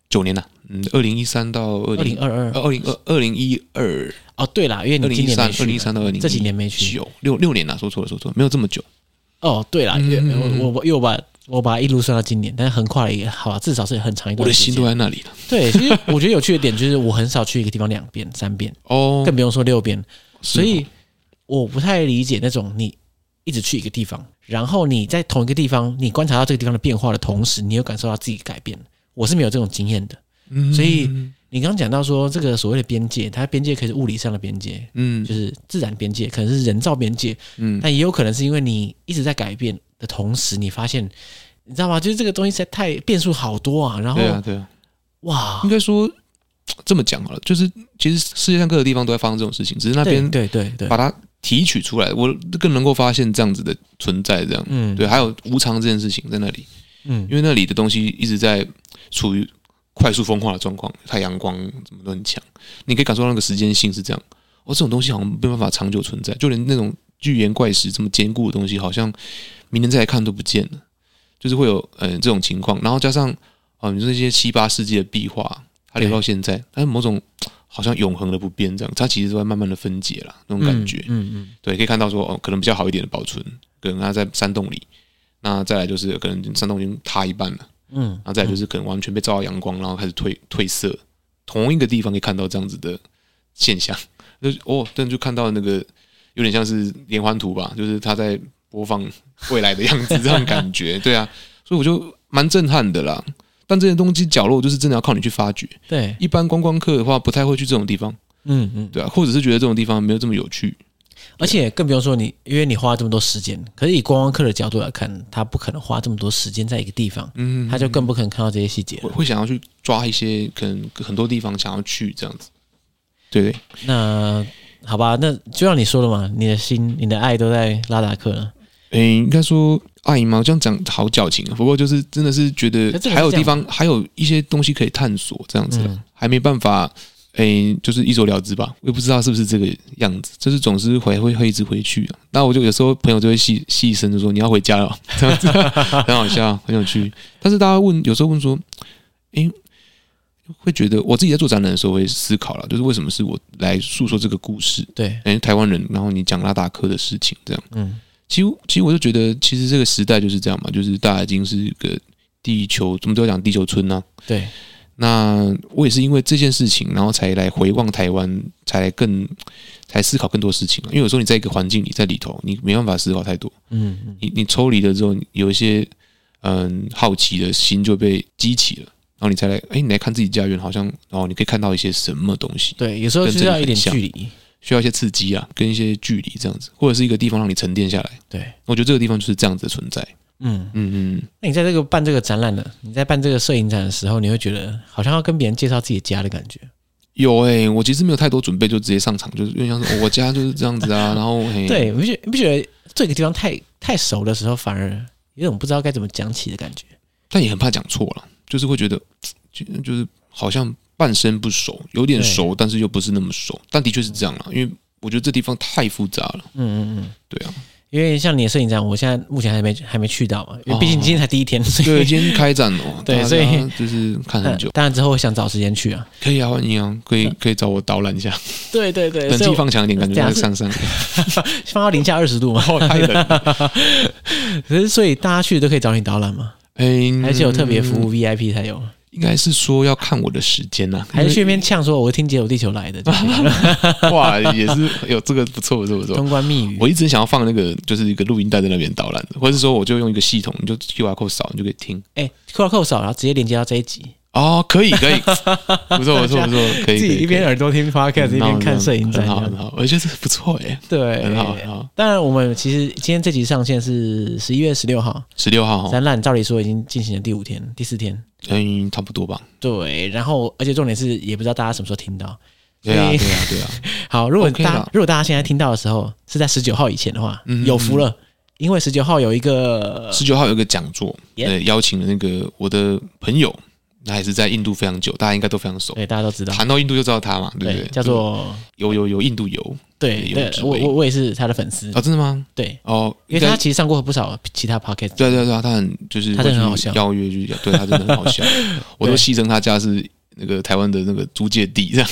Speaker 2: 九年了，嗯，二零一三到二
Speaker 1: 二
Speaker 2: 零
Speaker 1: 零二二。
Speaker 2: 二零二二零一二
Speaker 1: 哦，对啦，因为你
Speaker 2: 二零
Speaker 1: 今
Speaker 2: 一
Speaker 1: 年
Speaker 2: 三
Speaker 1: 没
Speaker 2: 二零一
Speaker 1: 去
Speaker 2: 三
Speaker 1: 嘛。
Speaker 2: 到二零
Speaker 1: 这几年没去
Speaker 2: 九六六年了，说错了说错了，没有这么久，
Speaker 1: 哦，对啦，因为
Speaker 2: 嗯
Speaker 1: 我我因为我把我把一路算到今年，但是横跨了一个，好吧，至少是很长一
Speaker 2: 我
Speaker 1: 段
Speaker 2: 的
Speaker 1: 时
Speaker 2: 心
Speaker 1: 间。
Speaker 2: 都在那里了。
Speaker 1: 对，其实我觉得有趣的点就是，我很少去一个地方两遍、三遍，
Speaker 2: 哦，
Speaker 1: 更不用说六遍。所
Speaker 2: 是哦
Speaker 1: 以我不太理解那种你一直去一个地方，然后你在同一个地方，你观察到这个地方的变化的同时，你又感受到自己改变。我是没有这种经验的。
Speaker 2: 嗯
Speaker 1: 所以你刚刚讲到说，这个所谓的边界，它边界可以是物理上的边界，
Speaker 2: 嗯
Speaker 1: 就是自然边界，可能是人造边界，
Speaker 2: 嗯，
Speaker 1: 但也有可能是因为你一直在改变的同时，你发现，你知道吗？就是这个东西实在太变数好多啊，然后
Speaker 2: 对啊对啊，
Speaker 1: 哇
Speaker 2: 应，该说这么讲好了，就是其实世界上各个地方都在发生这种事情，只是那边
Speaker 1: 对对对
Speaker 2: 把
Speaker 1: 对，
Speaker 2: 它提取出来，我更能够发现这样子的存在，这样、
Speaker 1: 嗯，
Speaker 2: 对，还啊有无常这件事情在那里，
Speaker 1: 嗯
Speaker 2: 因为那里的东西一直在处于快速风化的状况，太阳光什么都很强，你可以感受到那个时间性是这样。哦，这种东西好像没办法长久存在，就连那种巨岩怪石这么坚固的东西，好像明天再来看都不见了，就是会有嗯、呃这种情况，然后加上哦、你说那些七八世纪的壁画，它留到现在，它某种好像永恒的不变这样，它其实都在慢慢的分解啦，那种感觉。
Speaker 1: 嗯嗯
Speaker 2: 对，可以看到说哦，可能比较好一点的保存，可能它在山洞里，那再来就是可能山洞已经塌一半了，
Speaker 1: 嗯，
Speaker 2: 然后再来就是可能完全被照到阳光，然后开始褪褪色，同一个地方可以看到这样子的现象， 就是哦，但就看到那个有点像是连环图吧，就是它在播放未来的样子这种感觉，对啊，所以我就蛮震撼的啦。但这些东西角落就是真的要靠你去发掘，
Speaker 1: 对，
Speaker 2: 一般观光客的话不太会去这种地方，
Speaker 1: 嗯嗯，
Speaker 2: 对啊，或者是觉得这种地方没有这么有趣，
Speaker 1: 而且更不用说你，因为你花这么多时间，可是以观光客的角度来看，他不可能花这么多时间在一个地方，
Speaker 2: 嗯，
Speaker 1: 他就更不可能看到这些细节
Speaker 2: 会
Speaker 1: 了。
Speaker 2: 会想要去抓一些可能很多地方想要去这样子，对对，
Speaker 1: 那好吧，那就像你说的嘛，你的心、你的爱都在拉达克了，
Speaker 2: 诶、应该说爱吗？这样讲好矫情啊。不过就是真的是觉
Speaker 1: 可
Speaker 2: 得
Speaker 1: 是这个是
Speaker 2: 还有
Speaker 1: 这样
Speaker 2: 地方，还有一些东西可以探索，这样子啦、啊
Speaker 1: 嗯
Speaker 2: 还没办法。诶、就是一走了之吧，我也不知道是不是这个样子，就是总是回会会一直回去啊。那我就有时候朋友就会细细声就说你要回家了，这 样子很好笑，很有趣。但是大家问有时候问说，诶、会觉得我自己在做展览的时候会思考了，就是为什么是我来诉说这个故事，
Speaker 1: 对，
Speaker 2: 哎、台湾人，然后你讲拉达克的事情，这样，
Speaker 1: 嗯，
Speaker 2: 其实其实我就觉得，其实这个时代就是这样嘛，就是大家已经是一个地球，我们都讲地球村啊。
Speaker 1: 对，
Speaker 2: 那我也是因为这件事情，然后才来回望台湾，才来更才思考更多事情、啊。因为有时候你在一个环境里，在里头，你没办法思考太多。
Speaker 1: 嗯嗯，
Speaker 2: 你你抽离了之后，你有一些嗯好奇的心就被激起了，然后你才来，哎、你来看自己家园，好像哦，你可以看到一些什么东西。
Speaker 1: 对，有时候
Speaker 2: 跟
Speaker 1: 需
Speaker 2: 这个
Speaker 1: 要一
Speaker 2: 很
Speaker 1: 点
Speaker 2: 像
Speaker 1: 距离，
Speaker 2: 需要一些刺激啊，跟一些距离这样子，或者是一个地方让你沉淀下来。
Speaker 1: 对，
Speaker 2: 我觉得这个地方就是这样子的存在。
Speaker 1: 嗯，
Speaker 2: 嗯嗯，
Speaker 1: 那你在这个办这个展览呢，你在办这个摄影展的时候，你会觉得好像要跟别人介绍自己的家的感觉，
Speaker 2: 有诶、我其实没有太多准备，就直接上场，就是因为像是、哦我家就是这样子 啊，然后嘿，
Speaker 1: 对，你不觉你不觉得这个地方太太熟的时候，反而有种不知道该怎么讲起的感觉？
Speaker 2: 但也很怕讲错了，就是会觉得就就是好像半生不熟，有点熟，但是又不是那么熟，但的确是这样啦，啊因为我觉得这地方太复杂了。
Speaker 1: 嗯嗯嗯。
Speaker 2: 对啊，
Speaker 1: 因为像你的摄影展，我现在目前还没还没去到嘛，因为毕竟今天才第一天，所
Speaker 2: 哦对，
Speaker 1: 以
Speaker 2: 今天开展哦，
Speaker 1: 对
Speaker 2: 大家
Speaker 1: 所以嗯
Speaker 2: 就是看 很久，
Speaker 1: 当然之后会想找时间去啊。
Speaker 2: 可以啊，欢迎啊，可以可以找我导览一下，
Speaker 1: 对对对
Speaker 2: 冷气放强一点，感
Speaker 1: 这
Speaker 2: 觉
Speaker 1: 样
Speaker 2: 在
Speaker 1: 是
Speaker 2: 上 上，
Speaker 1: 放到零下二十 度嘛，
Speaker 2: 哦，太冷了。
Speaker 1: 可是所以大家去都可以找你导览嘛，
Speaker 2: 哎，
Speaker 1: 还是有特别服务 VIP 才有，
Speaker 2: 应该是说要看我的时间啊啦，
Speaker 1: 还是去那边呛说我听解我地球来 的，这样
Speaker 2: 因为 哇，也是有这个不错不错 不错。
Speaker 1: 通关密语
Speaker 2: 我。一直想要放那个，就是一个录音带在那边导览的，或者是说我就用一个系统，你就 QR code 扫，你就可以听。
Speaker 1: 哎，QR code 扫，然后直接连接到这一集，
Speaker 2: 哦，可以 可以，不错不错不错，可以。
Speaker 1: 自己一边
Speaker 2: 可以
Speaker 1: 耳朵听 podcast
Speaker 2: 可以
Speaker 1: 一边看摄影
Speaker 2: 很
Speaker 1: 展，
Speaker 2: 好
Speaker 1: 这样
Speaker 2: 很好，我觉得这个不错哎，
Speaker 1: 对，
Speaker 2: 很好很好。
Speaker 1: 当然，我们其实今天这集上线是十一月十六号，
Speaker 2: 十六号哦，
Speaker 1: 展览照理说已经进行了第五天、第四天，
Speaker 2: 嗯，差不多吧。
Speaker 1: 对。然后，而且重点是也不知道大家什么时候听到。
Speaker 2: 对啊
Speaker 1: 所以
Speaker 2: 对啊对啊，
Speaker 1: 好，如果
Speaker 2: OK
Speaker 1: 大家、
Speaker 2: 啦
Speaker 1: 如果大家现在听到的时候是在十九号以前的话，
Speaker 2: 嗯
Speaker 1: 有福了，因为十九号有一个
Speaker 2: 十九号有一个讲座，
Speaker 1: Yeah
Speaker 2: 对，邀请了那个我的朋友，那也是在印度非常久，大家应该都非常熟。
Speaker 1: 对大家都知道，
Speaker 2: 谈到印度就知道他嘛，对不
Speaker 1: 对
Speaker 2: 对？
Speaker 1: 叫做
Speaker 2: 有有有印度游
Speaker 1: 对
Speaker 2: 有
Speaker 1: 对
Speaker 2: 指，
Speaker 1: 我
Speaker 2: 挥
Speaker 1: 我我也是他的粉丝，
Speaker 2: 啊，真的吗？
Speaker 1: 对，
Speaker 2: 哦，
Speaker 1: 因为
Speaker 2: 应该
Speaker 1: 他其实上过不少其他 podcast，
Speaker 2: 对对对啊，他很就是
Speaker 1: 他真的很
Speaker 2: 会
Speaker 1: 好
Speaker 2: 去
Speaker 1: 笑
Speaker 2: 邀约去对他真的很好 笑，我都戏称他家是那个台湾的那个租借地 这样。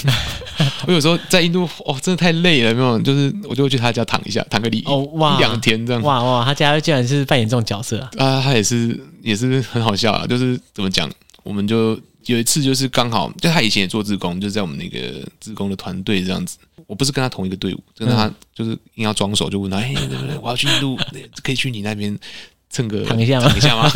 Speaker 2: 我有时候在印度哦，真的太累了，有没有，就是我就会去他家躺一下，躺个礼
Speaker 1: 哦哇
Speaker 2: 一两天这样。
Speaker 1: 哇哇，他家竟然是扮演这种角色啊，
Speaker 2: 啊，他也是也是很好笑啊，就是怎么讲，我们就有一次就是刚好，就他以前也做志工，就在我们那个志工的团队这样子。我不是跟他同一个队伍，跟
Speaker 1: 嗯
Speaker 2: 他就是硬要装熟，就问他，哎、对不对？我要去印度， 可以去你那边蹭 个
Speaker 1: 躺一下吗
Speaker 2: 躺一下吗？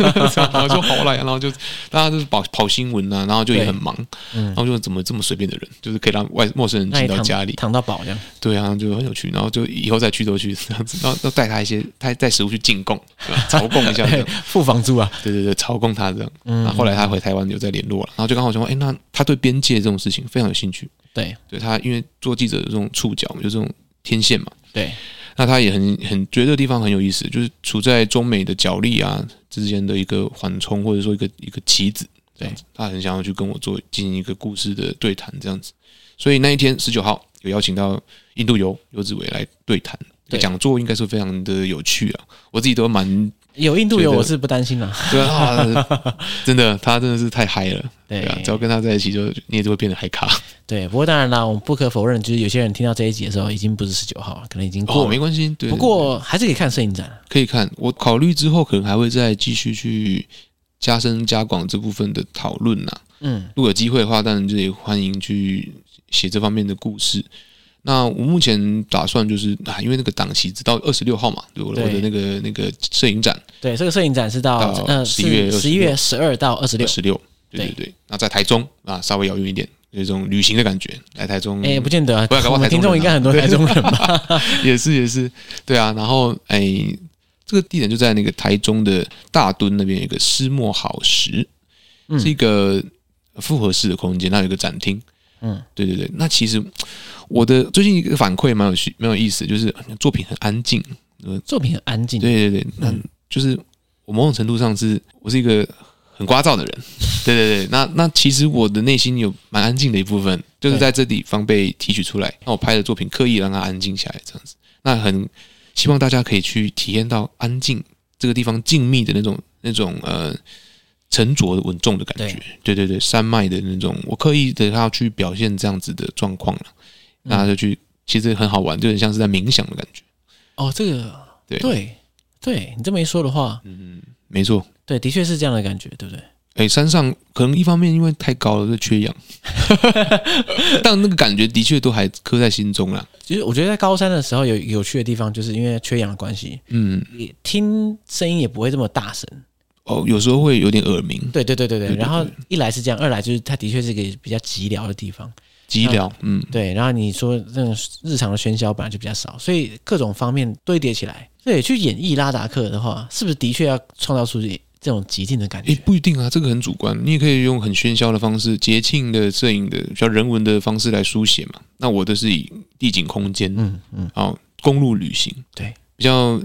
Speaker 2: 然后说好来，然后就大家就是跑跑新闻啊，然后就也很忙，然后就怎么这么随便的人，就是可以让外陌生
Speaker 1: 嗯
Speaker 2: 人
Speaker 1: 那
Speaker 2: 进
Speaker 1: 你
Speaker 2: 到
Speaker 1: 躺
Speaker 2: 家里，
Speaker 1: 躺到饱这样，
Speaker 2: 对啊，就很有趣，然后就以后再去都去这样子，然后要带他一些，他带食物去进贡，对吧朝贡一下这样，
Speaker 1: 付房租啊，
Speaker 2: 对对对，操控他这样。
Speaker 1: 嗯
Speaker 2: 然后后来他回台湾有在联络了，然后就刚好想说，哎，那他对边界这种事情非常有兴趣，
Speaker 1: 对
Speaker 2: 对他因为做记者有这种触角嘛，就这种天线嘛，
Speaker 1: 对，
Speaker 2: 那他也很很觉得这个地方很有意思，就是处在中美的角力啊之间的一个缓冲，或者说一个一个棋子。这样子，他很想要去跟我做进行一个故事的对谈这样子，所以那一天十九号有邀请到印度游游志伟来对谈。
Speaker 1: 对
Speaker 2: 讲座应该是非常的有趣啊，我自己都蛮
Speaker 1: 有印度
Speaker 2: 觉
Speaker 1: 有
Speaker 2: 得
Speaker 1: 我是不担心啦，
Speaker 2: 对啊，真的，他真的是太嗨了。
Speaker 1: 对
Speaker 2: 对啊，只要跟他在一起就，你也就会变得嗨咖。
Speaker 1: 对，不过当然啦，我们不可否认，就是有些人听到这一集的时候，已经不是十九号了，可能已经过
Speaker 2: 哦，
Speaker 1: 了。
Speaker 2: 没关系，对。
Speaker 1: 不过还是可以看摄影展。
Speaker 2: 可以看，我考虑之后可能还会再继续去加深加广这部分的讨论呐。
Speaker 1: 嗯，
Speaker 2: 如果有机会的话，当然就也欢迎去写这方面的故事。那我目前打算就是啊，因为那个档期直到二十六号嘛，对我的我
Speaker 1: 对
Speaker 2: 的那个那个摄影展
Speaker 1: 对，这个摄影展是到
Speaker 2: 到
Speaker 1: 呃
Speaker 2: 11月
Speaker 1: 十一月十二到二十
Speaker 2: 二
Speaker 1: 六。
Speaker 2: 十六，对对对。那在台中啊，稍微遥远一点，有一种旅行的感觉，来台中
Speaker 1: 哎，不见得啊
Speaker 2: 嗯不要搞，不好
Speaker 1: 我们听众应该很多台
Speaker 2: 台
Speaker 1: 中
Speaker 2: 中
Speaker 1: 人 吧？
Speaker 2: 也是也是，对啊。然后哎、这个地点就在那个台中的大墩那边有一个石墨好石，
Speaker 1: 嗯
Speaker 2: 是一个复合式的空间，那有一个展厅。
Speaker 1: 嗯，
Speaker 2: 对对对。那其实我的最近一个反馈蛮有趣，蛮有意思，就是作品很安静，呃
Speaker 1: 作品很安静，，
Speaker 2: 对对对，那就是我某种程度上是我是一个很聒噪的 人，对对对，那那其实我的内心有蛮安静的一部分，就是在这地方被提取出来。那我拍的作品刻意让它安静下来，这样子，那很希望大家可以去体验到安静这个地方静谧的那种那种呃。沉着的稳重的感觉，对对对，山脉的那种，我刻意的要去表现这样子的状况了，大家就去，其实很好玩，就很像是在冥想的感觉，
Speaker 1: 哦，这个
Speaker 2: 对，嗯
Speaker 1: 对对，你这么一说的话，
Speaker 2: 没错，
Speaker 1: 对，的确是这样的感觉，对不对？
Speaker 2: 哎、山上可能一方面因为太高了，就缺 氧，但那个感觉的确都还刻在心中啦。
Speaker 1: 其实我觉得在高三的时候有有趣的地方，就是因为缺氧的关系，
Speaker 2: 嗯，
Speaker 1: 你听声音也不会这么大声。
Speaker 2: 哦，有时候会有点耳鸣，
Speaker 1: 对对对对对。
Speaker 2: 对对
Speaker 1: 然后一来是这样，二来就是它的确是一个比较寂寥的地方。
Speaker 2: 急疗，嗯，
Speaker 1: 啊对，然后你说那种日常的喧嚣本来就比较少，所以各种方面堆叠起来。对，去演绎拉达克的话，是不是的确要创造出这种极尽的感
Speaker 2: 哎、
Speaker 1: 觉？
Speaker 2: 不一定啊，这个很主观，你也可以用很喧嚣的方式、节庆的摄影的比较人文的方式来书写嘛。那我的是以地景空间，
Speaker 1: 嗯嗯，
Speaker 2: 哦，公路旅行，
Speaker 1: 对，
Speaker 2: 比较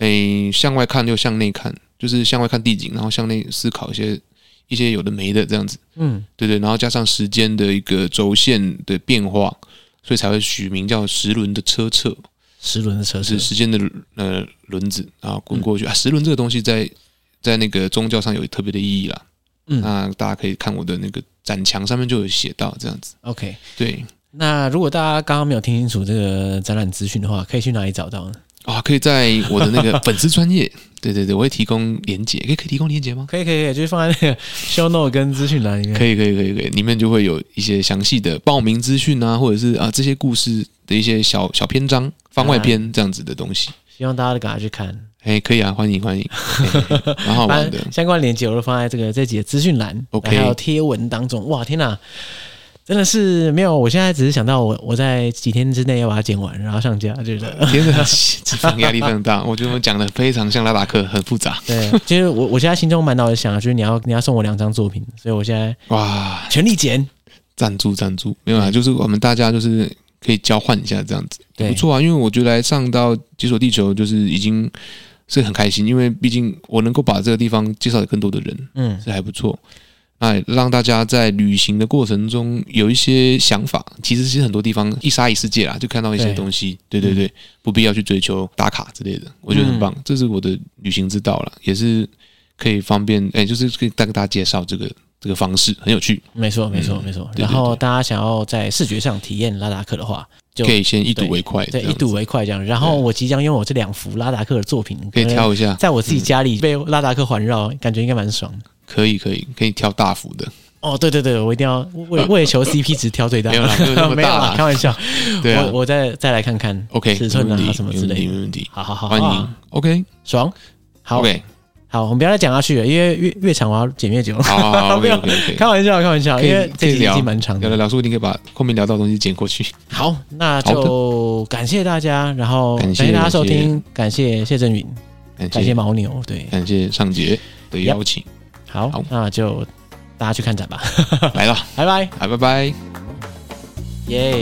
Speaker 2: 诶、向外看又向内看，就是向外看地景，然后向内思考一些一些有的没的这样子。
Speaker 1: 嗯，
Speaker 2: 对对，然后加上时间的一个轴线的变化，所以才会取名叫时轮的车辙，
Speaker 1: 十轮的车
Speaker 2: 就是
Speaker 1: 是
Speaker 2: 时间的呃轮子啊滚过去、啊。时轮这个东西在在那个宗教上有特别的意义啦。
Speaker 1: 嗯
Speaker 2: 那大家可以看我的那个展墙上面就有写到这样子。
Speaker 1: OK。
Speaker 2: 对
Speaker 1: 那如果大家刚刚没有听清楚这个展览资讯的话，可以去哪里找到呢？
Speaker 2: 啊，可以在我的那 个粉丝专业，对对对，我会提供连接，可以可以提供连接吗？
Speaker 1: 可以可以可以，就是放在那个 show note 跟资讯栏里面。
Speaker 2: 可以可以可以可以，里面就会有一些详细的报名资讯啊，或者是啊这些故事的一些小小篇章、番外篇这样子的东西。
Speaker 1: 希望大家都赶快去看。
Speaker 2: 哎，可以啊，欢迎欢迎，嘿嘿蛮 好玩的。
Speaker 1: 相关链接我都放在这个这集的资讯栏
Speaker 2: OK
Speaker 1: 还有贴文当中。哇，天哪，真的是没有！我现在只是想到我我在几天之内要把它剪完，然后上架，觉得
Speaker 2: 天哪， 脂肪压力非常大。我觉得我讲的非常像拉达克，很复杂。
Speaker 1: 对。其实我我现在心中满脑子想，就是你要你要送我两张作品，所以我现在
Speaker 2: 哇，
Speaker 1: 全力剪。
Speaker 2: 赞助赞助，没有啊，就是我们大家就是可以交换一下这样子，
Speaker 1: 对
Speaker 2: 不错啊。因为我觉得来上到《解锁地球》就是已经是很开心，因为毕竟我能够把这个地方介绍给更多的人，
Speaker 1: 嗯，
Speaker 2: 这还不错。那也让大家在旅行的过程中有一些想法，其实其实很多地方一沙一世界啦，就看到一些
Speaker 1: 对嗯
Speaker 2: 东西。对对对，不必要去追求打卡之类的，我觉得很棒。这是我的旅行之道啦，也是可以方便，哎、就是可以带给大家介绍这个这个方式，很有趣，
Speaker 1: 没错没错
Speaker 2: 嗯
Speaker 1: 没错。
Speaker 2: 对对
Speaker 1: 然后大家想要在视觉上体验拉达克的话，就
Speaker 2: 可以先一睹
Speaker 1: 对
Speaker 2: 为快，
Speaker 1: 对
Speaker 2: 这样
Speaker 1: 一
Speaker 2: 子
Speaker 1: 睹为快这样。然后我即将拥有这两幅拉达克的作品，
Speaker 2: 可以挑一下，
Speaker 1: 在我自己家里被拉达克环绕，感觉应该蛮爽的。
Speaker 2: 可以可以可以挑大幅的，
Speaker 1: 哦，对对对，我一定要为为求 CP 值挑最大，
Speaker 2: 没有啦没有那么
Speaker 1: 没有
Speaker 2: 大
Speaker 1: 啦
Speaker 2: 啦
Speaker 1: 开玩笑。
Speaker 2: 对啊
Speaker 1: 我我再再来看看
Speaker 2: ，OK，
Speaker 1: 尺寸
Speaker 2: 没问
Speaker 1: 啊
Speaker 2: 题
Speaker 1: 什么
Speaker 2: 没
Speaker 1: 之
Speaker 2: 问
Speaker 1: 类
Speaker 2: 题没
Speaker 1: 的。
Speaker 2: 问题，
Speaker 1: 好好好，
Speaker 2: 欢
Speaker 1: 好
Speaker 2: 迎
Speaker 1: 啊
Speaker 2: ，OK
Speaker 1: 爽。好
Speaker 2: OK，
Speaker 1: 好，我们不要再讲下去了，因为越越长我要剪越久。
Speaker 2: 好好 好
Speaker 1: 没
Speaker 2: ，OK
Speaker 1: 有
Speaker 2: OK OK，
Speaker 1: 开玩笑，开玩笑，
Speaker 2: 可以
Speaker 1: 因为这集已
Speaker 2: 可以聊
Speaker 1: 经蛮长
Speaker 2: 聊
Speaker 1: 的
Speaker 2: 聊。聊，说不定可以把后面聊到的东西剪过去。
Speaker 1: 好，那就感谢大家，然后
Speaker 2: 感
Speaker 1: 感
Speaker 2: 谢
Speaker 1: 谢大家收听，感谢谢振宇，
Speaker 2: 感
Speaker 1: 感谢牦牛，对，
Speaker 2: 感谢上杰的邀 请，好
Speaker 1: 好，那就大家去看展吧，
Speaker 2: 来了，啊
Speaker 1: 拜拜，
Speaker 2: 来，拜拜。
Speaker 1: 耶。